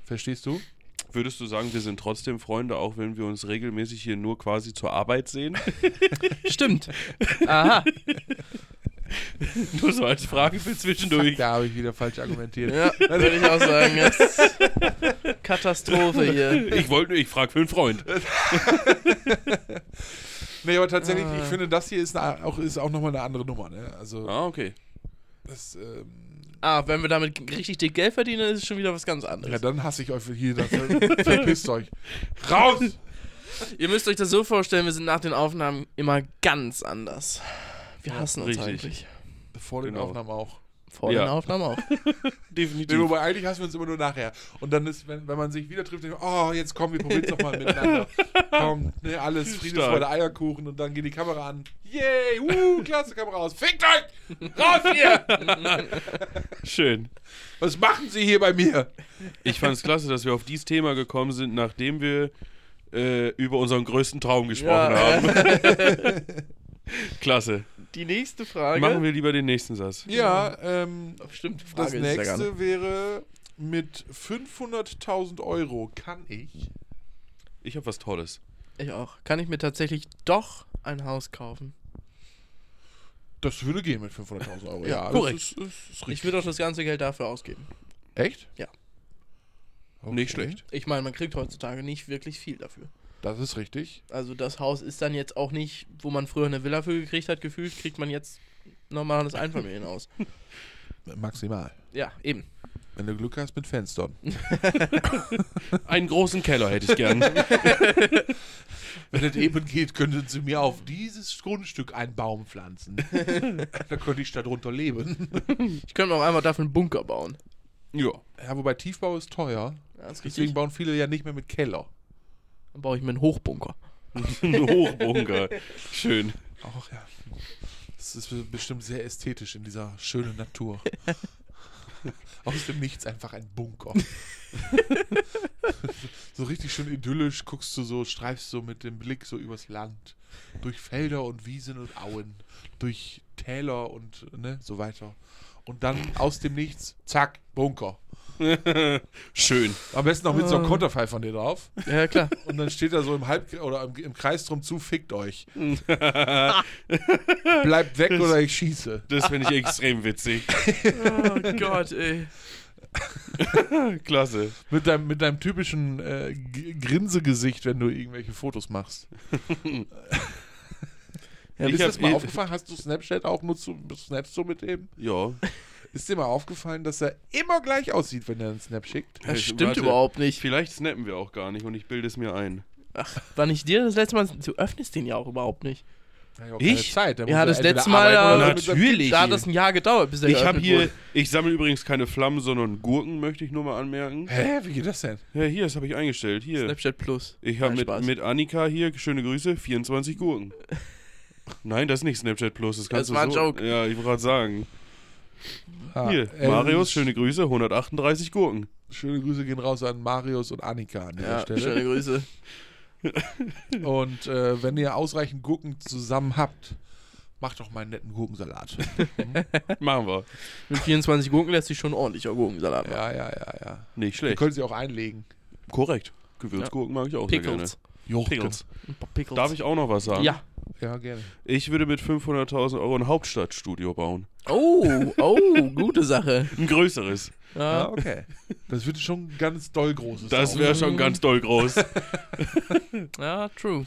[SPEAKER 2] Verstehst du?
[SPEAKER 1] Würdest du sagen, wir sind trotzdem Freunde, auch wenn wir uns regelmäßig hier nur quasi zur Arbeit sehen? (laughs)
[SPEAKER 3] Stimmt. Aha.
[SPEAKER 1] nur so als Frage für
[SPEAKER 2] Fuck,
[SPEAKER 1] zwischendurch.
[SPEAKER 2] da habe ich wieder falsch argumentiert.
[SPEAKER 3] Ja, würde ich auch sagen. Das ist Katastrophe hier.
[SPEAKER 1] Ich wollte nur, ich frage für einen Freund.
[SPEAKER 2] Nee, aber tatsächlich,
[SPEAKER 3] Ah.
[SPEAKER 2] ich finde, das hier ist, eine, auch, ist auch nochmal eine andere Nummer. Ne? Also,
[SPEAKER 1] Ah, okay.
[SPEAKER 2] das, ähm,
[SPEAKER 3] Ah, wenn wir damit richtig dick Geld verdienen, dann ist es schon wieder was ganz
[SPEAKER 2] ja,
[SPEAKER 3] anderes.
[SPEAKER 2] dann hasse ich euch für hier. Dann ver- verpisst euch. Raus!
[SPEAKER 3] Ihr müsst euch das so vorstellen, wir sind nach den Aufnahmen immer ganz anders. Wir hassen uns
[SPEAKER 1] richtig.
[SPEAKER 3] eigentlich.
[SPEAKER 2] Vor den
[SPEAKER 1] Genau.
[SPEAKER 2] Aufnahmen auch.
[SPEAKER 3] Vor
[SPEAKER 1] Ja.
[SPEAKER 3] den Aufnahmen auch.
[SPEAKER 2] Nee,
[SPEAKER 1] Definitiv.
[SPEAKER 2] wobei eigentlich hassen wir uns immer nur nachher. Und dann ist, wenn, wenn man sich wieder trifft, denkt man, oh, jetzt komm, wir probieren es nochmal miteinander. Komm, ne, alles Friede,
[SPEAKER 1] Stark.
[SPEAKER 2] Freude, Eierkuchen und dann geht die Kamera an. Yay, uh, klasse, Kamera aus. Fickt euch! Raus hier!
[SPEAKER 1] Schön.
[SPEAKER 2] Was machen Sie hier bei mir?
[SPEAKER 1] Ich fand es klasse, dass wir auf dieses Thema gekommen sind, nachdem wir äh, über unseren größten Traum gesprochen
[SPEAKER 3] Ja.
[SPEAKER 1] haben. klasse.
[SPEAKER 3] (laughs) Die nächste Frage.
[SPEAKER 1] Machen wir lieber den nächsten Satz.
[SPEAKER 2] Ja, ähm,
[SPEAKER 3] Stimmt, die
[SPEAKER 2] Das
[SPEAKER 3] Frage ist ja gar nicht.
[SPEAKER 2] nächste wäre mit 500.000 Euro kann ich.
[SPEAKER 1] Ich habe was Tolles.
[SPEAKER 3] Ich auch. Kann ich mir tatsächlich doch ein Haus kaufen?
[SPEAKER 2] Das würde gehen mit 500.000 Euro.
[SPEAKER 3] Ja,
[SPEAKER 2] Oh ja,
[SPEAKER 3] korrekt.
[SPEAKER 2] Das ist, ist, ist
[SPEAKER 3] Ich
[SPEAKER 2] richtig.
[SPEAKER 3] würde auch das ganze Geld dafür ausgeben.
[SPEAKER 2] Echt?
[SPEAKER 3] Ja.
[SPEAKER 2] Okay.
[SPEAKER 1] Nicht schlecht.
[SPEAKER 3] Ich meine, man kriegt heutzutage nicht wirklich viel dafür.
[SPEAKER 2] Das ist richtig.
[SPEAKER 3] Also das Haus ist dann jetzt auch nicht, wo man früher eine Villa für gekriegt hat, gefühlt kriegt man jetzt normales Einfamilienhaus.
[SPEAKER 2] Maximal.
[SPEAKER 3] ja, eben.
[SPEAKER 2] Wenn du Glück hast mit (laughs) Fenstern.
[SPEAKER 1] Einen großen Keller hätte ich gern.
[SPEAKER 2] Wenn das eben geht, könnten sie mir auf dieses Grundstück einen Baum (laughs) pflanzen. da könnte ich statt drunter leben.
[SPEAKER 3] Ich könnte mir auch einmal dafür einen Bunker bauen.
[SPEAKER 1] ja.
[SPEAKER 2] Ja, wobei Tiefbau ist teuer.
[SPEAKER 3] Ja, das ist
[SPEAKER 2] Deswegen
[SPEAKER 3] richtig.
[SPEAKER 2] bauen viele ja nicht mehr mit Keller.
[SPEAKER 3] Dann baue ich mir einen Hochbunker.
[SPEAKER 1] Ein Hochbunker. Schön.
[SPEAKER 2] Ach ja. Das ist bestimmt sehr ästhetisch in dieser schönen Natur. Aus dem Nichts einfach ein Bunker. so richtig schön idyllisch guckst du so, streifst so mit dem Blick so übers Land. Durch Felder und Wiesen und Auen. Durch Täler und ne, so weiter. Und dann aus dem Nichts, zack, Bunker.
[SPEAKER 1] Schön.
[SPEAKER 2] Am besten noch mit so einem Konterfei von dir drauf.
[SPEAKER 3] Ja, klar.
[SPEAKER 2] Und dann steht da so im Halb oder im, im Kreis drum zu, fickt euch. (laughs) Bleibt weg oder ich schieße.
[SPEAKER 1] Das finde ich extrem witzig.
[SPEAKER 3] Oh Gott, ey.
[SPEAKER 1] Klasse.
[SPEAKER 2] Mit deinem, mit deinem typischen äh, G- Grinsegesicht, wenn du irgendwelche Fotos machst.
[SPEAKER 3] Ja,
[SPEAKER 1] Ich hab-
[SPEAKER 2] ist
[SPEAKER 1] eh
[SPEAKER 2] das mal aufgefallen? Hast du Snapchat auch nur zu Snaps so mit dem?
[SPEAKER 1] Ja.
[SPEAKER 2] Ist dir mal aufgefallen, dass er immer gleich aussieht, wenn er einen Snap schickt?
[SPEAKER 3] Das stimmt
[SPEAKER 1] Warte.
[SPEAKER 3] überhaupt nicht.
[SPEAKER 1] Vielleicht snappen wir auch gar nicht und ich bilde es mir ein.
[SPEAKER 3] Ach, wann ich dir das letzte Mal... Du öffnest den ja auch überhaupt nicht.
[SPEAKER 2] Ja, auch
[SPEAKER 1] Ich?
[SPEAKER 2] Zeit. der muss
[SPEAKER 3] Ja, das
[SPEAKER 2] entweder
[SPEAKER 3] letzte Mal,
[SPEAKER 2] arbeiten oder
[SPEAKER 3] äh,
[SPEAKER 2] mit seinem
[SPEAKER 1] natürlich.
[SPEAKER 2] Kind
[SPEAKER 3] Da hat das ein Jahr gedauert, bis er
[SPEAKER 1] Ich habe
[SPEAKER 3] geöffnet
[SPEAKER 1] hier,
[SPEAKER 3] wurde.
[SPEAKER 1] ich sammle übrigens keine Flammen, sondern Gurken, möchte ich nur mal anmerken.
[SPEAKER 2] Hä, wie geht das denn?
[SPEAKER 1] Ja, hier, das habe ich eingestellt. Hier.
[SPEAKER 3] Snapchat Plus.
[SPEAKER 1] Ich habe
[SPEAKER 3] Nein,
[SPEAKER 1] mit,
[SPEAKER 3] Spaß.
[SPEAKER 1] mit Annika hier, schöne Grüße, 24
[SPEAKER 3] (laughs)
[SPEAKER 1] Gurken. Nein, das ist nicht Snapchat Plus, das kannst
[SPEAKER 3] Das war
[SPEAKER 1] du
[SPEAKER 3] ein
[SPEAKER 1] so.
[SPEAKER 3] Joke.
[SPEAKER 1] Ja, ich wollte gerade sagen.
[SPEAKER 2] Ah,
[SPEAKER 1] Hier,
[SPEAKER 2] äh,
[SPEAKER 1] Marius, schöne Grüße, 138 Gurken.
[SPEAKER 2] Schöne Grüße gehen raus an Marius und Annika an dieser
[SPEAKER 3] Ja, schöne
[SPEAKER 2] Stelle.
[SPEAKER 3] Grüße.
[SPEAKER 2] Und äh, wenn ihr ausreichend Gurken zusammen habt, macht doch mal einen netten Gurkensalat.
[SPEAKER 1] Machen wir.
[SPEAKER 3] Mit 24 Gurken lässt sich schon ordentlicher Gurkensalat machen.
[SPEAKER 2] ja, ja, ja, ja.
[SPEAKER 1] Nicht
[SPEAKER 2] Ihr
[SPEAKER 1] schlecht.
[SPEAKER 2] könnt sie auch einlegen.
[SPEAKER 1] Korrekt. Gewürzgurken mag ich auch sehr gerne.
[SPEAKER 3] Pickles.
[SPEAKER 2] Jochke.
[SPEAKER 1] Pickles.
[SPEAKER 3] Ein paar Pickles.
[SPEAKER 1] Darf ich auch noch was sagen?
[SPEAKER 3] Ja.
[SPEAKER 2] Ja, gerne.
[SPEAKER 1] Ich würde mit 500.000 Euro ein Hauptstadtstudio bauen.
[SPEAKER 3] Oh, oh, gute Sache.
[SPEAKER 1] Ein größeres.
[SPEAKER 2] Ja,
[SPEAKER 3] Ja.
[SPEAKER 2] okay. Das wird schon ein ganz doll großes.
[SPEAKER 1] Das
[SPEAKER 2] Auto.
[SPEAKER 1] wäre schon ganz doll
[SPEAKER 3] (laughs)
[SPEAKER 1] groß.
[SPEAKER 3] Ja, true.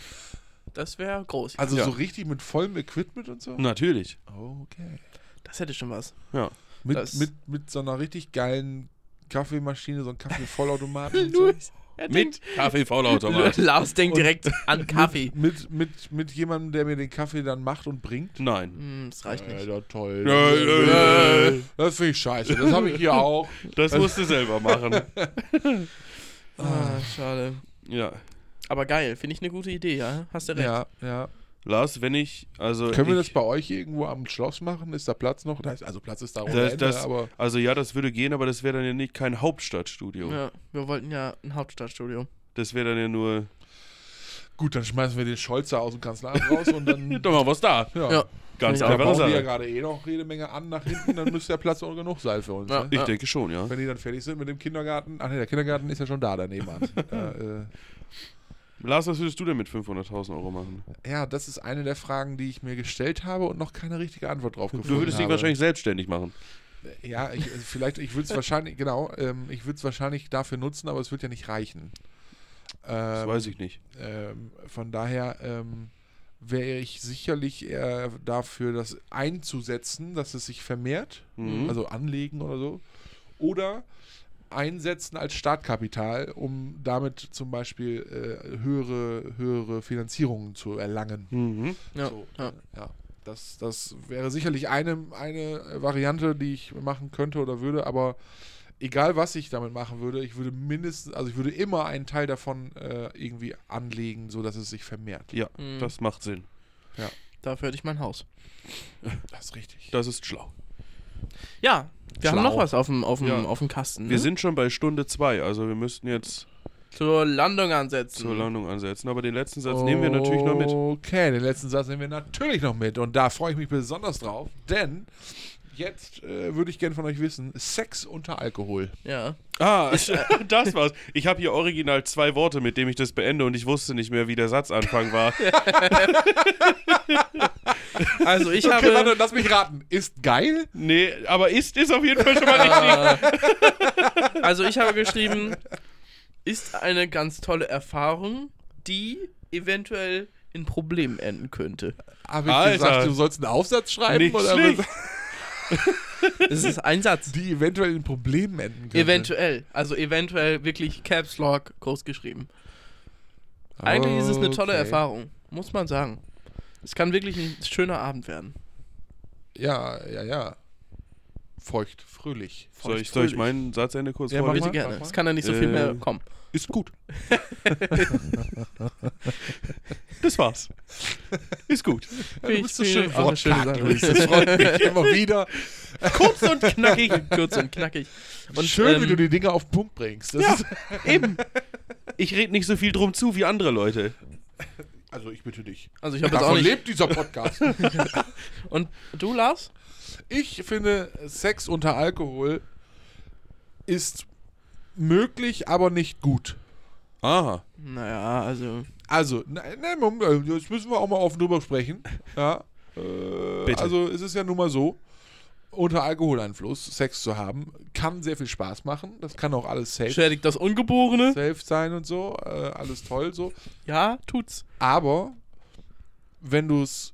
[SPEAKER 3] Das wäre groß.
[SPEAKER 2] also
[SPEAKER 1] Ja.
[SPEAKER 2] so richtig mit vollem Equipment und so?
[SPEAKER 1] Natürlich.
[SPEAKER 2] Okay.
[SPEAKER 3] Das hätte schon was.
[SPEAKER 1] Ja.
[SPEAKER 2] Mit,
[SPEAKER 3] Das-
[SPEAKER 2] mit, mit so einer richtig geilen Kaffeemaschine, so einem
[SPEAKER 3] (laughs)
[SPEAKER 2] Kaffeevollautomaten. und so.
[SPEAKER 1] Mit Kaffee-Faulautomat.
[SPEAKER 3] Lars denkt direkt an Kaffee.
[SPEAKER 2] Mit, mit, mit jemandem, der mir den Kaffee dann macht und bringt.
[SPEAKER 1] Nein.
[SPEAKER 3] Hm, das reicht nicht.
[SPEAKER 2] Alter, toll.
[SPEAKER 1] Äh, äh, äh.
[SPEAKER 2] Das finde ich scheiße. Das habe ich hier auch.
[SPEAKER 1] Das musst du selber machen.
[SPEAKER 3] Ah, schade.
[SPEAKER 1] Ja.
[SPEAKER 3] Aber geil, finde ich eine gute Idee, ja. Hast du recht.
[SPEAKER 2] Ja, ja.
[SPEAKER 1] Lars, wenn ich, also
[SPEAKER 2] Können wir das
[SPEAKER 1] ich,
[SPEAKER 2] bei euch irgendwo am Schloss machen? Ist da Platz noch? Da ist- Also Platz ist da ohne
[SPEAKER 1] Das-
[SPEAKER 2] Ende,
[SPEAKER 1] das-
[SPEAKER 2] aber
[SPEAKER 1] also ja, das würde gehen, aber das wäre dann ja nicht kein Hauptstadtstudio.
[SPEAKER 3] Ja, wir wollten ja ein Hauptstadtstudio.
[SPEAKER 1] Das wäre dann ja nur.
[SPEAKER 2] gut, dann schmeißen wir den Scholzer aus dem Kanzleramt raus
[SPEAKER 1] (laughs)
[SPEAKER 2] und dann.
[SPEAKER 1] Doch mal was da.
[SPEAKER 2] ja.
[SPEAKER 3] Ja.
[SPEAKER 1] Ganz
[SPEAKER 3] Ja,
[SPEAKER 2] Da
[SPEAKER 1] einfache
[SPEAKER 2] bauen die ja
[SPEAKER 1] Sache.
[SPEAKER 2] gerade eh noch jede Menge an nach hinten, dann müsste der Platz auch genug sein für uns.
[SPEAKER 3] Ja.
[SPEAKER 2] Ne?
[SPEAKER 1] Ich denke schon, ja.
[SPEAKER 2] Wenn die dann fertig sind mit dem Kindergarten. Ach ne, der Kindergarten ist ja schon da daneben.
[SPEAKER 1] (laughs)
[SPEAKER 2] ja, äh,
[SPEAKER 1] Lars, was würdest du denn mit 500.000 Euro machen?
[SPEAKER 2] ja, das ist eine der Fragen, die ich mir gestellt habe und noch keine richtige Antwort drauf gefunden
[SPEAKER 1] Du würdest dich
[SPEAKER 2] habe.
[SPEAKER 1] wahrscheinlich selbstständig machen.
[SPEAKER 2] Ja, ich, also vielleicht, ich würde es wahrscheinlich, genau, ähm, ich würde es wahrscheinlich dafür nutzen, aber es wird ja nicht reichen.
[SPEAKER 1] Das
[SPEAKER 2] Ähm,
[SPEAKER 1] weiß ich nicht.
[SPEAKER 2] ähm, von daher ähm, wäre ich sicherlich eher dafür, das einzusetzen, dass es sich vermehrt,
[SPEAKER 1] Mhm.
[SPEAKER 2] also anlegen oder so. Oder einsetzen als Startkapital, um damit zum Beispiel äh, höhere, höhere Finanzierungen zu erlangen.
[SPEAKER 1] Mhm.
[SPEAKER 3] Ja,
[SPEAKER 2] So,
[SPEAKER 3] ja.
[SPEAKER 2] ja. Das, das wäre sicherlich eine, eine Variante, die ich machen könnte oder würde, aber egal was ich damit machen würde, ich würde mindestens, also ich würde immer einen Teil davon äh, irgendwie anlegen, sodass es sich vermehrt.
[SPEAKER 1] Ja,
[SPEAKER 3] Mhm.
[SPEAKER 1] das macht Sinn.
[SPEAKER 3] Dafür hätte ich mein Haus.
[SPEAKER 2] Das ist richtig.
[SPEAKER 1] Das ist schlau.
[SPEAKER 3] Ja, wir haben
[SPEAKER 2] Schlau.
[SPEAKER 3] noch was auf dem, auf dem,
[SPEAKER 1] Ja.
[SPEAKER 3] auf dem Kasten.
[SPEAKER 1] Wir
[SPEAKER 3] ne?
[SPEAKER 1] sind schon bei Stunde 2, also wir müssten jetzt
[SPEAKER 3] zur Landung ansetzen.
[SPEAKER 1] zur Landung ansetzen. Aber den letzten Satz nehmen wir natürlich noch mit.
[SPEAKER 2] Okay, den letzten Satz nehmen wir natürlich noch mit und da freue ich mich besonders drauf, denn jetzt äh, würde ich gerne von euch wissen, Sex unter Alkohol.
[SPEAKER 3] Ja.
[SPEAKER 1] (laughs) Ah, das war's. Ich habe hier original zwei Worte, mit denen ich das beende und ich wusste nicht mehr, wie der Satzanfang war.
[SPEAKER 3] Also ich
[SPEAKER 2] okay, warte,
[SPEAKER 3] habe.
[SPEAKER 2] lass mich raten. Ist geil?
[SPEAKER 1] Nee, aber ist ist auf jeden Fall schon mal richtig.
[SPEAKER 3] Äh, also ich habe geschrieben, ist eine ganz tolle Erfahrung, die eventuell in Problemen enden könnte.
[SPEAKER 2] Habe ich
[SPEAKER 1] Alter.
[SPEAKER 2] gesagt, du sollst einen Aufsatz schreiben?
[SPEAKER 1] Nicht
[SPEAKER 2] oder
[SPEAKER 1] schlecht.
[SPEAKER 2] was?
[SPEAKER 3] Das ist ein Satz.
[SPEAKER 2] die eventuell in Problemen enden könnte.
[SPEAKER 3] Eventuell. Also eventuell wirklich Caps Lock groß geschrieben. Eigentlich ist es eine tolle
[SPEAKER 2] Okay.
[SPEAKER 3] Erfahrung, muss man sagen. Es kann wirklich ein schöner Abend werden.
[SPEAKER 2] Ja, ja, ja. Feucht, fröhlich.
[SPEAKER 1] Soll ich, soll ich meinen Satzende kurz
[SPEAKER 2] Ja, mach
[SPEAKER 1] vorlesen?
[SPEAKER 3] Bitte
[SPEAKER 2] mal,
[SPEAKER 3] gerne.
[SPEAKER 2] mach mal.
[SPEAKER 3] Es kann ja nicht so viel mehr
[SPEAKER 1] Äh,
[SPEAKER 3] kommen.
[SPEAKER 2] Ist gut.
[SPEAKER 1] Das war's. Ist gut.
[SPEAKER 2] Ja,
[SPEAKER 3] Ich
[SPEAKER 2] du bist so
[SPEAKER 3] bin
[SPEAKER 2] schön
[SPEAKER 3] auch eine schöne
[SPEAKER 2] wortkarg,
[SPEAKER 3] Sache.
[SPEAKER 2] Luis. Das freut
[SPEAKER 3] (laughs)
[SPEAKER 2] mich immer wieder.
[SPEAKER 3] Kurz und knackig. Kurz und knackig. Und
[SPEAKER 2] schön,
[SPEAKER 3] ähm,
[SPEAKER 2] wie du die Dinge auf den Punkt bringst. Das
[SPEAKER 1] Ja.
[SPEAKER 2] ist,
[SPEAKER 1] Eben. Ich rede nicht so viel drum zu wie andere Leute.
[SPEAKER 2] also ich bitte dich.
[SPEAKER 3] Also ich habe jetzt auch
[SPEAKER 2] Davon
[SPEAKER 3] nicht.
[SPEAKER 2] lebt dieser Podcast.
[SPEAKER 3] Und du, Lars?
[SPEAKER 2] Ich finde, Sex unter Alkohol ist möglich, aber nicht gut.
[SPEAKER 1] Aha.
[SPEAKER 3] Naja, also.
[SPEAKER 2] Also, nein, nein, Moment, jetzt müssen wir auch mal offen drüber sprechen. Ja. Äh,
[SPEAKER 1] Bitte.
[SPEAKER 2] Also, es ist ja nun mal so, unter Alkoholeinfluss Sex zu haben, kann sehr viel Spaß machen. Das kann auch alles safe,
[SPEAKER 3] Schädigt das Ungeborene?
[SPEAKER 2] safe sein und so, äh, alles toll so.
[SPEAKER 3] Ja, tut's.
[SPEAKER 2] Aber wenn du es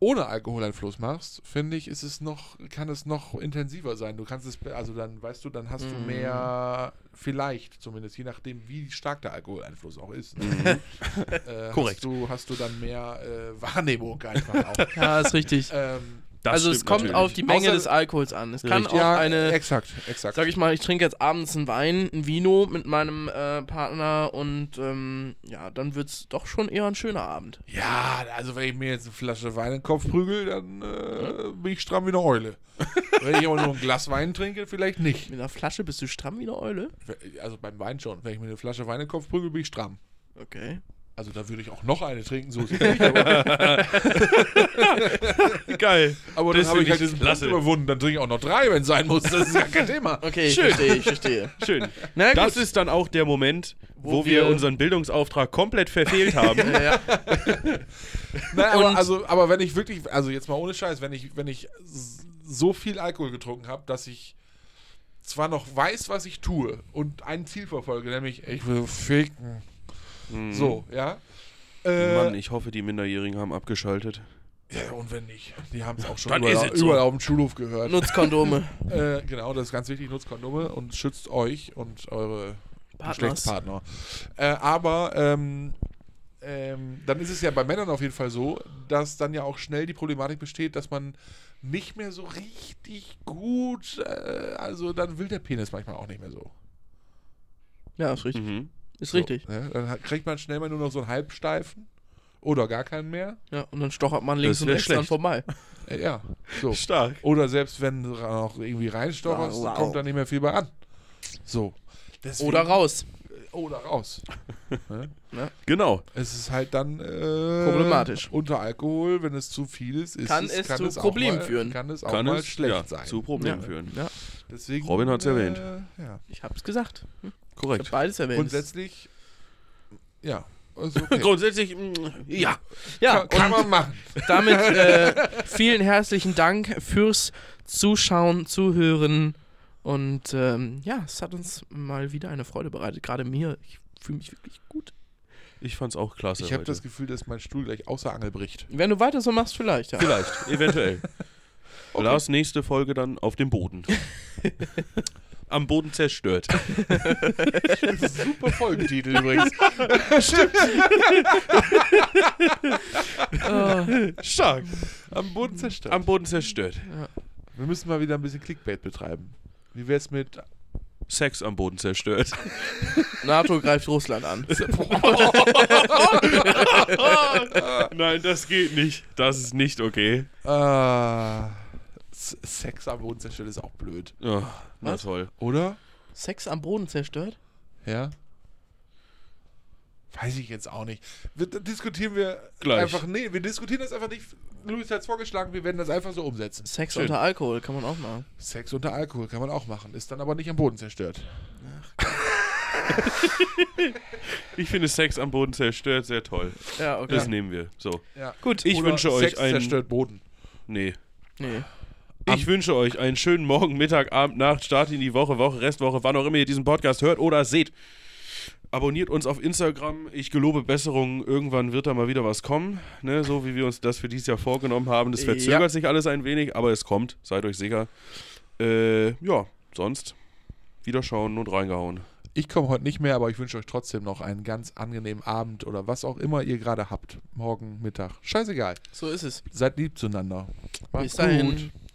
[SPEAKER 2] ohne Alkoholeinfluss machst, finde ich, ist es noch, kann es noch intensiver sein. Du kannst es, be- also dann, weißt du, dann hast du
[SPEAKER 3] Mhm.
[SPEAKER 2] mehr, vielleicht zumindest, je nachdem, wie stark der Alkoholeinfluss auch ist. ne? äh,
[SPEAKER 1] Mhm. Korrekt.
[SPEAKER 2] Hast du, hast du dann mehr äh, Wahrnehmung einfach
[SPEAKER 1] (laughs)
[SPEAKER 2] auch.
[SPEAKER 3] Ja, ist richtig.
[SPEAKER 2] ähm,
[SPEAKER 1] Das
[SPEAKER 3] (laughs) also es
[SPEAKER 1] stimmt
[SPEAKER 3] kommt
[SPEAKER 1] natürlich.
[SPEAKER 3] auf die Menge
[SPEAKER 2] Außer- äh,
[SPEAKER 3] des Alkohols an. Es kann
[SPEAKER 1] Richtig.
[SPEAKER 3] auch eine,
[SPEAKER 2] exakt, exakt.
[SPEAKER 3] sag ich mal, ich trinke jetzt abends einen Wein, ein Vino mit meinem äh, Partner und ähm, ja, dann wird's doch schon eher ein schöner Abend.
[SPEAKER 2] Ja, also wenn ich mir jetzt eine Flasche Wein in den Kopf prügel, dann äh, bin ich stramm wie eine
[SPEAKER 3] (laughs)
[SPEAKER 2] Eule. wenn ich aber nur ein Glas Wein trinke, vielleicht nicht.
[SPEAKER 3] Mit einer Flasche bist du stramm wie eine Eule.
[SPEAKER 2] Also beim Wein schon. Wenn ich mir eine Flasche Wein in den Kopf prügel, bin ich stramm.
[SPEAKER 3] Okay.
[SPEAKER 2] Also da würde ich auch noch eine trinken, so ist es nicht.
[SPEAKER 3] (laughs)
[SPEAKER 2] Aber,
[SPEAKER 1] (laughs) Geil.
[SPEAKER 2] aber dann
[SPEAKER 1] Das
[SPEAKER 2] habe
[SPEAKER 1] finde
[SPEAKER 2] ich halt
[SPEAKER 1] ich
[SPEAKER 2] diesen
[SPEAKER 1] klasse.
[SPEAKER 2] Punkt überwunden. Dann trinke ich auch noch drei, wenn es sein muss. Das ist gar kein Thema.
[SPEAKER 3] Okay, ich
[SPEAKER 1] Schön.
[SPEAKER 3] verstehe, ich verstehe.
[SPEAKER 1] Schön.
[SPEAKER 3] Na
[SPEAKER 1] Das
[SPEAKER 3] gut.
[SPEAKER 1] ist dann auch der Moment, wo,
[SPEAKER 3] Wo
[SPEAKER 1] wir
[SPEAKER 3] wir-
[SPEAKER 1] unseren Bildungsauftrag komplett verfehlt
[SPEAKER 3] (laughs)
[SPEAKER 1] haben.
[SPEAKER 3] (laughs) Ja, ja.
[SPEAKER 2] Nein, aber,
[SPEAKER 3] Und-
[SPEAKER 2] also, aber wenn ich wirklich, also jetzt mal ohne Scheiß, wenn ich, wenn ich s- so viel Alkohol getrunken habe, dass ich zwar noch weiß, was ich tue und ein Ziel verfolge, nämlich ich will ficken. So, ja. Äh,
[SPEAKER 1] Mann, ich hoffe, Mhm. die Minderjährigen haben abgeschaltet.
[SPEAKER 2] ja. Und wenn nicht, die haben es auch schon
[SPEAKER 1] Dann
[SPEAKER 2] überall,
[SPEAKER 1] ist es so.
[SPEAKER 2] überall auf dem Schulhof gehört.
[SPEAKER 3] Nutz Kondome.
[SPEAKER 2] äh, genau, das ist ganz wichtig, nutzt Kondome und schützt euch und eure
[SPEAKER 3] Partners.
[SPEAKER 2] Geschlechtspartner. Äh, aber ähm, ähm, dann ist es ja bei Männern auf jeden Fall so, dass dann ja auch schnell die Problematik besteht, dass man nicht mehr so richtig gut, äh, also dann will der Penis manchmal auch nicht mehr so.
[SPEAKER 3] Ja, ist richtig.
[SPEAKER 1] Mhm.
[SPEAKER 3] Ist richtig.
[SPEAKER 2] So, ne? Dann hat- kriegt man schnell mal nur noch so einen Halbsteifen oder gar keinen mehr.
[SPEAKER 3] Ja, und dann stochert man links
[SPEAKER 1] Das
[SPEAKER 3] und
[SPEAKER 1] wär
[SPEAKER 3] rechts dran
[SPEAKER 1] schlecht.
[SPEAKER 3] vorbei.
[SPEAKER 2] Äh, ja, so.
[SPEAKER 1] Stark.
[SPEAKER 2] Oder selbst wenn du noch irgendwie reinstocherst,
[SPEAKER 3] Wow, wow.
[SPEAKER 2] kommt da nicht mehr viel bei an. So. Deswegen-
[SPEAKER 3] Oder raus.
[SPEAKER 2] Oder raus.
[SPEAKER 1] Genau.
[SPEAKER 2] Es ist halt dann äh, problematisch.
[SPEAKER 3] Problematisch.
[SPEAKER 2] Unter Alkohol, wenn es zu viel ist, ist
[SPEAKER 3] Kann es zu
[SPEAKER 2] auch
[SPEAKER 3] Problemen
[SPEAKER 2] mal,
[SPEAKER 3] führen.
[SPEAKER 2] Kann es auch
[SPEAKER 1] Kann
[SPEAKER 2] mal
[SPEAKER 1] es
[SPEAKER 2] schlecht
[SPEAKER 1] ja,
[SPEAKER 2] sein.
[SPEAKER 1] zu Problemen
[SPEAKER 3] Ja.
[SPEAKER 1] führen.
[SPEAKER 3] Ja,
[SPEAKER 2] Deswegen,
[SPEAKER 1] Robin hat's erwähnt.
[SPEAKER 2] Äh, ja.
[SPEAKER 3] ich hab's gesagt. Ich hab
[SPEAKER 1] Korrekt.
[SPEAKER 3] beides erwähnt.
[SPEAKER 2] Grundsätzlich, ja.
[SPEAKER 3] (laughs)
[SPEAKER 2] Ist (laughs) okay.
[SPEAKER 1] Grundsätzlich, mm, ja.
[SPEAKER 3] ja,
[SPEAKER 2] kann, kann
[SPEAKER 3] und
[SPEAKER 2] man machen.
[SPEAKER 1] (laughs)
[SPEAKER 3] damit äh, vielen herzlichen Dank fürs Zuschauen, Zuhören. Und ähm, ja, es hat uns mal wieder eine Freude bereitet. Gerade mir. Ich fühle mich wirklich gut.
[SPEAKER 1] Ich fand's auch klasse.
[SPEAKER 2] Ich habe
[SPEAKER 1] heute.
[SPEAKER 2] das Gefühl, dass mein Stuhl gleich außer Angel bricht.
[SPEAKER 3] Wenn du weiter so machst, vielleicht, ja.
[SPEAKER 1] Vielleicht, eventuell. Lars, nächste Folge dann auf dem Boden. Am Boden zerstört.
[SPEAKER 2] Super
[SPEAKER 3] (laughs)
[SPEAKER 2] Folgentitel übrigens.
[SPEAKER 1] (laughs)
[SPEAKER 3] Äh,
[SPEAKER 1] Stark.
[SPEAKER 2] Am Boden zerstört.
[SPEAKER 1] Am Boden zerstört.
[SPEAKER 2] Wir müssen mal wieder ein bisschen Clickbait betreiben. Wie wär's mit.
[SPEAKER 1] Sex am Boden zerstört.
[SPEAKER 3] NATO greift Russland an.
[SPEAKER 1] (laughs) Nein, das geht nicht. Das ist nicht okay.
[SPEAKER 2] Äh, S- Sex am Boden zerstört ist auch blöd.
[SPEAKER 1] Oh, na
[SPEAKER 3] Was?
[SPEAKER 1] toll.
[SPEAKER 2] Oder?
[SPEAKER 3] Sex am Boden zerstört?
[SPEAKER 2] Ja. Weiß ich jetzt auch nicht. Wir, da diskutieren wir
[SPEAKER 1] Gleich.
[SPEAKER 2] einfach. Nee, wir diskutieren das einfach nicht. Luis hat es vorgeschlagen, wir werden das einfach so umsetzen.
[SPEAKER 3] Sex
[SPEAKER 1] Schön.
[SPEAKER 3] unter Alkohol kann man auch machen.
[SPEAKER 2] Sex unter Alkohol kann man auch machen, ist dann aber nicht am Boden zerstört.
[SPEAKER 1] Ich finde Sex am Boden zerstört sehr toll.
[SPEAKER 3] Ja, okay.
[SPEAKER 1] Das nehmen wir. So.
[SPEAKER 2] Ja.
[SPEAKER 3] Gut.
[SPEAKER 1] Ich
[SPEAKER 2] Oder
[SPEAKER 1] wünsche
[SPEAKER 2] Sex
[SPEAKER 1] euch einen.
[SPEAKER 2] zerstört Boden.
[SPEAKER 1] Nee.
[SPEAKER 3] Nee.
[SPEAKER 1] Ich wünsche euch einen schönen Morgen, Mittag, Abend, Nacht, Start in die Woche, Woche, Restwoche, wann auch immer ihr diesen Podcast hört oder seht. Abonniert uns auf Instagram. Ich gelobe Besserungen. Irgendwann wird da mal wieder was kommen. Ne? So wie wir uns das für dieses Jahr vorgenommen haben. Das
[SPEAKER 3] Ja.
[SPEAKER 1] verzögert sich alles ein wenig, aber es kommt. Seid euch sicher. Äh, ja, sonst wieder schauen und reingehauen.
[SPEAKER 2] Ich komme heute nicht mehr, aber ich wünsche euch trotzdem noch einen ganz angenehmen Abend oder was auch immer ihr gerade habt. Morgen, Mittag. Scheißegal.
[SPEAKER 3] So ist es.
[SPEAKER 2] Seid lieb zueinander.
[SPEAKER 3] Bis dahin.